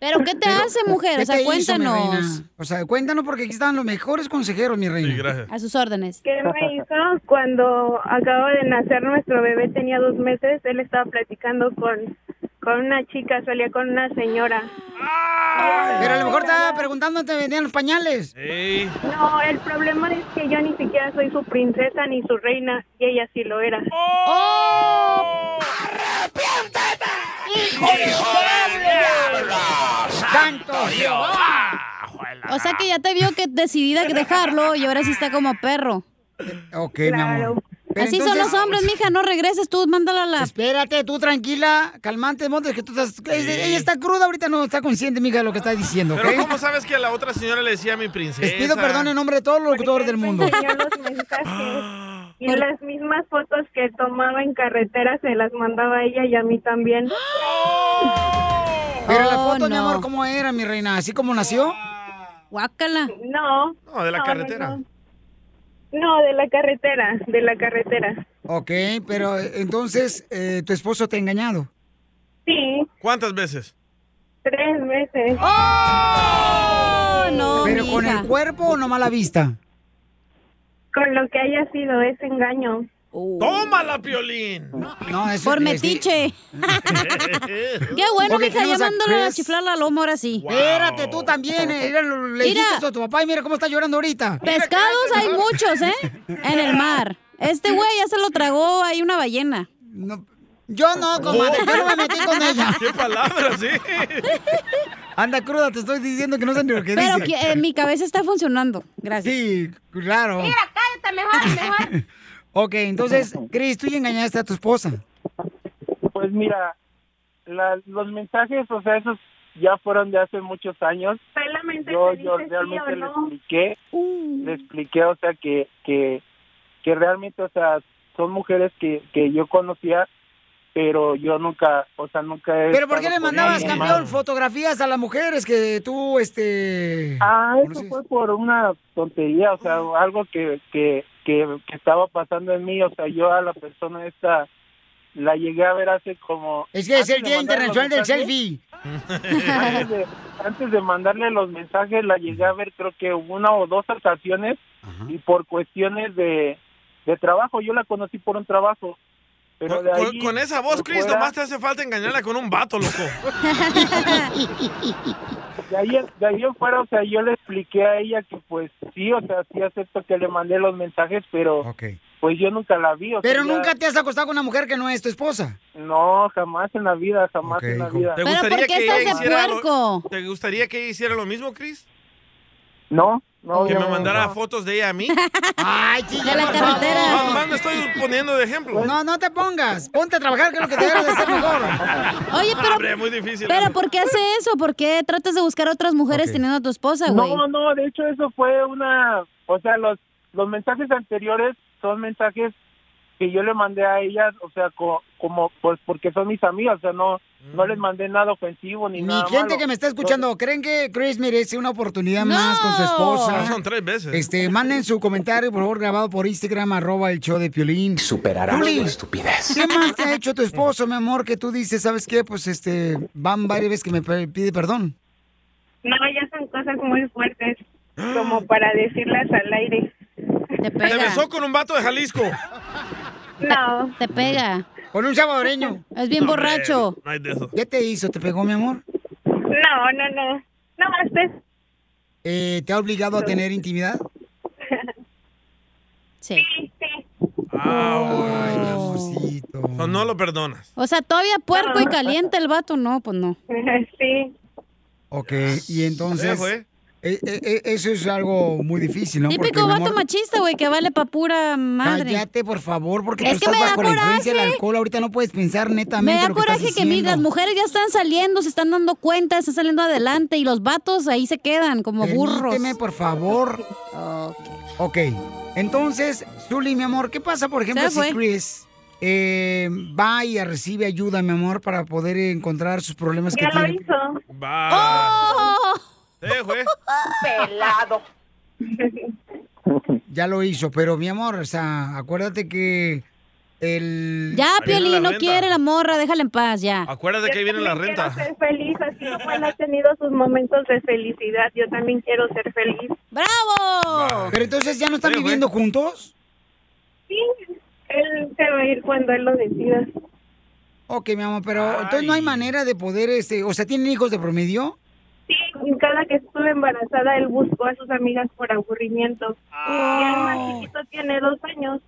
[SPEAKER 4] ¿Pero qué te hace, mujer?
[SPEAKER 2] ¿Qué
[SPEAKER 4] O sea,
[SPEAKER 2] te hizo, mi
[SPEAKER 4] cuéntanos.
[SPEAKER 2] reina? o sea, cuéntanos porque aquí están los mejores consejeros, mi reina.
[SPEAKER 4] A sus órdenes.
[SPEAKER 24] ¿Qué me hizo cuando acabo de nacer nuestro bebé? Tenía dos meses. Él estaba platicando con, con una chica, salía con una señora.
[SPEAKER 2] Pero a lo mejor estaba preguntando te vendían los pañales.
[SPEAKER 24] No, el problema es que yo ni siquiera soy su princesa ni su reina y ella sí lo era.
[SPEAKER 2] ¡Oh! ¡Santo
[SPEAKER 4] O sea que ya te vio que decidida que dejarlo y ahora sí está como perro.
[SPEAKER 2] Ok, mi
[SPEAKER 4] Claro.
[SPEAKER 2] amor. Pero
[SPEAKER 4] Así son
[SPEAKER 2] entonces-
[SPEAKER 4] los hombres, mija, no regreses tú, mándala a la...
[SPEAKER 2] Espérate, tú tranquila, calmante, Montes, que tú estás... Ella está cruda, ahorita no está consciente, mija, de lo que está diciendo, ¿ok?
[SPEAKER 3] Pero ¿cómo sabes que a la otra señora le decía mi princesa?
[SPEAKER 2] Les pido perdón en nombre de todos los locutores del mundo.
[SPEAKER 24] Yo los mensajes y las mismas fotos que tomaba en carretera se las mandaba a ella y a mí también.
[SPEAKER 2] ¡Oh! Pero la
[SPEAKER 4] Oh,
[SPEAKER 2] foto, mi amor, ¿cómo era, mi reina? ¿Así como nació?
[SPEAKER 4] Guácala.
[SPEAKER 24] No.
[SPEAKER 3] No, de la carretera.
[SPEAKER 24] No, No, de la carretera, de la carretera.
[SPEAKER 2] Ok, pero eh, entonces, eh, ¿tu esposo te ha engañado?
[SPEAKER 24] Sí,
[SPEAKER 3] ¿Cuántas veces?
[SPEAKER 24] tres veces.
[SPEAKER 2] ¡Oh!
[SPEAKER 4] no,
[SPEAKER 2] ¿Pero con
[SPEAKER 24] mija.
[SPEAKER 2] el cuerpo o nomás la vista?
[SPEAKER 24] Con lo que haya sido ese engaño.
[SPEAKER 3] ¡Tómala, Piolín!
[SPEAKER 2] Uh. No, eso
[SPEAKER 4] Por
[SPEAKER 2] es-
[SPEAKER 4] metiche. Qué bueno,
[SPEAKER 2] Ok,
[SPEAKER 4] mija, ya
[SPEAKER 2] tenemos a
[SPEAKER 4] mándala a
[SPEAKER 2] Chris.
[SPEAKER 4] chiflar la loma ahora sí.
[SPEAKER 2] Espérate, tú también, eh, mira, lo- le
[SPEAKER 4] Mira.
[SPEAKER 2] dijiste eso a tu papá y mira cómo está llorando ahorita.
[SPEAKER 4] Pescados hay muchos, ¿eh? En el mar. Este güey ya se lo tragó, hay una ballena.
[SPEAKER 2] yo no, comadre, yo no me metí con ella.
[SPEAKER 3] ¿Qué palabras, sí?
[SPEAKER 2] Anda cruda, te estoy diciendo que no sé ni lo que
[SPEAKER 4] Pero
[SPEAKER 2] dice.
[SPEAKER 4] que- eh, mi cabeza está funcionando. Gracias.
[SPEAKER 2] Sí, claro.
[SPEAKER 4] cállate mejor, mejor.
[SPEAKER 2] Ok, entonces, Chris, tú ya engañaste a tu esposa.
[SPEAKER 16] Pues mira, la- los mensajes, o sea, esos ya fueron de hace muchos años.
[SPEAKER 24] Solamente
[SPEAKER 16] yo,
[SPEAKER 24] te
[SPEAKER 16] yo
[SPEAKER 24] dice sí
[SPEAKER 16] realmente
[SPEAKER 24] o
[SPEAKER 16] le
[SPEAKER 24] no.
[SPEAKER 16] expliqué,
[SPEAKER 2] Mm.
[SPEAKER 16] le expliqué, o sea, que, que, que realmente, o sea, son mujeres que, que yo conocía, pero yo nunca, o sea, nunca he...
[SPEAKER 2] ¿Pero por qué le
[SPEAKER 16] estado con
[SPEAKER 2] mandabas,
[SPEAKER 16] alguien
[SPEAKER 2] campeón,
[SPEAKER 16] más.
[SPEAKER 2] fotografías a las mujeres que tú, este...
[SPEAKER 16] Ah, eso fue por una tontería, o sea, algo que, que, que, que estaba pasando en mí, o sea, yo a la persona esta la llegué a ver hace como...
[SPEAKER 2] Es que es
[SPEAKER 16] antes
[SPEAKER 2] el
[SPEAKER 16] de
[SPEAKER 2] Día
[SPEAKER 16] mandarle los
[SPEAKER 2] Internacional del
[SPEAKER 16] mensajes,
[SPEAKER 2] Selfie.
[SPEAKER 16] antes, de, antes de mandarle los mensajes, la llegué a ver creo que una o dos ocasiones y por cuestiones de, de trabajo. Yo la conocí por un trabajo. Pero
[SPEAKER 3] Con,
[SPEAKER 16] de
[SPEAKER 3] con-
[SPEAKER 16] ahí
[SPEAKER 3] con esa voz,
[SPEAKER 16] por
[SPEAKER 3] Chris,
[SPEAKER 16] fuera,
[SPEAKER 3] nomás te hace falta engañarla con un vato, loco.
[SPEAKER 16] De ahí, en- de ahí en fuera, o sea, yo le expliqué a ella que pues sí, o sea, sí acepto que le mandé los mensajes, pero pues yo nunca la vi. o sea,
[SPEAKER 2] Pero
[SPEAKER 16] ya-
[SPEAKER 2] nunca te has acostado con una mujer que no es tu esposa.
[SPEAKER 16] No, jamás en la vida, jamás en la vida.
[SPEAKER 3] ¿Te gustaría que ella
[SPEAKER 4] estás de
[SPEAKER 3] hiciera lo-
[SPEAKER 4] puerco?
[SPEAKER 3] ¿Te gustaría que ella hiciera lo mismo, Chris?
[SPEAKER 16] No, no.
[SPEAKER 3] ¿Que
[SPEAKER 16] no,
[SPEAKER 3] me mandara
[SPEAKER 16] no.
[SPEAKER 3] fotos de ella a mí?
[SPEAKER 2] Ay,
[SPEAKER 4] De la carretera.
[SPEAKER 3] Más, más me estoy poniendo de ejemplo.
[SPEAKER 2] No, no te pongas. Ponte a trabajar, que es lo que te debe de ser mejor.
[SPEAKER 4] Oye, pero-
[SPEAKER 3] Hombre, muy difícil.
[SPEAKER 4] Pero ¿por qué hace eso? ¿Por qué tratas de buscar otras mujeres teniendo a tu esposa, güey?
[SPEAKER 16] No, no, de hecho eso fue una, o sea, los los mensajes anteriores son mensajes que yo le mandé a ellas, o sea, co- como pues porque son mis amigas, o sea, no no les mandé nada ofensivo ni,
[SPEAKER 2] Mi
[SPEAKER 16] nada.
[SPEAKER 2] Mm. gente
[SPEAKER 16] malo.
[SPEAKER 2] que me está escuchando, ¿creen que Chris merece una oportunidad más con su
[SPEAKER 3] Ah, son
[SPEAKER 2] esposa?
[SPEAKER 3] tres veces.
[SPEAKER 2] Este, manden su comentario, por favor, grabado por Instagram, arroba el show de Piolín.
[SPEAKER 21] Superarás
[SPEAKER 2] Piolín,
[SPEAKER 21] tu estupidez.
[SPEAKER 2] ¿Qué más te ha hecho tu esposo, mi amor, que tú dices, sabes qué? Pues, este, van varias veces que me pe- pide perdón.
[SPEAKER 24] No, ya son cosas muy fuertes como para decirlas al aire.
[SPEAKER 4] Te
[SPEAKER 3] Te besó con un vato de Jalisco.
[SPEAKER 24] No.
[SPEAKER 4] Te pega.
[SPEAKER 2] Con un salvadoreño.
[SPEAKER 4] Es bien
[SPEAKER 3] No, hombre,
[SPEAKER 4] borracho.
[SPEAKER 3] no hay de eso.
[SPEAKER 2] ¿Qué te hizo? ¿Te pegó, mi amor?
[SPEAKER 24] No, no, no. No más pues. te...
[SPEAKER 2] Eh, ¿Te ha obligado a tener intimidad?
[SPEAKER 4] Sí.
[SPEAKER 3] Ay, No, no lo perdonas.
[SPEAKER 4] O sea, todavía puerco y caliente el vato. No, pues no.
[SPEAKER 24] Sí.
[SPEAKER 2] Ok, y entonces...
[SPEAKER 3] Sí, güey.
[SPEAKER 2] eh, eh, eh, eso es algo muy difícil, ¿no? Porque,
[SPEAKER 4] Típico
[SPEAKER 2] mi
[SPEAKER 4] vato
[SPEAKER 2] amor,
[SPEAKER 4] machista, güey, que vale pa' pura madre.
[SPEAKER 2] Cállate, por favor, porque
[SPEAKER 4] Es
[SPEAKER 2] tú
[SPEAKER 4] que
[SPEAKER 2] estás
[SPEAKER 4] me da
[SPEAKER 2] bajo la influencia del
[SPEAKER 4] coraje.
[SPEAKER 2] alcohol. Ahorita no puedes pensar
[SPEAKER 4] Me
[SPEAKER 2] netamente
[SPEAKER 4] da
[SPEAKER 2] lo que estás
[SPEAKER 4] coraje que mi-
[SPEAKER 2] diciendo.
[SPEAKER 4] las mujeres ya están saliendo, se están dando cuenta, están saliendo adelante y los vatos ahí se quedan como burros.
[SPEAKER 2] Permíteme, por favor. Ok. Entonces, Zuli, mi amor, ¿qué pasa, por ejemplo,
[SPEAKER 4] Se
[SPEAKER 2] si
[SPEAKER 4] fue.
[SPEAKER 2] Chris eh, va y recibe ayuda, mi amor, para poder encontrar sus problemas que tiene?
[SPEAKER 9] hizo.
[SPEAKER 2] Oh.
[SPEAKER 11] Pelado.
[SPEAKER 2] Ya lo hizo, pero mi amor, o sea, acuérdate que el...
[SPEAKER 4] Ya, Piolín, no quiere la morra, déjala en paz, ya.
[SPEAKER 3] Acuérdate que ahí viene la renta.
[SPEAKER 19] ser feliz, así como él ha tenido sus momentos de felicidad, yo también quiero ser feliz.
[SPEAKER 4] ¡Bravo!
[SPEAKER 2] Pero entonces ya no están viviendo juntos.
[SPEAKER 19] Sí, él se va a ir cuando él lo decida.
[SPEAKER 2] Ok, mi amor, pero entonces no hay manera de poder, este, o sea, ¿tienen hijos de promedio?
[SPEAKER 19] Sí, cada que estuve embarazada, él buscó a sus amigas por aburrimiento. Y el
[SPEAKER 4] Oh.
[SPEAKER 19] más chiquito tiene dos años.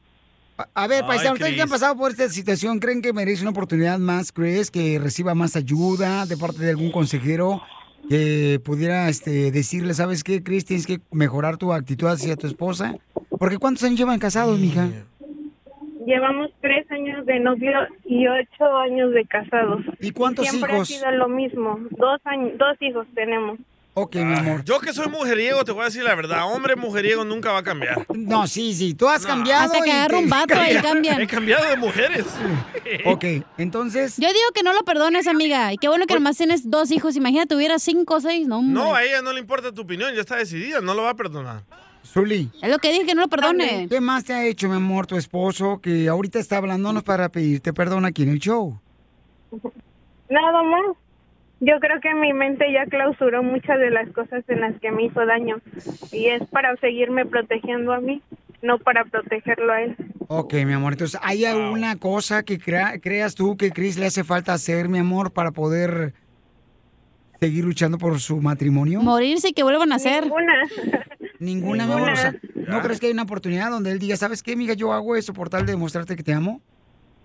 [SPEAKER 2] A ver,
[SPEAKER 19] Ay,
[SPEAKER 2] paisano, ustedes que han
[SPEAKER 19] Cris.
[SPEAKER 2] pasado por esta situación, ¿creen que merece una oportunidad más? ¿Crees que reciba más ayuda de parte de algún consejero que pudiera este, decirle, ¿sabes qué, Chris? Tienes que mejorar tu actitud hacia tu esposa. Porque ¿cuántos años llevan casados, mija?
[SPEAKER 19] Llevamos tres años de novio y ocho años de casados.
[SPEAKER 2] ¿Y cuántos
[SPEAKER 19] Siempre
[SPEAKER 2] hijos?
[SPEAKER 19] ha sido lo mismo. Dos, años, dos hijos tenemos.
[SPEAKER 2] Ok, mi amor.
[SPEAKER 3] Yo que soy mujeriego, te voy a decir la verdad. Hombre mujeriego nunca va a cambiar.
[SPEAKER 2] No, sí, sí, tú has cambiado.
[SPEAKER 4] Hasta que
[SPEAKER 2] y
[SPEAKER 4] agarra
[SPEAKER 2] te-
[SPEAKER 4] un vato ahí cambian.
[SPEAKER 3] He cambiado de mujeres.
[SPEAKER 2] Ok, entonces...
[SPEAKER 4] Yo digo que no lo perdones, amiga. Y qué bueno que nomás tienes dos hijos. Imagínate, tuviera cinco o seis, no, hombre.
[SPEAKER 3] No, eh. a ella no le importa tu opinión, ya está decidida, no lo va a perdonar.
[SPEAKER 2] Zuli.
[SPEAKER 4] Es lo que dije, que no lo perdone.
[SPEAKER 2] ¿Qué más te ha hecho, mi amor, tu esposo, que ahorita está hablándonos para pedirte perdón aquí en el show?
[SPEAKER 19] Nada más. Yo creo que mi mente ya clausuró muchas de las cosas en las que me hizo daño. Y es para seguirme protegiendo a mí, no para protegerlo a él.
[SPEAKER 2] Ok, mi amor, entonces, ¿hay alguna cosa que crea- creas tú que Chris le hace falta hacer, mi amor, para poder seguir luchando por su matrimonio?
[SPEAKER 4] Morirse y que vuelvan a hacer.
[SPEAKER 19] Ninguna.
[SPEAKER 2] Ninguna, mi amor. O sea, ¿No crees que hay una oportunidad donde él diga, ¿sabes qué, amiga? Yo hago eso por tal de demostrarte que te amo.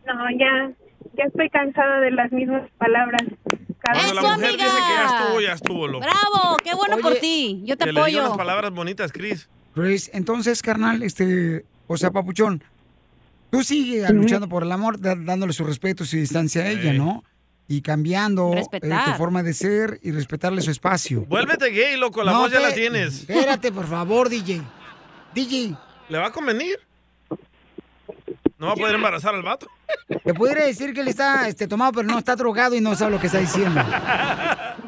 [SPEAKER 19] No, ya, ya estoy cansada de las mismas palabras. Cada
[SPEAKER 3] Cuando la mujer dice que ya estuvo, ya estuvo, loco.
[SPEAKER 4] ¡Bravo! ¡Qué bueno por ti! Yo te
[SPEAKER 3] Que le diga
[SPEAKER 4] apoyo.
[SPEAKER 3] unas palabras bonitas, Chris.
[SPEAKER 2] Chris, entonces, carnal, este, o sea, papuchón, tú sigue luchando por el amor, da- dándole su respeto, su distancia a ella, ¿no? Y cambiando eh, tu
[SPEAKER 3] Respetar.
[SPEAKER 2] forma de ser y respetarle su espacio.
[SPEAKER 3] Vuélvete gay, loco, la
[SPEAKER 2] No,
[SPEAKER 3] voz ya la
[SPEAKER 2] pe-
[SPEAKER 3] tienes.
[SPEAKER 2] Espérate, por favor, DJ. DJ,
[SPEAKER 3] ¿Le va a convenir? ¿No va a poder embarazar al vato?
[SPEAKER 2] te pudiera decir que él está este, tomado, pero no está drogado y no sabe lo que está diciendo.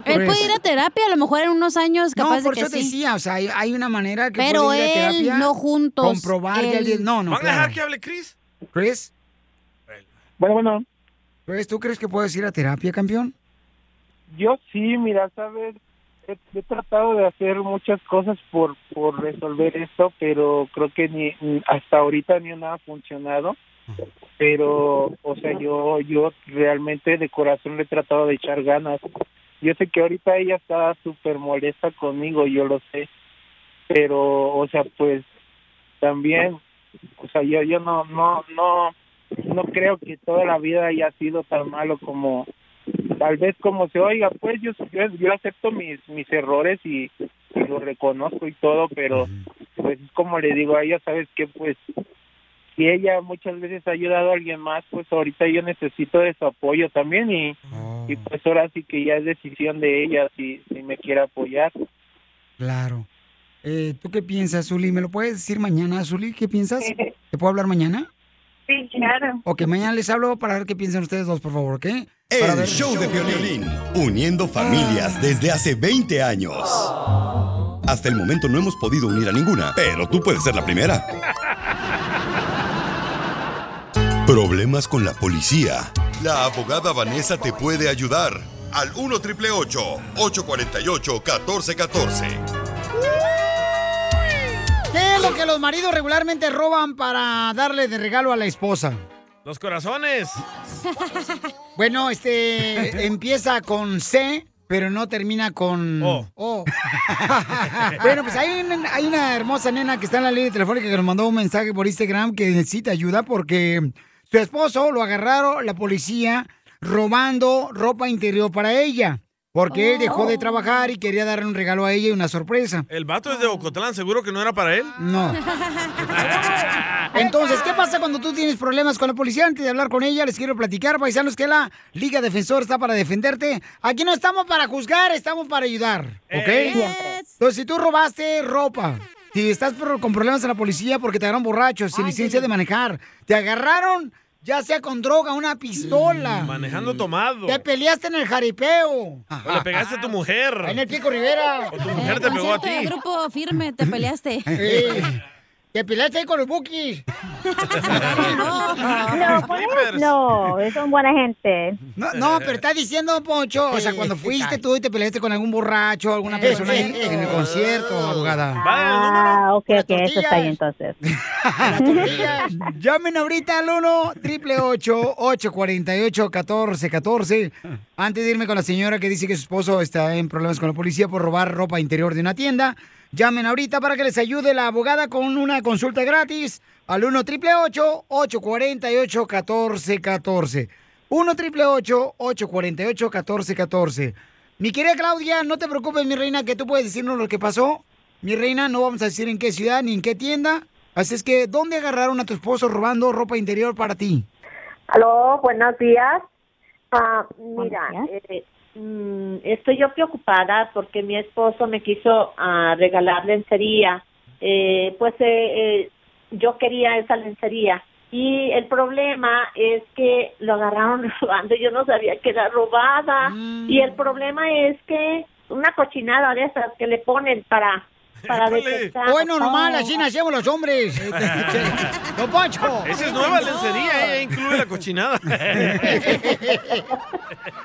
[SPEAKER 4] Él
[SPEAKER 3] Pues.
[SPEAKER 4] puede ir a terapia, a lo mejor en unos años, capaz
[SPEAKER 2] no, por
[SPEAKER 4] de que
[SPEAKER 2] eso te
[SPEAKER 4] sí.
[SPEAKER 2] decía, o sea, hay, hay una manera que
[SPEAKER 4] Pero
[SPEAKER 2] puede ir a
[SPEAKER 4] él,
[SPEAKER 2] terapia,
[SPEAKER 4] no juntos,
[SPEAKER 2] Comprobar que
[SPEAKER 4] él-
[SPEAKER 2] alguien- No, no,
[SPEAKER 3] ¿Van a
[SPEAKER 2] claro.
[SPEAKER 3] dejar que hable Chris?
[SPEAKER 2] Chris.
[SPEAKER 16] Bueno, bueno.
[SPEAKER 2] Chris, ¿tú crees que puedes ir a terapia, campeón?
[SPEAKER 16] Yo sí, mira, sabes, he, he tratado de hacer muchas cosas por, por resolver esto, pero creo que ni, ni- hasta ahorita ni una ha funcionado. Pero, o sea, yo, yo realmente de corazón le he tratado de echar ganas. Yo sé que ahorita ella está súper molesta conmigo, yo lo sé. Pero, o sea, pues también, o sea, yo, yo no, no, no, no creo que toda la vida haya sido tan malo como, tal vez como se oiga, pues yo, yo, yo acepto mis, mis errores y, y los reconozco y todo, pero pues es como le digo a ella, sabes que pues si ella muchas veces ha ayudado a alguien más, pues ahorita yo necesito de su apoyo también y, y pues ahora sí que ya es decisión de ella si, si me quiere apoyar.
[SPEAKER 2] Claro. Eh, ¿Tú qué piensas, Zuli? ¿Me lo puedes decir mañana, Zuli? ¿Qué piensas? ¿Te puedo hablar mañana?
[SPEAKER 19] Sí, claro.
[SPEAKER 2] Ok, mañana les hablo para ver qué piensan ustedes dos, por favor, ¿ok? Para
[SPEAKER 6] El
[SPEAKER 2] ver-
[SPEAKER 6] show de violín, uniendo familias desde hace 20 años. Hasta el momento no hemos podido unir a ninguna, pero tú puedes ser la primera. Problemas con la policía. La abogada Vanessa te puede ayudar al 1 triple 848 1414.
[SPEAKER 2] ¿Qué es lo que los maridos regularmente roban para darle de regalo a la esposa?
[SPEAKER 3] Los corazones.
[SPEAKER 2] Bueno, este empieza con C, pero no termina con
[SPEAKER 6] Oh.
[SPEAKER 2] O. bueno, pues hay una, hay una hermosa nena que está en la línea telefónica que nos mandó un mensaje por Instagram que necesita ayuda porque su esposo lo agarraron la policía robando ropa interior para ella. Porque él dejó de trabajar y quería darle un regalo a ella y una sorpresa.
[SPEAKER 3] El vato es de Ocotlán, seguro que no era para él.
[SPEAKER 2] No. Entonces, ¿qué pasa cuando tú tienes problemas con la policía? Antes de hablar con ella, les quiero platicar, paisanos, que la Liga Defensor está para defenderte. Aquí no estamos para juzgar, estamos para ayudar, ¿ok?
[SPEAKER 9] Eh.
[SPEAKER 2] Entonces, si tú robaste ropa, si estás por- con problemas en la policía porque te agarraron borracho, sin licencia de manejar, te agarraron ya sea con droga, una pistola,
[SPEAKER 3] Manejando tomado.
[SPEAKER 2] te peleaste en el jaripeo,
[SPEAKER 3] O le pegaste a tu mujer.
[SPEAKER 2] en el Pico Rivera.
[SPEAKER 3] Tu mujer te pegó a ti.
[SPEAKER 2] Eh, grupo firme, te peleaste. te peleaste ahí con los bookies.
[SPEAKER 1] No, pues, no, son buena gente.
[SPEAKER 2] No,
[SPEAKER 3] Eh.
[SPEAKER 2] no, pero está diciendo, Poncho, o sea, cuando fuiste tú y te peleaste con algún borracho,
[SPEAKER 3] Eh,
[SPEAKER 2] alguna persona en, en el concierto, abogada.
[SPEAKER 1] Ah, ok, ok, eso está bien entonces.
[SPEAKER 2] Llamen ahorita al 1 848 1414 Antes de irme con la señora que dice que su esposo está en problemas con la policía por robar ropa interior de una tienda, llamen ahorita para que les ayude la abogada con una consulta gratis al 1 848 1414 1 848 1414 Mi querida Claudia, no te preocupes, mi reina, que tú puedes decirnos lo que pasó. Mi reina, no vamos a decir en qué ciudad ni en qué tienda. Así es que, ¿dónde agarraron a tu esposo robando ropa interior para ti?
[SPEAKER 1] Aló, buenos días. Ah, mira, eh, mm, estoy yo preocupada porque mi esposo me quiso ah, regalar lencería. Eh, pues eh, eh, yo quería esa lencería. Y el problema es que lo agarraron robando. Yo no sabía que era robada. Y el problema es que una cochinada de esas que le ponen para... Para detectar.
[SPEAKER 2] Bueno, normal,
[SPEAKER 1] Oh.
[SPEAKER 2] así nacemos los hombres. ¡Don Poncho!
[SPEAKER 3] Esa es nueva lencería, eh, incluye la cochinada.
[SPEAKER 2] Ah,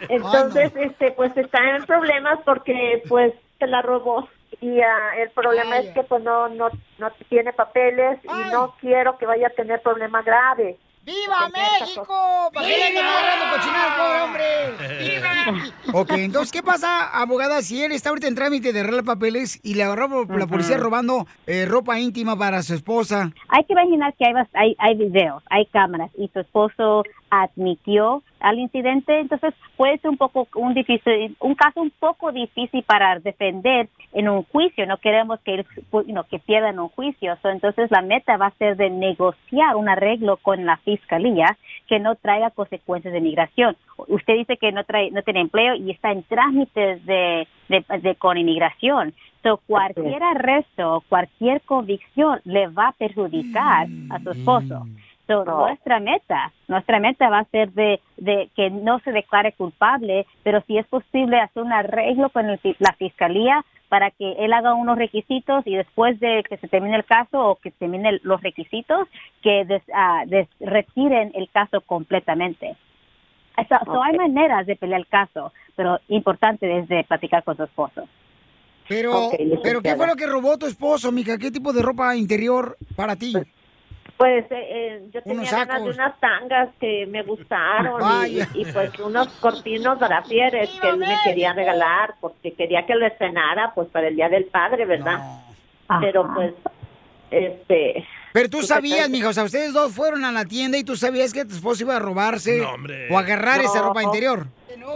[SPEAKER 1] Entonces, este, pues está en problemas porque, pues, se la robó. Y ah, el problema es que, pues, no, no, no tiene papeles y no quiero que vaya a tener problema grave.
[SPEAKER 2] ¡Viva México! ¿Para qué le andan agarrando cochinada al pobre hombre? Ok, entonces, ¿qué pasa, abogada, si él está ahorita en trámite de arreglar papeles y le agarró la policía robando eh, ropa íntima para su esposa?
[SPEAKER 1] Hay que imaginar que hay, bas- hay, hay videos, hay cámaras y su esposo admitió al incidente, entonces puede ser un poco un difícil, un caso un poco difícil para defender en un juicio. No queremos que él, pues, no, que pierdan un juicio. So, entonces la meta va a ser de negociar un arreglo con la fiscalía que no traiga consecuencias de migración. Usted dice que no trae, no tiene empleo y está en trámites de, de, de- con inmigración. So, cualquier arresto, cualquier convicción le va a perjudicar a su esposo. So, No. Nuestra meta, nuestra meta va a ser de, de que no se declare culpable, pero si es posible hacer un arreglo con el fi- la fiscalía para que él haga unos requisitos y después de que se termine el caso o que termine el- los requisitos, que des- ah, des- retiren el caso completamente. So, so hay maneras de pelear el caso, pero importante es de platicar con su esposo.
[SPEAKER 2] Pero,
[SPEAKER 1] Ok,
[SPEAKER 2] ¿pero ¿qué
[SPEAKER 1] licenciada.
[SPEAKER 2] fue lo que robó tu esposo, mija? ¿Qué tipo de ropa interior para ti?
[SPEAKER 1] Pues eh, eh, yo tenía
[SPEAKER 2] Unos
[SPEAKER 1] ganas de
[SPEAKER 2] sacos.
[SPEAKER 1] unas tangas que me gustaron y,
[SPEAKER 2] Vaya.
[SPEAKER 1] y, pues unos cortinos brasieres que él me quería regalar porque quería que lo estrenara pues para el Día del Padre, ¿verdad? Pero pues, este...
[SPEAKER 2] Pero tú
[SPEAKER 1] pues,
[SPEAKER 2] sabías,
[SPEAKER 1] entonces-
[SPEAKER 2] mija, o sea, ustedes dos fueron a la tienda y tú sabías que tu esposo iba a robarse o agarrar esa
[SPEAKER 1] No.
[SPEAKER 2] ropa interior.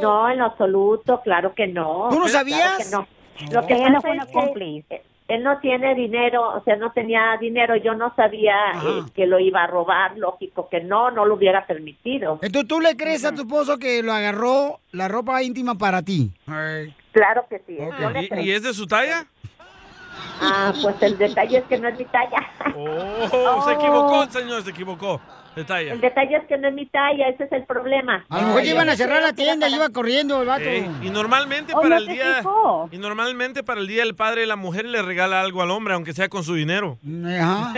[SPEAKER 1] No, en absoluto, claro que no.
[SPEAKER 2] ¿Tú no
[SPEAKER 1] Claro
[SPEAKER 2] sabías?
[SPEAKER 1] que no. Lo que
[SPEAKER 2] Ella no fue
[SPEAKER 1] pasa es que él no tiene dinero, o sea, no tenía dinero, yo no sabía
[SPEAKER 2] Ah.
[SPEAKER 1] eh, que lo iba a robar, lógico que no, no lo hubiera permitido.
[SPEAKER 2] Entonces, ¿tú le crees a tu esposo que lo agarró la ropa íntima para ti?
[SPEAKER 1] Claro que sí. ¿eh? yo le
[SPEAKER 3] ¿Y,
[SPEAKER 1] creo.
[SPEAKER 3] y es de su talla?
[SPEAKER 1] Ah, pues el detalle es que no es mi talla.
[SPEAKER 3] Oh, se equivocó el señor, se equivocó. De talla.
[SPEAKER 1] El detalle es que no es mi talla, ese es el problema.
[SPEAKER 2] A lo mejor ya iban a cerrar la tienda, iba corriendo el vato.
[SPEAKER 3] Eh, y normalmente
[SPEAKER 1] Oh,
[SPEAKER 3] para
[SPEAKER 1] no
[SPEAKER 3] el
[SPEAKER 1] te
[SPEAKER 3] día
[SPEAKER 1] fijó.
[SPEAKER 3] y normalmente para el día del padre la mujer le regala algo al hombre aunque sea con su dinero.
[SPEAKER 2] Ajá.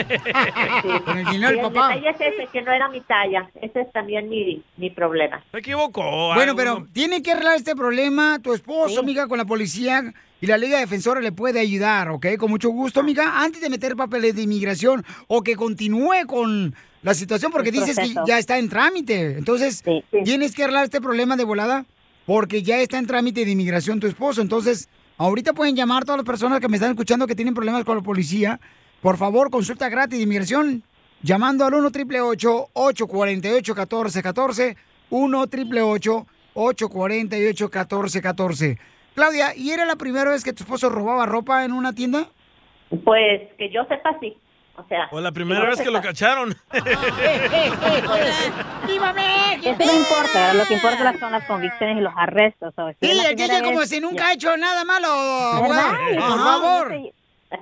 [SPEAKER 2] Con el dinero
[SPEAKER 1] Sí,
[SPEAKER 2] del
[SPEAKER 1] el
[SPEAKER 2] papá.
[SPEAKER 1] detalle es ese, que no era mi talla. Ese es también mi, mi problema.
[SPEAKER 3] Se equivocó.
[SPEAKER 2] Bueno,
[SPEAKER 3] algo-
[SPEAKER 2] pero tiene que arreglar este problema tu esposo, amiga, con la policía y la Liga Defensora le puede ayudar, ¿ok? Con mucho gusto, amiga, antes de meter papeles de inmigración o que continúe con la situación porque
[SPEAKER 1] El
[SPEAKER 2] dices que
[SPEAKER 1] proceso.
[SPEAKER 2] ya está en trámite. Entonces, tienes que arreglar este problema de volada porque ya está en trámite de inmigración tu esposo. Entonces, ahorita pueden llamar todas las personas que me están escuchando que tienen problemas con la policía. Por favor, consulta gratis de inmigración llamando al 1 triple 848 1414 1 triple 848 1414 Claudia, ¿y era la primera vez que tu esposo robaba ropa en una tienda?
[SPEAKER 1] Pues que yo sepa sí. O sea,
[SPEAKER 3] O la primera vez que lo cacharon.
[SPEAKER 1] ¡Viva México! No importa, lo que importa son las convicciones y los arrestos. o sea,
[SPEAKER 2] Sí,
[SPEAKER 1] la
[SPEAKER 2] el
[SPEAKER 1] primera
[SPEAKER 2] DJ como
[SPEAKER 1] vez,
[SPEAKER 2] si nunca
[SPEAKER 1] ya.
[SPEAKER 2] ha hecho nada malo,
[SPEAKER 1] ¿Verdad?
[SPEAKER 2] güey.
[SPEAKER 1] Por
[SPEAKER 2] Por
[SPEAKER 1] favor.
[SPEAKER 2] favor.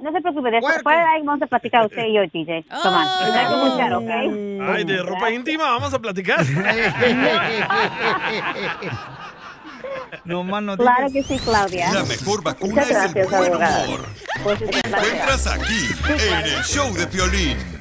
[SPEAKER 1] No se preocupe, después después ahí vamos a platicar usted y yo, DJ. Toma, tendrá que escuchar, ¿ok?
[SPEAKER 3] Ay, de ropa íntima, vamos a platicar.
[SPEAKER 2] No, mano.
[SPEAKER 1] Claro que sí, Claudia.
[SPEAKER 6] La mejor vacuna
[SPEAKER 1] Muchas
[SPEAKER 6] es el
[SPEAKER 1] gracias,
[SPEAKER 6] buen
[SPEAKER 1] abogada.
[SPEAKER 6] humor.
[SPEAKER 1] Pues,
[SPEAKER 6] Encuentras aquí en el show de Piolín.